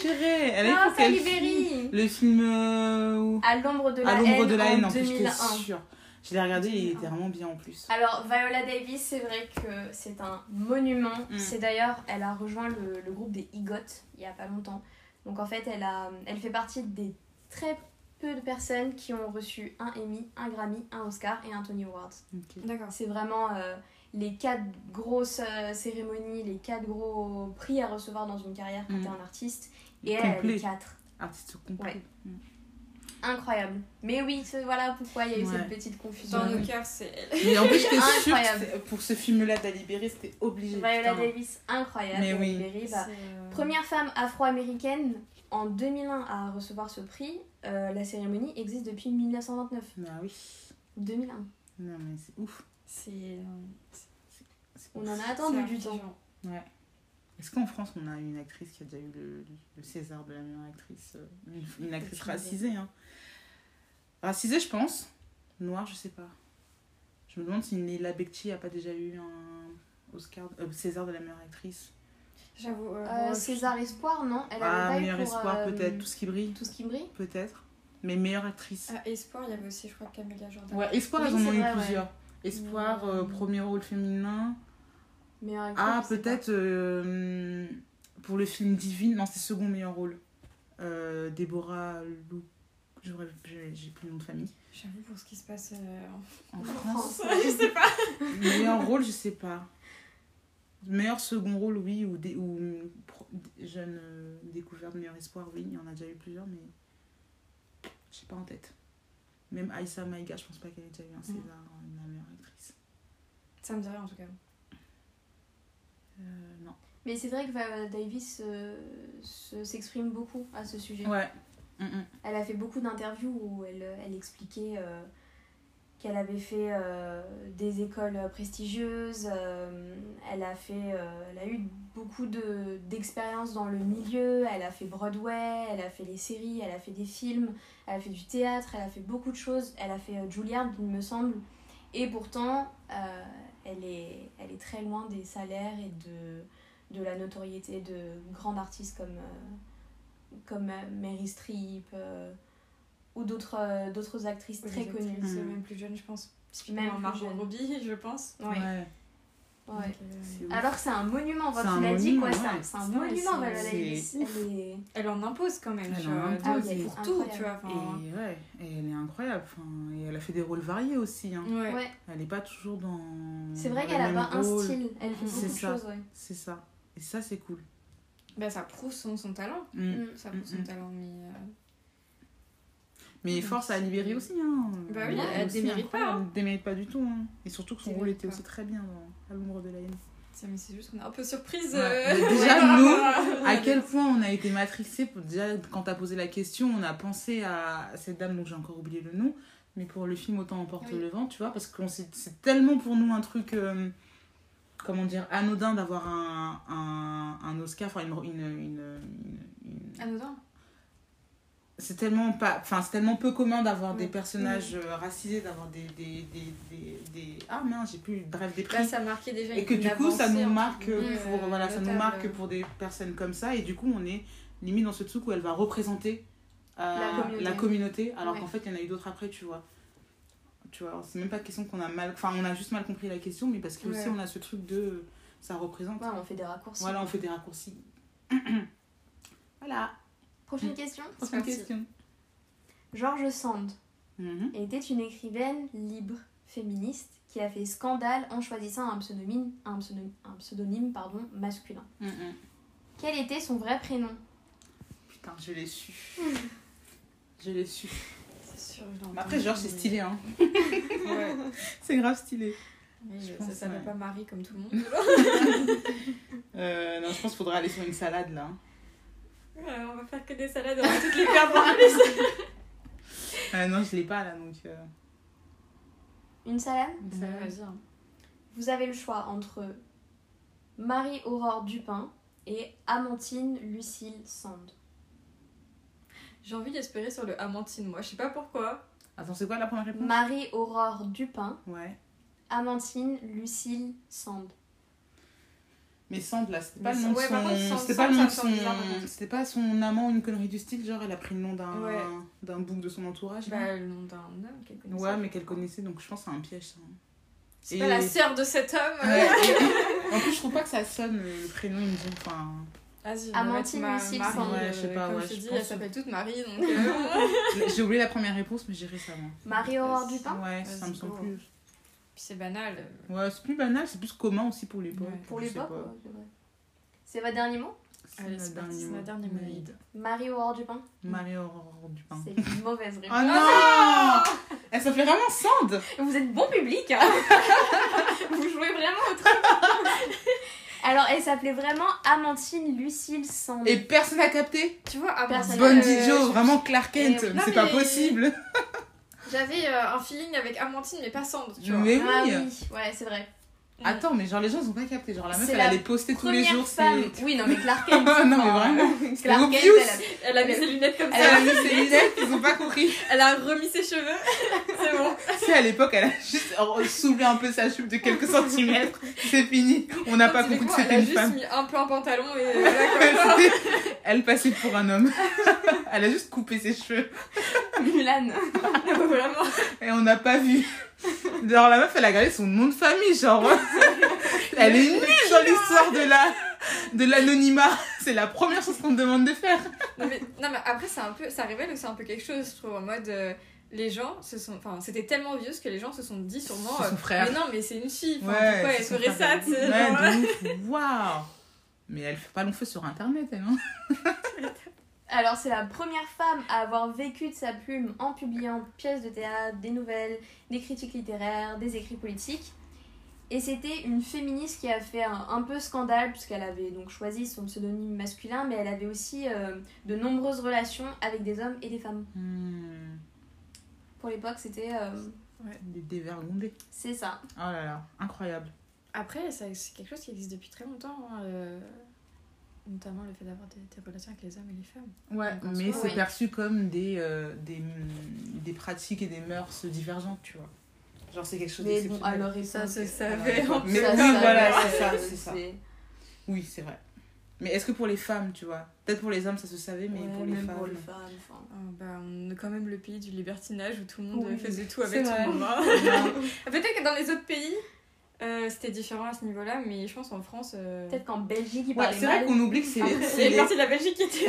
[SPEAKER 3] Chérie, elle est
[SPEAKER 2] Ah,
[SPEAKER 3] pour quel film
[SPEAKER 2] Salisbury
[SPEAKER 3] Le film euh, où-
[SPEAKER 2] À l'ombre de la
[SPEAKER 3] À l'ombre
[SPEAKER 2] haine
[SPEAKER 3] de la haine, en plus, j'étais
[SPEAKER 2] 2001.
[SPEAKER 3] sûre. Je l'ai regardé, il était
[SPEAKER 2] 2001.
[SPEAKER 3] vraiment bien en plus.
[SPEAKER 2] Alors, Viola Davis, c'est vrai que c'est un monument.
[SPEAKER 3] Mm.
[SPEAKER 2] C'est d'ailleurs, elle a rejoint le, le groupe des Igots il y a pas longtemps. Donc en fait, elle, a, elle fait partie des très peu de personnes qui ont reçu un Emmy, un Grammy, un Oscar et un Tony Award.
[SPEAKER 3] Ok.
[SPEAKER 4] D'accord.
[SPEAKER 2] C'est vraiment euh, les quatre grosses euh, cérémonies, les quatre gros prix à recevoir dans une carrière quand
[SPEAKER 3] Mm.
[SPEAKER 2] t'es un artiste. Et elle, elle a les
[SPEAKER 3] Complet.
[SPEAKER 2] quatre.
[SPEAKER 3] Artiste complet.
[SPEAKER 2] Ouais. Incroyable. Mais oui, ce- voilà pourquoi il y a eu
[SPEAKER 3] Ouais.
[SPEAKER 2] cette petite confusion.
[SPEAKER 4] Dans
[SPEAKER 3] Ouais.
[SPEAKER 4] nos cœurs, c'est elle.
[SPEAKER 3] Mais en plus, j'étais sûre que
[SPEAKER 2] Incroyable.
[SPEAKER 3] c'est- pour ce film-là, Dalibéré, c'était obligé.
[SPEAKER 2] Viola
[SPEAKER 3] putain.
[SPEAKER 2] Davis, incroyable.
[SPEAKER 3] Mais oui.
[SPEAKER 2] Berry, bah,
[SPEAKER 4] C'est, euh,
[SPEAKER 2] Première femme afro-américaine en 2001 à recevoir ce prix, euh, la cérémonie existe depuis 1929.
[SPEAKER 3] Bah oui.
[SPEAKER 2] 2001.
[SPEAKER 3] Non, mais c'est ouf.
[SPEAKER 4] C'est. euh,
[SPEAKER 3] C'est
[SPEAKER 2] On en
[SPEAKER 3] ouf.
[SPEAKER 2] a attendu
[SPEAKER 4] c'est
[SPEAKER 2] du temps.
[SPEAKER 4] intelligent.
[SPEAKER 3] Est-ce qu'en France, on a une actrice qui a déjà eu le, le César de la meilleure actrice euh, Une, une actrice
[SPEAKER 2] Aucune idée.
[SPEAKER 3] racisée, hein. Racisée, je pense. Noire, je sais pas. Je me demande si Leila Bekti a pas déjà eu un Oscar, euh, César de la meilleure actrice.
[SPEAKER 4] J'avoue. euh,
[SPEAKER 2] Euh,
[SPEAKER 4] bon,
[SPEAKER 2] César Espoir, non Elle
[SPEAKER 3] Ah,
[SPEAKER 2] avait pas eu
[SPEAKER 3] meilleur
[SPEAKER 2] pour,
[SPEAKER 3] espoir,
[SPEAKER 2] euh,
[SPEAKER 3] peut-être. Tout ce qui brille,
[SPEAKER 2] Tout ce qui brille
[SPEAKER 3] peut-être. Mais meilleure actrice.
[SPEAKER 4] À Ah, Espoir, il y avait aussi, je crois, Camilla Jordan.
[SPEAKER 3] Ouais, Espoir,
[SPEAKER 2] Oui,
[SPEAKER 3] ils en
[SPEAKER 2] c'est
[SPEAKER 3] ont eu
[SPEAKER 2] vrai, ouais. Mm.
[SPEAKER 3] plusieurs. Espoir, euh, premier rôle féminin.
[SPEAKER 2] Meilleur acteur,
[SPEAKER 3] Ah,
[SPEAKER 2] je sais
[SPEAKER 3] peut-être euh, pour le film Divine, non, c'est second meilleur rôle. Euh, Déborah Lou. j'aurais- J'ai j'ai plus le nom de famille.
[SPEAKER 4] J'avoue, pour ce qui se passe euh, en
[SPEAKER 3] En
[SPEAKER 2] pas.
[SPEAKER 3] France.
[SPEAKER 4] je sais pas.
[SPEAKER 3] meilleur rôle, je sais pas. Meilleur second rôle, oui, ou, dé- ou mm, pro- jeune euh, découverte, meilleur espoir, oui, il y en a déjà eu plusieurs, mais je sais pas en tête. Même Aïssa Maïga, je pense pas qu'elle ait déjà
[SPEAKER 2] Mm.
[SPEAKER 3] eu un César, euh, la meilleure actrice.
[SPEAKER 4] Ça me dirait en tout cas.
[SPEAKER 3] Euh, non.
[SPEAKER 2] Mais c'est vrai que Viola Davis euh, se- s'exprime beaucoup à ce sujet.
[SPEAKER 3] Ouais. Mm, mm.
[SPEAKER 2] Elle a fait beaucoup d'interviews où elle, elle expliquait euh, qu'elle avait fait euh, des écoles prestigieuses, euh, elle, a fait, euh, elle a eu beaucoup de- d'expériences dans le milieu, elle a fait Broadway, elle a fait les séries, elle a fait des films, elle a fait du théâtre, elle a fait beaucoup de choses, elle a fait euh, Juilliard, il me semble, et pourtant, euh, elle, est, elle est très loin des salaires et de, de la notoriété de grandes artistes comme... euh, comme euh, Mary Streep euh, ou d'autres euh, d'autres actrices
[SPEAKER 4] Oui,
[SPEAKER 2] très
[SPEAKER 4] les
[SPEAKER 2] connues.
[SPEAKER 4] actrices,
[SPEAKER 3] Mm.
[SPEAKER 4] Même plus jeune, je pense.
[SPEAKER 2] Même
[SPEAKER 4] Typiquement
[SPEAKER 2] plus
[SPEAKER 4] Margot
[SPEAKER 2] jeune.
[SPEAKER 4] Robbie, je pense.
[SPEAKER 2] Ouais,
[SPEAKER 3] Ouais.
[SPEAKER 2] ouais.
[SPEAKER 4] Donc, euh,
[SPEAKER 3] c'est ouf.
[SPEAKER 2] Alors que c'est un monument,
[SPEAKER 3] C'est
[SPEAKER 2] enfin,
[SPEAKER 3] un
[SPEAKER 2] tu l'as dit quoi,
[SPEAKER 3] monument,
[SPEAKER 2] c'est un-
[SPEAKER 3] ouais.
[SPEAKER 2] c'est un
[SPEAKER 4] Ouais,
[SPEAKER 2] monument
[SPEAKER 4] c'est-
[SPEAKER 2] Viola
[SPEAKER 3] c'est
[SPEAKER 2] Davis.
[SPEAKER 3] ouf.
[SPEAKER 2] Elle est-
[SPEAKER 4] Elle en impose quand même.
[SPEAKER 3] Elle
[SPEAKER 4] genre,
[SPEAKER 3] en impose,
[SPEAKER 4] ah oui,
[SPEAKER 3] c'est
[SPEAKER 4] pour tout, tu vois.
[SPEAKER 2] incroyable.
[SPEAKER 4] enfin,
[SPEAKER 3] Et ouais, et elle est incroyable. Enfin, et elle a fait des rôles variés aussi. hein.
[SPEAKER 4] Ouais.
[SPEAKER 2] Ouais,
[SPEAKER 3] Elle n'est pas toujours dans.
[SPEAKER 2] c'est vrai
[SPEAKER 3] le
[SPEAKER 2] qu'elle a
[SPEAKER 3] même
[SPEAKER 2] pas un
[SPEAKER 3] rôle.
[SPEAKER 2] style, elle fait
[SPEAKER 4] Mm.
[SPEAKER 2] beaucoup
[SPEAKER 3] C'est
[SPEAKER 2] de
[SPEAKER 3] ça.
[SPEAKER 2] choses, ouais.
[SPEAKER 3] C'est ça. Et ça, c'est cool.
[SPEAKER 4] Bah, ça prouve son, son talent.
[SPEAKER 3] Mm.
[SPEAKER 2] Mm.
[SPEAKER 4] Ça prouve son
[SPEAKER 3] Mm-mm.
[SPEAKER 4] talent, mais. euh,
[SPEAKER 3] Mais
[SPEAKER 4] Mm.
[SPEAKER 3] force à libérer aussi. Hein.
[SPEAKER 4] Bah oui,
[SPEAKER 3] est
[SPEAKER 4] elle
[SPEAKER 3] aussi
[SPEAKER 4] démérite pas,
[SPEAKER 3] incroyable. Elle démérite pas du tout. hein. Et surtout que son
[SPEAKER 4] Démérite
[SPEAKER 3] rôle était
[SPEAKER 4] pas.
[SPEAKER 3] aussi très bien dans À l'ombre de la haine.
[SPEAKER 4] ça, mais c'est juste qu'on est un peu surprise.
[SPEAKER 3] Ouais.
[SPEAKER 4] euh,
[SPEAKER 3] Mais déjà, nous, À quel point on a été matrixé pour- Déjà, quand t'as posé la question, on a pensé à cette dame dont j'ai encore oublié le nom. Mais pour le film Autant emporte
[SPEAKER 4] Oui.
[SPEAKER 3] le vent, tu vois, parce que c'est tellement pour nous un truc. euh, comment dire, anodin d'avoir un, un, un Oscar, enfin une, une, une- une- une-
[SPEAKER 4] Anodin.
[SPEAKER 3] c'est tellement pas enfin c'est tellement peu commun d'avoir
[SPEAKER 4] Oui. Mm.
[SPEAKER 3] des personnages euh, racisés d'avoir des des, des, des des- ah mince j'ai plus bref des
[SPEAKER 4] Bah,
[SPEAKER 3] prix
[SPEAKER 4] ça marquait déjà
[SPEAKER 3] et que
[SPEAKER 4] une
[SPEAKER 3] du coup ça
[SPEAKER 4] avancée,
[SPEAKER 3] nous
[SPEAKER 4] entre
[SPEAKER 3] marque
[SPEAKER 4] guillemets,
[SPEAKER 3] pour
[SPEAKER 4] euh,
[SPEAKER 3] voilà ça nous
[SPEAKER 4] notable.
[SPEAKER 3] marque pour des personnes comme ça et du coup on est limite dans ce truc où elle va représenter euh,
[SPEAKER 2] La communauté.
[SPEAKER 3] communauté, alors
[SPEAKER 2] Ouais.
[SPEAKER 3] qu'en fait il y en a eu d'autres après tu vois tu vois alors, c'est même pas question qu'on a mal enfin on a juste mal compris la question mais parce que aussi
[SPEAKER 4] Ouais.
[SPEAKER 3] on a ce truc de euh, ça représente
[SPEAKER 2] Ouais, on fait des raccourcis.
[SPEAKER 3] voilà on fait des raccourcis voilà
[SPEAKER 2] Prochaine question.
[SPEAKER 3] prochaine
[SPEAKER 4] parti.
[SPEAKER 3] question
[SPEAKER 2] George Sand
[SPEAKER 3] Mhm.
[SPEAKER 2] était une écrivaine libre, féministe, qui a fait scandale en choisissant un pseudonyme, un pseudonyme, un pseudonyme pardon, masculin.
[SPEAKER 3] Mhm.
[SPEAKER 2] Quel était son vrai prénom
[SPEAKER 3] Putain, je l'ai su. je l'ai su.
[SPEAKER 4] C'est sûr, je l'ai
[SPEAKER 3] Mais après, genre, c'est
[SPEAKER 4] entendu,
[SPEAKER 3] stylé, hein.
[SPEAKER 4] mais- Ouais.
[SPEAKER 3] C'est grave stylé.
[SPEAKER 4] Mais
[SPEAKER 3] Je
[SPEAKER 4] euh, ça
[SPEAKER 3] pense,
[SPEAKER 4] s'appelle
[SPEAKER 3] ouais.
[SPEAKER 4] pas Marie comme tout le monde.
[SPEAKER 3] Euh, non, je pense qu'il faudra aller sur une salade, là.
[SPEAKER 4] Euh, on va faire que des salades, on va toutes les faire parler.
[SPEAKER 3] Euh, non, je l'ai pas, là, donc... euh.
[SPEAKER 2] Une salade
[SPEAKER 4] Ça veut dire.
[SPEAKER 2] Vous avez le choix entre Marie-Aurore Dupin et Amantine Lucille Sand.
[SPEAKER 4] J'ai envie d'espérer sur le Amantine, moi. Je sais pas pourquoi.
[SPEAKER 3] Attends, c'est quoi la première réponse
[SPEAKER 2] Marie-Aurore Dupin,
[SPEAKER 3] Ouais.
[SPEAKER 2] Amantine Lucille Sand.
[SPEAKER 3] Mais Sand, là, c'était pas
[SPEAKER 4] Mais
[SPEAKER 3] le nom de
[SPEAKER 4] ouais, par contre,
[SPEAKER 3] son.
[SPEAKER 4] Sand-
[SPEAKER 3] C'était pas le
[SPEAKER 4] Sand,
[SPEAKER 3] nom de
[SPEAKER 4] ça me semble bizarre, par
[SPEAKER 3] son.
[SPEAKER 4] contre.
[SPEAKER 3] C'était pas son amant ou une connerie du style, genre elle a pris le nom d'un
[SPEAKER 4] Ouais.
[SPEAKER 3] d'un bouc de son entourage. là.
[SPEAKER 4] Bah, le nom d'un homme qu'elle connaissait.
[SPEAKER 3] ouais, mais qu'elle connaissait, donc je pense que c'est un piège ça.
[SPEAKER 4] C'est
[SPEAKER 3] Et-
[SPEAKER 4] pas la sœur de cet homme. euh.
[SPEAKER 3] Ouais, et- en plus, je trouve pas que ça sonne euh, le prénom, il me dit. Enfin,
[SPEAKER 4] Vas-y,
[SPEAKER 2] Amantine
[SPEAKER 4] ma-
[SPEAKER 2] Lucille
[SPEAKER 4] Marie,
[SPEAKER 2] Sand.
[SPEAKER 3] Ouais, je sais
[SPEAKER 4] euh,
[SPEAKER 3] pas,
[SPEAKER 4] comme
[SPEAKER 3] ouais,
[SPEAKER 4] je te
[SPEAKER 3] je
[SPEAKER 4] dis,
[SPEAKER 3] pense
[SPEAKER 4] elle
[SPEAKER 3] que-
[SPEAKER 4] s'appelle toute Marie, donc... euh,
[SPEAKER 3] j'ai oublié la première réponse, mais j'ai récemment.
[SPEAKER 2] Marie-Aurore Dupin
[SPEAKER 3] Ouais, ça
[SPEAKER 4] Vas-y,
[SPEAKER 3] me semble
[SPEAKER 4] go.
[SPEAKER 3] plus.
[SPEAKER 4] Puis c'est banal. euh,
[SPEAKER 3] Ouais, c'est plus banal, c'est plus commun aussi pour les pauvres.
[SPEAKER 4] Ouais.
[SPEAKER 2] Pour
[SPEAKER 3] je
[SPEAKER 2] les
[SPEAKER 3] sais
[SPEAKER 2] pop,
[SPEAKER 3] pas.
[SPEAKER 2] ouais, c'est vrai. C'est votre dernier mot
[SPEAKER 4] Allez, c'est parti, c'est ma dernière
[SPEAKER 3] mot.
[SPEAKER 4] maladie.
[SPEAKER 2] Marie-Aurore Dupin
[SPEAKER 3] Marie-Aurore Dupin.
[SPEAKER 2] C'est une mauvaise
[SPEAKER 3] Oh
[SPEAKER 2] réponse.
[SPEAKER 3] Ah non Elle s'appelait vraiment Sand
[SPEAKER 2] Vous êtes bon public hein. Vous jouez vraiment au truc Alors, elle s'appelait vraiment Amantine Lucille Sand.
[SPEAKER 3] Et personne n'a capté
[SPEAKER 4] Tu vois, avant
[SPEAKER 2] Personne.
[SPEAKER 3] Bonne
[SPEAKER 2] euh,
[SPEAKER 3] Joe, vraiment Clark Kent,
[SPEAKER 4] euh,
[SPEAKER 3] mais
[SPEAKER 4] non,
[SPEAKER 3] c'est pas
[SPEAKER 4] mais-
[SPEAKER 3] possible
[SPEAKER 4] J'avais euh, un feeling avec Amantine, mais pas Sandre, tu vois.
[SPEAKER 3] Mais
[SPEAKER 2] Ah
[SPEAKER 3] ben oui
[SPEAKER 2] oui, ouais, c'est vrai.
[SPEAKER 3] Attends, mais genre les gens ils ont pas capté, genre la meuf
[SPEAKER 2] C'est
[SPEAKER 3] elle
[SPEAKER 2] la
[SPEAKER 3] allait poster tous les
[SPEAKER 2] Première
[SPEAKER 3] jours
[SPEAKER 2] femme.
[SPEAKER 3] ses...
[SPEAKER 2] Oui, non, mais Clark Kent.
[SPEAKER 3] non mais
[SPEAKER 2] enfin, euh,
[SPEAKER 3] vraiment
[SPEAKER 2] Clark Kent,
[SPEAKER 3] obvious.
[SPEAKER 2] elle a-
[SPEAKER 4] Elle a mis ses lunettes comme
[SPEAKER 3] Elle
[SPEAKER 4] ça,
[SPEAKER 3] a mis ses lunettes, ils ont pas compris
[SPEAKER 4] elle a remis ses cheveux. c'est bon.
[SPEAKER 3] Si à l'époque elle a juste soulevé un peu sa jupe de quelques centimètres, c'est fini, on n'a pas
[SPEAKER 4] Tous les
[SPEAKER 3] compris que
[SPEAKER 4] coups,
[SPEAKER 3] c'était une
[SPEAKER 4] Elle a
[SPEAKER 3] femme
[SPEAKER 4] juste mis un peu en pantalon et euh, voilà quoi.
[SPEAKER 3] C'était- Elle passait pour un homme. Elle a juste coupé ses cheveux.
[SPEAKER 2] Mulan.
[SPEAKER 4] Vraiment.
[SPEAKER 3] Et on n'a pas vu. Genre, la meuf, elle a gardé son nom de famille. Genre, elle est nulle dans l'histoire de la de l'anonymat. C'est la première chose qu'on te demande de faire.
[SPEAKER 4] Non mais, non, mais après, c'est un peu, ça révèle aussi un peu quelque chose, je trouve, en mode... euh, les gens se sont. Enfin, c'était tellement vieux que les gens se sont dit sûrement.
[SPEAKER 3] C'est son
[SPEAKER 4] euh,
[SPEAKER 3] frère.
[SPEAKER 4] Mais non, mais c'est une fille. enfin,
[SPEAKER 3] Ouais,
[SPEAKER 4] pourquoi
[SPEAKER 3] c'est
[SPEAKER 4] elle
[SPEAKER 3] son
[SPEAKER 4] ferait ça
[SPEAKER 3] frère.
[SPEAKER 4] tu sais, genre,
[SPEAKER 3] Ouais, de ouf. Waouh. Mais elle fait pas long feu sur internet, elle, hein.
[SPEAKER 2] Alors, c'est la première femme à avoir vécu de sa plume en publiant pièces de théâtre, des nouvelles, des critiques littéraires, des écrits politiques. Et c'était une féministe qui a fait un, un peu scandale, puisqu'elle avait donc choisi son pseudonyme masculin, mais elle avait aussi euh, de nombreuses relations avec des hommes et des femmes.
[SPEAKER 3] Hmm.
[SPEAKER 2] Pour l'époque, c'était. euh,
[SPEAKER 3] Elle est dévergondée.
[SPEAKER 2] c'est ça.
[SPEAKER 3] Oh là là, incroyable.
[SPEAKER 4] Après, ça- c'est quelque chose qui existe depuis très longtemps, hein, euh, notamment le fait d'avoir des, des relations avec les hommes et les femmes.
[SPEAKER 3] Ouais,
[SPEAKER 4] Donc, en
[SPEAKER 3] mais
[SPEAKER 4] soi,
[SPEAKER 3] c'est
[SPEAKER 2] ouais.
[SPEAKER 3] perçu comme des, euh, des, des pratiques et des mœurs divergentes, tu vois. Genre, c'est quelque chose
[SPEAKER 2] Mais bon,
[SPEAKER 3] d'exceptionnel.
[SPEAKER 2] alors, et
[SPEAKER 4] Ça se
[SPEAKER 3] savait,
[SPEAKER 4] savait.
[SPEAKER 3] en Mais
[SPEAKER 2] euh, Ça,
[SPEAKER 3] oui,
[SPEAKER 2] ça,
[SPEAKER 3] voilà,
[SPEAKER 2] ouais,
[SPEAKER 3] c'est ça,
[SPEAKER 2] euh,
[SPEAKER 3] c'est ça. Oui, c'est vrai. Mais est-ce que pour les femmes, tu vois Peut-être pour les hommes, ça se savait, mais
[SPEAKER 2] Ouais,
[SPEAKER 3] pour les
[SPEAKER 2] même
[SPEAKER 3] femmes.
[SPEAKER 2] pour les femmes. enfin.
[SPEAKER 4] Ah, bah, on est quand même le pays du libertinage où tout le monde
[SPEAKER 2] Oui,
[SPEAKER 4] euh, faisait tout
[SPEAKER 3] c'est
[SPEAKER 4] avec tout
[SPEAKER 3] vrai.
[SPEAKER 4] le monde. hein. Peut-être que dans les autres pays, euh, c'était différent à ce niveau-là, mais je pense en France. euh,
[SPEAKER 2] Peut-être qu'en Belgique, ils
[SPEAKER 3] Ouais,
[SPEAKER 2] parlaient
[SPEAKER 3] c'est vrai
[SPEAKER 2] mal.
[SPEAKER 3] qu'on oublie que c'est
[SPEAKER 4] Il
[SPEAKER 3] les,
[SPEAKER 4] y
[SPEAKER 3] c'est
[SPEAKER 4] a une
[SPEAKER 3] les-
[SPEAKER 4] partie de la Belgique qui était.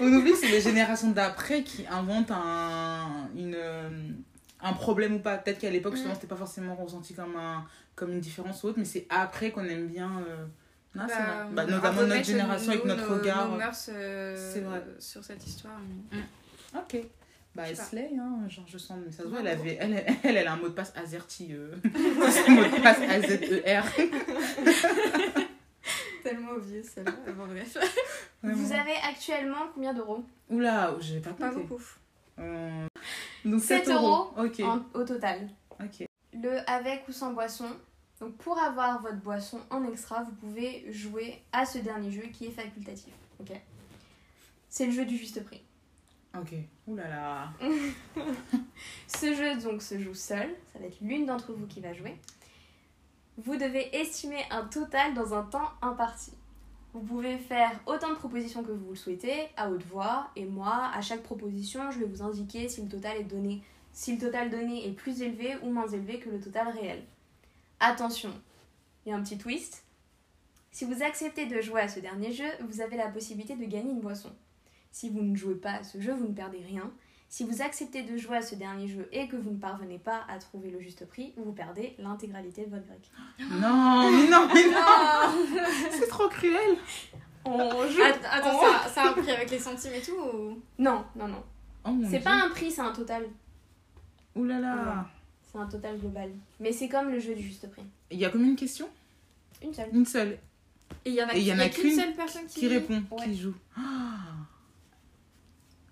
[SPEAKER 3] on oublie que c'est les générations d'après qui inventent un, une, euh, un problème ou pas. Peut-être qu'à l'époque, justement,
[SPEAKER 2] Mm.
[SPEAKER 3] c'était pas forcément ressenti comme, un, comme une différence ou autre, mais c'est après qu'on aime bien. euh,
[SPEAKER 4] Ah,
[SPEAKER 3] Non, c'est vrai.
[SPEAKER 4] mm. euh,
[SPEAKER 3] Bah, notamment notre génération avec notre regard. euh, C'est vrai.
[SPEAKER 4] sur cette histoire.
[SPEAKER 3] Ok. Bah,
[SPEAKER 4] Je
[SPEAKER 3] elle
[SPEAKER 4] sais
[SPEAKER 3] se l'est, hein. genre je sens, mais ça se voit, elle, avait, elle, elle, elle a un mot de passe AZERTY. euh. C'est un mot de passe E AZER.
[SPEAKER 4] Tellement obvious celle-là. Bon, bref.
[SPEAKER 2] Vous
[SPEAKER 3] Vraiment.
[SPEAKER 2] avez actuellement combien d'euros
[SPEAKER 3] Oula, j'ai pas
[SPEAKER 4] Pas
[SPEAKER 3] compté.
[SPEAKER 4] beaucoup.
[SPEAKER 3] Euh, Donc
[SPEAKER 2] Sept
[SPEAKER 3] 7, euros. Ok,
[SPEAKER 2] en- au total
[SPEAKER 3] ok.
[SPEAKER 2] le avec ou sans boisson. Donc pour avoir votre boisson en extra, vous pouvez jouer à ce dernier jeu qui est facultatif. Ok. C'est le jeu du juste prix.
[SPEAKER 3] Ok. Oulala. Là
[SPEAKER 2] Ce jeu donc se joue seul, ça va être l'une d'entre vous qui va jouer. Vous devez estimer un total dans un temps imparti. Vous pouvez faire autant de propositions que vous le souhaitez, à haute voix, et moi, à chaque proposition, je vais vous indiquer si le total est donné, si le total donné est plus élevé ou moins élevé que le total réel. Attention, il y a un petit twist. Si vous acceptez de jouer à ce dernier jeu, vous avez la possibilité de gagner une boisson. Si vous ne jouez pas à ce jeu, vous ne perdez rien. Si vous acceptez de jouer à ce dernier jeu et que vous ne parvenez pas à trouver le juste prix, vous perdez l'intégralité de votre grec.
[SPEAKER 3] Non, mais non, mais non, c'est trop cruel.
[SPEAKER 2] Ah, On joue
[SPEAKER 4] Att- Attends, ça, ça a un prix avec les centimes et tout ou...
[SPEAKER 2] Non, non, non.
[SPEAKER 3] Oh, mon
[SPEAKER 2] C'est
[SPEAKER 3] Dieu.
[SPEAKER 2] pas un prix, c'est un total.
[SPEAKER 3] Oulala.
[SPEAKER 2] C'est un total global. Mais c'est comme le jeu du juste prix.
[SPEAKER 3] Il y a combien de questions
[SPEAKER 2] Une seule.
[SPEAKER 3] Une seule.
[SPEAKER 4] Et il y en a,
[SPEAKER 3] Et il y en
[SPEAKER 4] il y
[SPEAKER 3] a
[SPEAKER 4] qu'une
[SPEAKER 3] qu'une
[SPEAKER 4] seule personne qui,
[SPEAKER 3] Qui répond
[SPEAKER 2] Ouais.
[SPEAKER 3] Qui joue Ah.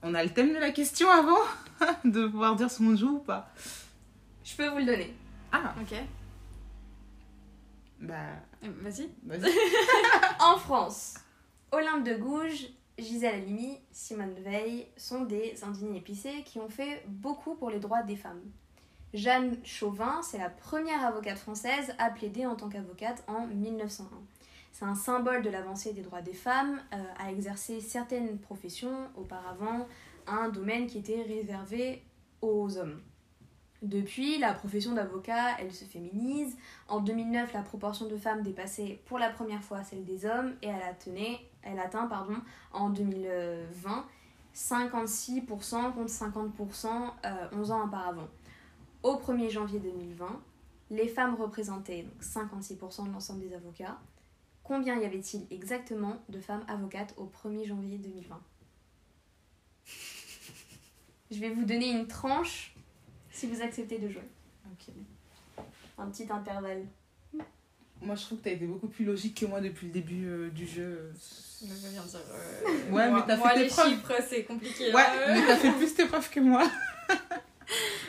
[SPEAKER 3] On a le thème de la question avant De pouvoir dire si on joue ou pas.
[SPEAKER 2] Je peux vous le donner.
[SPEAKER 3] Ah,
[SPEAKER 4] Ok.
[SPEAKER 3] bah,
[SPEAKER 4] Euh, Vas-y.
[SPEAKER 3] vas-y.
[SPEAKER 2] En France, Olympe de Gouges, Gisèle Halimi, Simone Veil sont des indignés épicés qui ont fait beaucoup pour les droits des femmes. Jeanne Chauvin, c'est la première avocate française à plaider en tant qu'avocate en 1901. C'est un symbole de l'avancée des droits des femmes euh, à exercer certaines professions, auparavant un domaine qui était réservé aux hommes. Depuis, la profession d'avocat, elle se féminise, en 2009, la proportion de femmes dépassait pour la première fois celle des hommes et elle, attenait- elle atteint pardon, en 2020 56% contre 50% euh, 11 ans auparavant. Au 1er janvier 2020, les femmes représentaient donc 56% de l'ensemble des avocats. Combien y avait-il exactement de femmes avocates au 1er janvier 2020 Je vais vous donner une tranche si vous acceptez de jouer. Un petit intervalle.
[SPEAKER 3] Moi, je trouve que t'as été beaucoup plus logique que moi depuis le début euh, du jeu.
[SPEAKER 4] Je veux bien dire. euh,
[SPEAKER 3] Ouais,
[SPEAKER 4] moi-
[SPEAKER 3] mais t'as
[SPEAKER 4] moi,
[SPEAKER 3] fait tes
[SPEAKER 4] les
[SPEAKER 3] preuves.
[SPEAKER 4] chiffres, c'est compliqué.
[SPEAKER 3] Ouais,
[SPEAKER 4] hein.
[SPEAKER 3] mais t'as fait plus tes preuves que moi.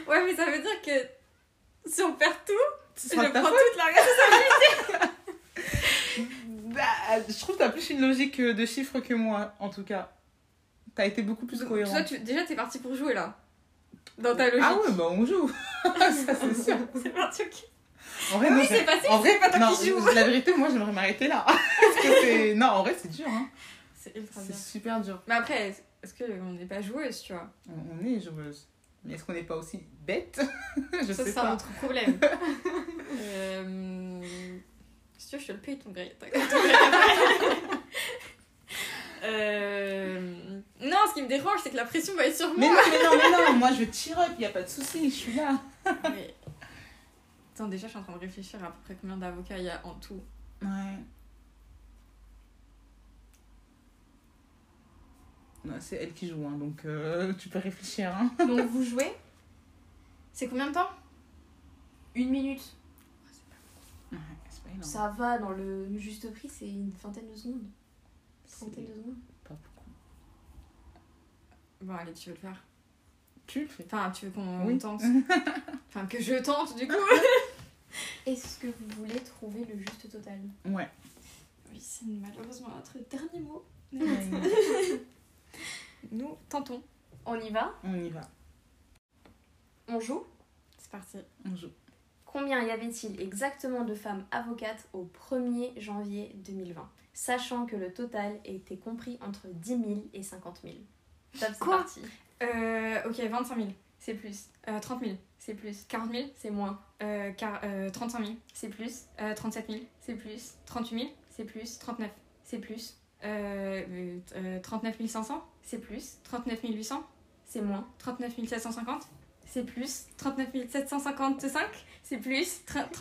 [SPEAKER 4] Ouais, mais ça veut dire que si on perd tout,
[SPEAKER 3] Ce
[SPEAKER 4] je
[SPEAKER 3] sera de ta
[SPEAKER 4] prends toute la responsabilité.
[SPEAKER 3] Bah, je trouve que t'as plus une logique euh, de chiffres que moi, en tout cas. T'as été beaucoup plus cohérent.
[SPEAKER 4] Toi, tu... déjà, t'es parti pour jouer là. Dans ta logique.
[SPEAKER 3] Ah ouais, bah on joue. ça c'est sûr.
[SPEAKER 4] C'est parti, ok.
[SPEAKER 3] En vrai, non,
[SPEAKER 4] Oui,
[SPEAKER 3] j'ai-
[SPEAKER 4] c'est passé.
[SPEAKER 3] en vrai,
[SPEAKER 4] c'est pas toi
[SPEAKER 3] non,
[SPEAKER 4] qui joues.
[SPEAKER 3] la vérité, moi j'aimerais m'arrêter là. Parce que c'est- non, en vrai, c'est dur. Hein.
[SPEAKER 4] C'est ultra
[SPEAKER 3] C'est
[SPEAKER 4] bien.
[SPEAKER 3] super dur.
[SPEAKER 4] Mais après, est-ce- est-ce qu'on n'est pas joueuse, tu vois
[SPEAKER 3] On- On est joueuse. Mais est-ce qu'on n'est pas aussi bête Je
[SPEAKER 4] Ça,
[SPEAKER 3] sais
[SPEAKER 4] c'est un
[SPEAKER 3] pas.
[SPEAKER 4] autre problème. euh... Si tu veux, je te le paye ton gré. T'as- ton gré après. euh... Non, ce qui me dérange, c'est que la pression va être sur
[SPEAKER 3] Mais
[SPEAKER 4] moi.
[SPEAKER 3] non, mais non, mais non, moi je tire up, y a pas de souci, je suis là.
[SPEAKER 4] Mais- Attends, déjà, je suis en train de réfléchir à peu près combien d'avocats il y a en tout.
[SPEAKER 3] Ouais. Ouais, c'est elle qui joue, hein, donc euh, tu peux réfléchir. Hein.
[SPEAKER 2] Donc vous jouez
[SPEAKER 4] C'est combien de temps
[SPEAKER 2] une minute.
[SPEAKER 3] Ouais, c'est pas énorme.
[SPEAKER 2] Ça va dans le juste prix, c'est une vingtaine de secondes, trentaine de
[SPEAKER 3] C'est
[SPEAKER 2] secondes.
[SPEAKER 3] pas beaucoup.
[SPEAKER 4] Bon, allez, tu veux le faire.
[SPEAKER 3] Tu le fais.
[SPEAKER 4] Enfin, tu veux qu'on
[SPEAKER 3] Oui.
[SPEAKER 4] tente Enfin, que je tente, du coup.
[SPEAKER 2] Est-ce que vous voulez trouver le juste total
[SPEAKER 3] Ouais.
[SPEAKER 4] Oui, c'est malheureusement notre dernier mot.
[SPEAKER 3] Ouais,
[SPEAKER 4] Nous tentons.
[SPEAKER 2] On y va
[SPEAKER 3] on y va.
[SPEAKER 2] On joue
[SPEAKER 4] C'est parti.
[SPEAKER 3] On joue.
[SPEAKER 2] Combien y avait-il exactement de femmes avocates au 1er janvier 2020 Sachant que le total était compris entre 10 000 et 50 000. Top, c'est
[SPEAKER 4] Quoi
[SPEAKER 2] parti.
[SPEAKER 4] Euh, ok, 25 000.
[SPEAKER 2] C'est plus,
[SPEAKER 4] Euh, 30 000.
[SPEAKER 2] c'est plus,
[SPEAKER 4] 40 000.
[SPEAKER 2] c'est moins,
[SPEAKER 4] Euh, car, euh, 35 000.
[SPEAKER 2] c'est plus,
[SPEAKER 4] Euh, 37 000.
[SPEAKER 2] c'est plus,
[SPEAKER 4] 38 000.
[SPEAKER 2] c'est plus,
[SPEAKER 4] 39.
[SPEAKER 2] c'est plus,
[SPEAKER 4] Euh, euh, 39 500.
[SPEAKER 2] c'est plus,
[SPEAKER 4] 39 800.
[SPEAKER 2] c'est moins,
[SPEAKER 4] 39 750.
[SPEAKER 2] c'est plus,
[SPEAKER 4] 39 755.
[SPEAKER 2] c'est plus,
[SPEAKER 4] 30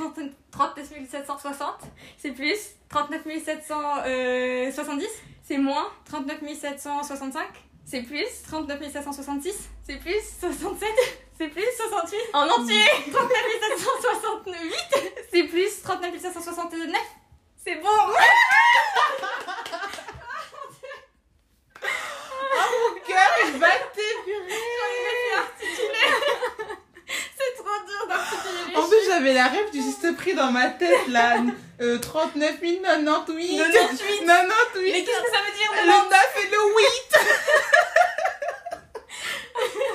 [SPEAKER 4] 39 760. C'est plus. 39 770.
[SPEAKER 2] euh, c'est moins,
[SPEAKER 4] 39 765.
[SPEAKER 2] c'est plus,
[SPEAKER 4] 39 766.
[SPEAKER 2] c'est plus,
[SPEAKER 4] 67. C'est plus. 68.
[SPEAKER 2] en entier
[SPEAKER 4] 39 768.
[SPEAKER 2] C'est plus
[SPEAKER 4] 39 769.
[SPEAKER 2] C'est bon
[SPEAKER 3] Mon cœur, il battait,
[SPEAKER 4] C'est trop dur d'articuler les
[SPEAKER 3] En plus, j'avais la rêve du juste prix dans ma tête, là. Euh, 39 098. 98. 98.
[SPEAKER 4] Mais qu'est-ce que ça veut dire
[SPEAKER 3] Le 9 et le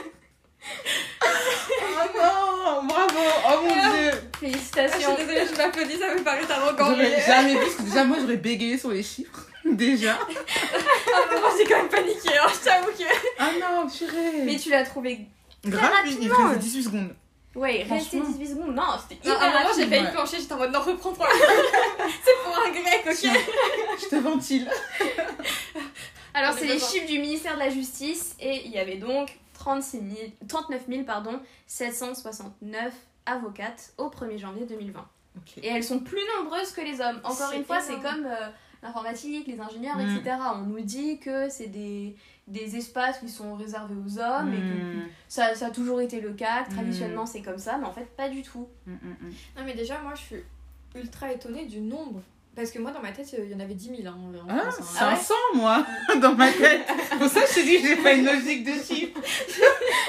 [SPEAKER 3] 8. oh non, bravo. Oh mon dieu.
[SPEAKER 4] Je
[SPEAKER 2] Félicitations
[SPEAKER 4] suis désolée, je m'applaudis, ça me paraît arrogant.
[SPEAKER 3] J'aurais
[SPEAKER 4] mais-
[SPEAKER 3] jamais vu, parce que déjà, moi, j'aurais bégayé sur les chiffres. Déjà.
[SPEAKER 4] Ah, mais Moi j'ai quand même paniqué, hein, je t'avoue que.
[SPEAKER 3] Ah non, purée.
[SPEAKER 2] Mais tu l'as trouvé.
[SPEAKER 3] Grave, il
[SPEAKER 2] rapidement.
[SPEAKER 3] faisait 18 secondes.
[SPEAKER 2] Ouais, restez
[SPEAKER 3] Franchement.
[SPEAKER 2] 18 secondes. Non, c'était
[SPEAKER 4] À un
[SPEAKER 2] hyper
[SPEAKER 4] moment j'ai
[SPEAKER 2] rapide.
[SPEAKER 4] failli
[SPEAKER 3] ouais.
[SPEAKER 4] plancher, j'étais en mode non, reprends-toi. C'est pour un grec, ok
[SPEAKER 3] Je te ventile.
[SPEAKER 2] Alors,
[SPEAKER 4] On
[SPEAKER 2] c'est
[SPEAKER 4] est
[SPEAKER 2] les
[SPEAKER 4] pas
[SPEAKER 2] chiffres du ministère de la Justice et il y avait donc 36 000, 39 000 pardon, 769 avocates au 1er janvier 2020.
[SPEAKER 3] Ok.
[SPEAKER 2] Et elles sont plus nombreuses que les hommes. Encore
[SPEAKER 4] C'est
[SPEAKER 2] une fois, c'est
[SPEAKER 4] énorme.
[SPEAKER 2] comme euh, l'informatique, les ingénieurs,
[SPEAKER 3] Mm.
[SPEAKER 2] etc. On nous dit que c'est des, des espaces qui sont réservés aux hommes et que
[SPEAKER 3] Mm,
[SPEAKER 2] ça, ça a toujours été le cas.
[SPEAKER 3] Mm.
[SPEAKER 2] Traditionnellement, c'est comme ça, mais en fait, pas du tout.
[SPEAKER 3] mm, mm, mm.
[SPEAKER 4] Non mais déjà, moi je suis ultra étonnée du nombre Parce que moi, dans ma tête, euh, il y en avait 10 000 hein, environ.
[SPEAKER 3] Ah,
[SPEAKER 4] comme ça, hein.
[SPEAKER 3] 500 moi dans ma tête. Pour ça je te dis que j'ai pas une logique de chiffres.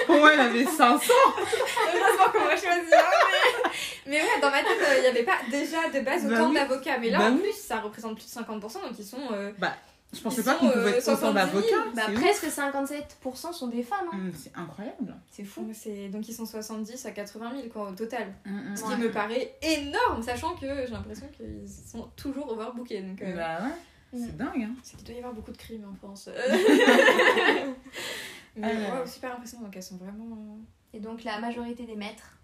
[SPEAKER 3] Pour moi elle avait 500.
[SPEAKER 4] Heureusement qu'on va choisir. hein, Mais... mais ouais, dans ma tête, euh, il n'y avait pas déjà de base
[SPEAKER 3] Bah
[SPEAKER 4] autant
[SPEAKER 3] oui.
[SPEAKER 4] d'avocats. Mais là,
[SPEAKER 3] Bah
[SPEAKER 4] en
[SPEAKER 3] oui.
[SPEAKER 4] plus, ça représente plus de 50%, donc ils sont. euh,
[SPEAKER 3] Je pensais
[SPEAKER 4] Ils
[SPEAKER 3] pas
[SPEAKER 4] sont,
[SPEAKER 3] qu'on pouvait
[SPEAKER 4] euh,
[SPEAKER 3] être autant
[SPEAKER 4] 70 000.
[SPEAKER 3] d'avocats.
[SPEAKER 2] Bah,
[SPEAKER 3] C'est ouf.
[SPEAKER 2] presque 57% sont des femmes. hein.
[SPEAKER 3] Hum, C'est incroyable.
[SPEAKER 2] C'est fou.
[SPEAKER 4] c'est- Donc ils sont 70 à 80 000 quoi, au total.
[SPEAKER 3] Hum, hum.
[SPEAKER 4] Ce
[SPEAKER 2] Ouais.
[SPEAKER 4] qui me paraît énorme, sachant que j'ai l'impression qu'ils sont toujours overbookés. Donc, euh,
[SPEAKER 3] Bah ouais. C'est
[SPEAKER 2] Mm.
[SPEAKER 3] dingue. Hein.
[SPEAKER 4] C'est qu'il doit y avoir beaucoup de crimes en France. Mais
[SPEAKER 3] Ah,
[SPEAKER 4] ouais, super impressionnant, donc elles sont vraiment. euh,
[SPEAKER 2] Et donc la majorité des maîtres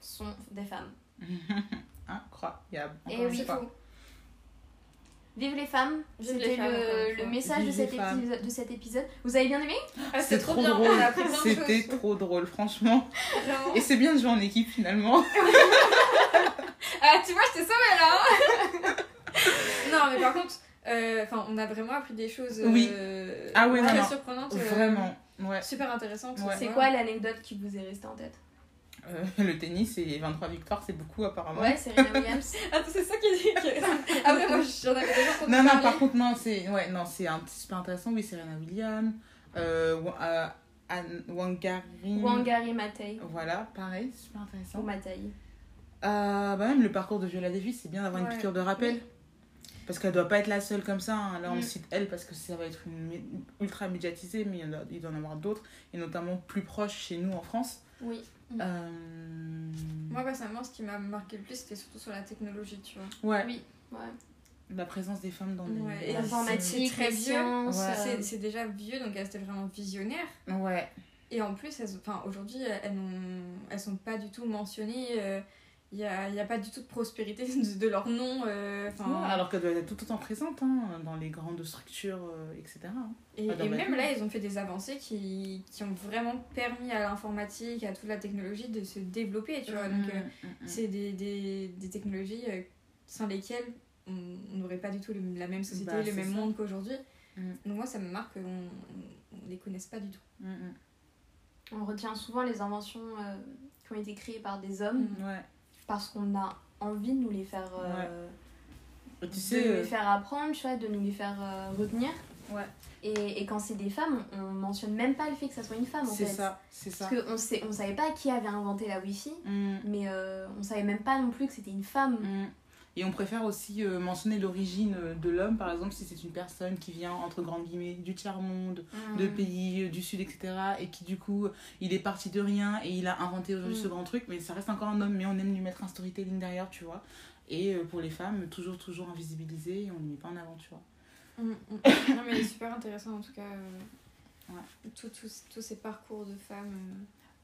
[SPEAKER 2] sont des femmes.
[SPEAKER 3] Incroyable.
[SPEAKER 2] Et
[SPEAKER 3] Encore une
[SPEAKER 2] oui.
[SPEAKER 3] fois.
[SPEAKER 2] Vive les femmes,
[SPEAKER 4] Vive les
[SPEAKER 2] c'était
[SPEAKER 4] femmes, encore
[SPEAKER 2] le,
[SPEAKER 4] une fois.
[SPEAKER 2] le message de
[SPEAKER 3] Vive
[SPEAKER 2] cet,
[SPEAKER 3] les femmes.
[SPEAKER 2] épisode, de cet épisode. Vous avez bien aimé
[SPEAKER 4] Ah,
[SPEAKER 3] C'était
[SPEAKER 4] c'est
[SPEAKER 3] trop,
[SPEAKER 4] trop, bien,
[SPEAKER 3] drôle.
[SPEAKER 4] on a appris plein de
[SPEAKER 3] C'était
[SPEAKER 4] choses.
[SPEAKER 3] trop drôle, franchement.
[SPEAKER 4] Vraiment.
[SPEAKER 3] Et c'est bien de jouer en équipe finalement.
[SPEAKER 4] Ah, tu vois, je t'ai sauvée là hein. Non, mais par contre, euh, 'fin, on a vraiment appris des choses euh,
[SPEAKER 3] Oui. Ah ouais, non,
[SPEAKER 4] très
[SPEAKER 3] non.
[SPEAKER 4] surprenantes. euh,
[SPEAKER 3] Vraiment. Ouais.
[SPEAKER 4] Super intéressantes.
[SPEAKER 3] Ouais.
[SPEAKER 2] C'est quoi l'anecdote qui vous est restée en tête
[SPEAKER 3] Euh, le tennis et les 23 victoires, c'est beaucoup apparemment.
[SPEAKER 2] Ouais, Serena Williams.
[SPEAKER 4] Attends, c'est ça qui est dit. Après, moi, j'en avais déjà entendu
[SPEAKER 3] Non, non,
[SPEAKER 4] parler.
[SPEAKER 3] par contre, non, c'est ouais, non, c'est un- c'est super intéressant. Oui, Serena Williams, euh, Wa- euh, Anne- Wangari.
[SPEAKER 2] Wangari Matei.
[SPEAKER 3] Voilà, pareil, super
[SPEAKER 2] Ou
[SPEAKER 3] intéressant.
[SPEAKER 2] Matei.
[SPEAKER 3] Euh, bah, même le parcours de Viola Davis, c'est bien d'avoir
[SPEAKER 4] Ouais.
[SPEAKER 3] une piqûre de rappel. Parce qu'elle doit pas être la seule comme ça. hein. Là, on
[SPEAKER 2] Mm.
[SPEAKER 3] cite elle parce que ça va être une mé- ultra médiatisé, mais il, y en a- il doit en avoir d'autres, et notamment plus proches chez nous en France.
[SPEAKER 2] Oui.
[SPEAKER 3] Euh,
[SPEAKER 4] Moi, personnellement, ce qui m'a marqué le plus, c'était surtout sur la technologie, tu vois.
[SPEAKER 3] Ouais,
[SPEAKER 2] Oui. Ouais.
[SPEAKER 3] la présence des femmes dans les-
[SPEAKER 4] Ouais,
[SPEAKER 3] dans
[SPEAKER 4] et
[SPEAKER 3] les-
[SPEAKER 2] L'informatique,
[SPEAKER 4] très
[SPEAKER 2] les
[SPEAKER 4] vieux.
[SPEAKER 2] sciences.
[SPEAKER 3] Ouais.
[SPEAKER 2] euh,
[SPEAKER 4] C'est- C'est déjà vieux, donc elles étaient vraiment visionnaires.
[SPEAKER 3] Ouais,
[SPEAKER 4] Et en plus, elles- enfin, aujourd'hui, elles, n'ont- elles sont pas du tout mentionnées. euh, Il n'y a, il y a pas du tout de prospérité de, de leur nom. euh, enfin,
[SPEAKER 3] Ouais, alors qu'elle doit être tout autant présente hein, dans les grandes structures, euh, etc. hein.
[SPEAKER 4] et,
[SPEAKER 3] Ah, dans
[SPEAKER 4] et
[SPEAKER 3] ma
[SPEAKER 4] même
[SPEAKER 3] vie.
[SPEAKER 4] là, ils ont fait des avancées qui, qui ont vraiment permis à l'informatique, à toute la technologie de se développer. Tu vois, donc, euh,
[SPEAKER 3] Mm, mm,
[SPEAKER 4] c'est des, des, des technologies euh, sans lesquelles on on n'aurait pas du tout le- la même société,
[SPEAKER 3] Bah,
[SPEAKER 4] le
[SPEAKER 3] c'est
[SPEAKER 4] même
[SPEAKER 3] ça.
[SPEAKER 4] monde qu'aujourd'hui.
[SPEAKER 3] Mm.
[SPEAKER 4] Donc moi, ça me marque qu'on ne les connaisse pas du tout.
[SPEAKER 3] mm, mm.
[SPEAKER 2] On retient souvent les inventions euh, qui ont été créées par des
[SPEAKER 3] Mmh.
[SPEAKER 2] hommes
[SPEAKER 4] Mmh. Mm.
[SPEAKER 3] Ouais.
[SPEAKER 2] parce qu'on a envie de nous les faire. euh,
[SPEAKER 3] Et
[SPEAKER 2] de
[SPEAKER 3] tu sais,
[SPEAKER 2] nous
[SPEAKER 3] euh,
[SPEAKER 2] les faire apprendre, tu vois, de nous les faire euh, retenir.
[SPEAKER 3] Ouais.
[SPEAKER 2] Et, et quand c'est des femmes, on mentionne même pas le fait que ça soit une femme en fait.
[SPEAKER 3] c'est ça, c'est ça.
[SPEAKER 2] Parce qu'on sait, on savait pas qui avait inventé la Wi-Fi,
[SPEAKER 3] Mm,
[SPEAKER 2] mais euh, on savait même pas non plus que c'était une femme.
[SPEAKER 3] mm. Et on préfère aussi euh, mentionner l'origine euh, de l'homme, par exemple, si c'est une personne qui vient, entre grandes guillemets, du tiers-monde,
[SPEAKER 4] Mm.
[SPEAKER 2] Mm.
[SPEAKER 3] de pays euh, du sud, etc. Et qui, du coup, il est parti de rien et il a inventé aujourd'hui
[SPEAKER 2] Mm.
[SPEAKER 3] ce grand truc, mais ça reste encore un homme, mais on aime lui mettre un storytelling derrière, tu vois. Et euh, pour les femmes, toujours, toujours invisibilisées, et on ne met pas en avant, tu vois. Mmh.
[SPEAKER 4] non mais super intéressant en tout cas. euh, tout- tout- tous ces parcours de femmes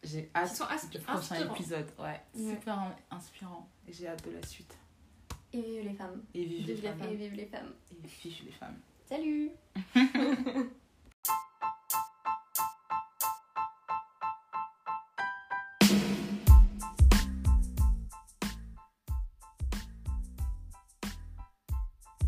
[SPEAKER 3] J'ai
[SPEAKER 4] euh,
[SPEAKER 3] hâte
[SPEAKER 4] qui sont
[SPEAKER 3] du
[SPEAKER 4] aspi-
[SPEAKER 3] prochain
[SPEAKER 4] inspirants.
[SPEAKER 3] épisode. Ouais,
[SPEAKER 4] Ouais.
[SPEAKER 3] super in- inspirant. Et j'ai hâte de la suite.
[SPEAKER 2] Et vive les femmes.
[SPEAKER 3] Et vive, les,
[SPEAKER 4] Vive les
[SPEAKER 3] femmes.
[SPEAKER 2] Et vive les femmes.
[SPEAKER 3] Et vive les femmes.
[SPEAKER 2] Salut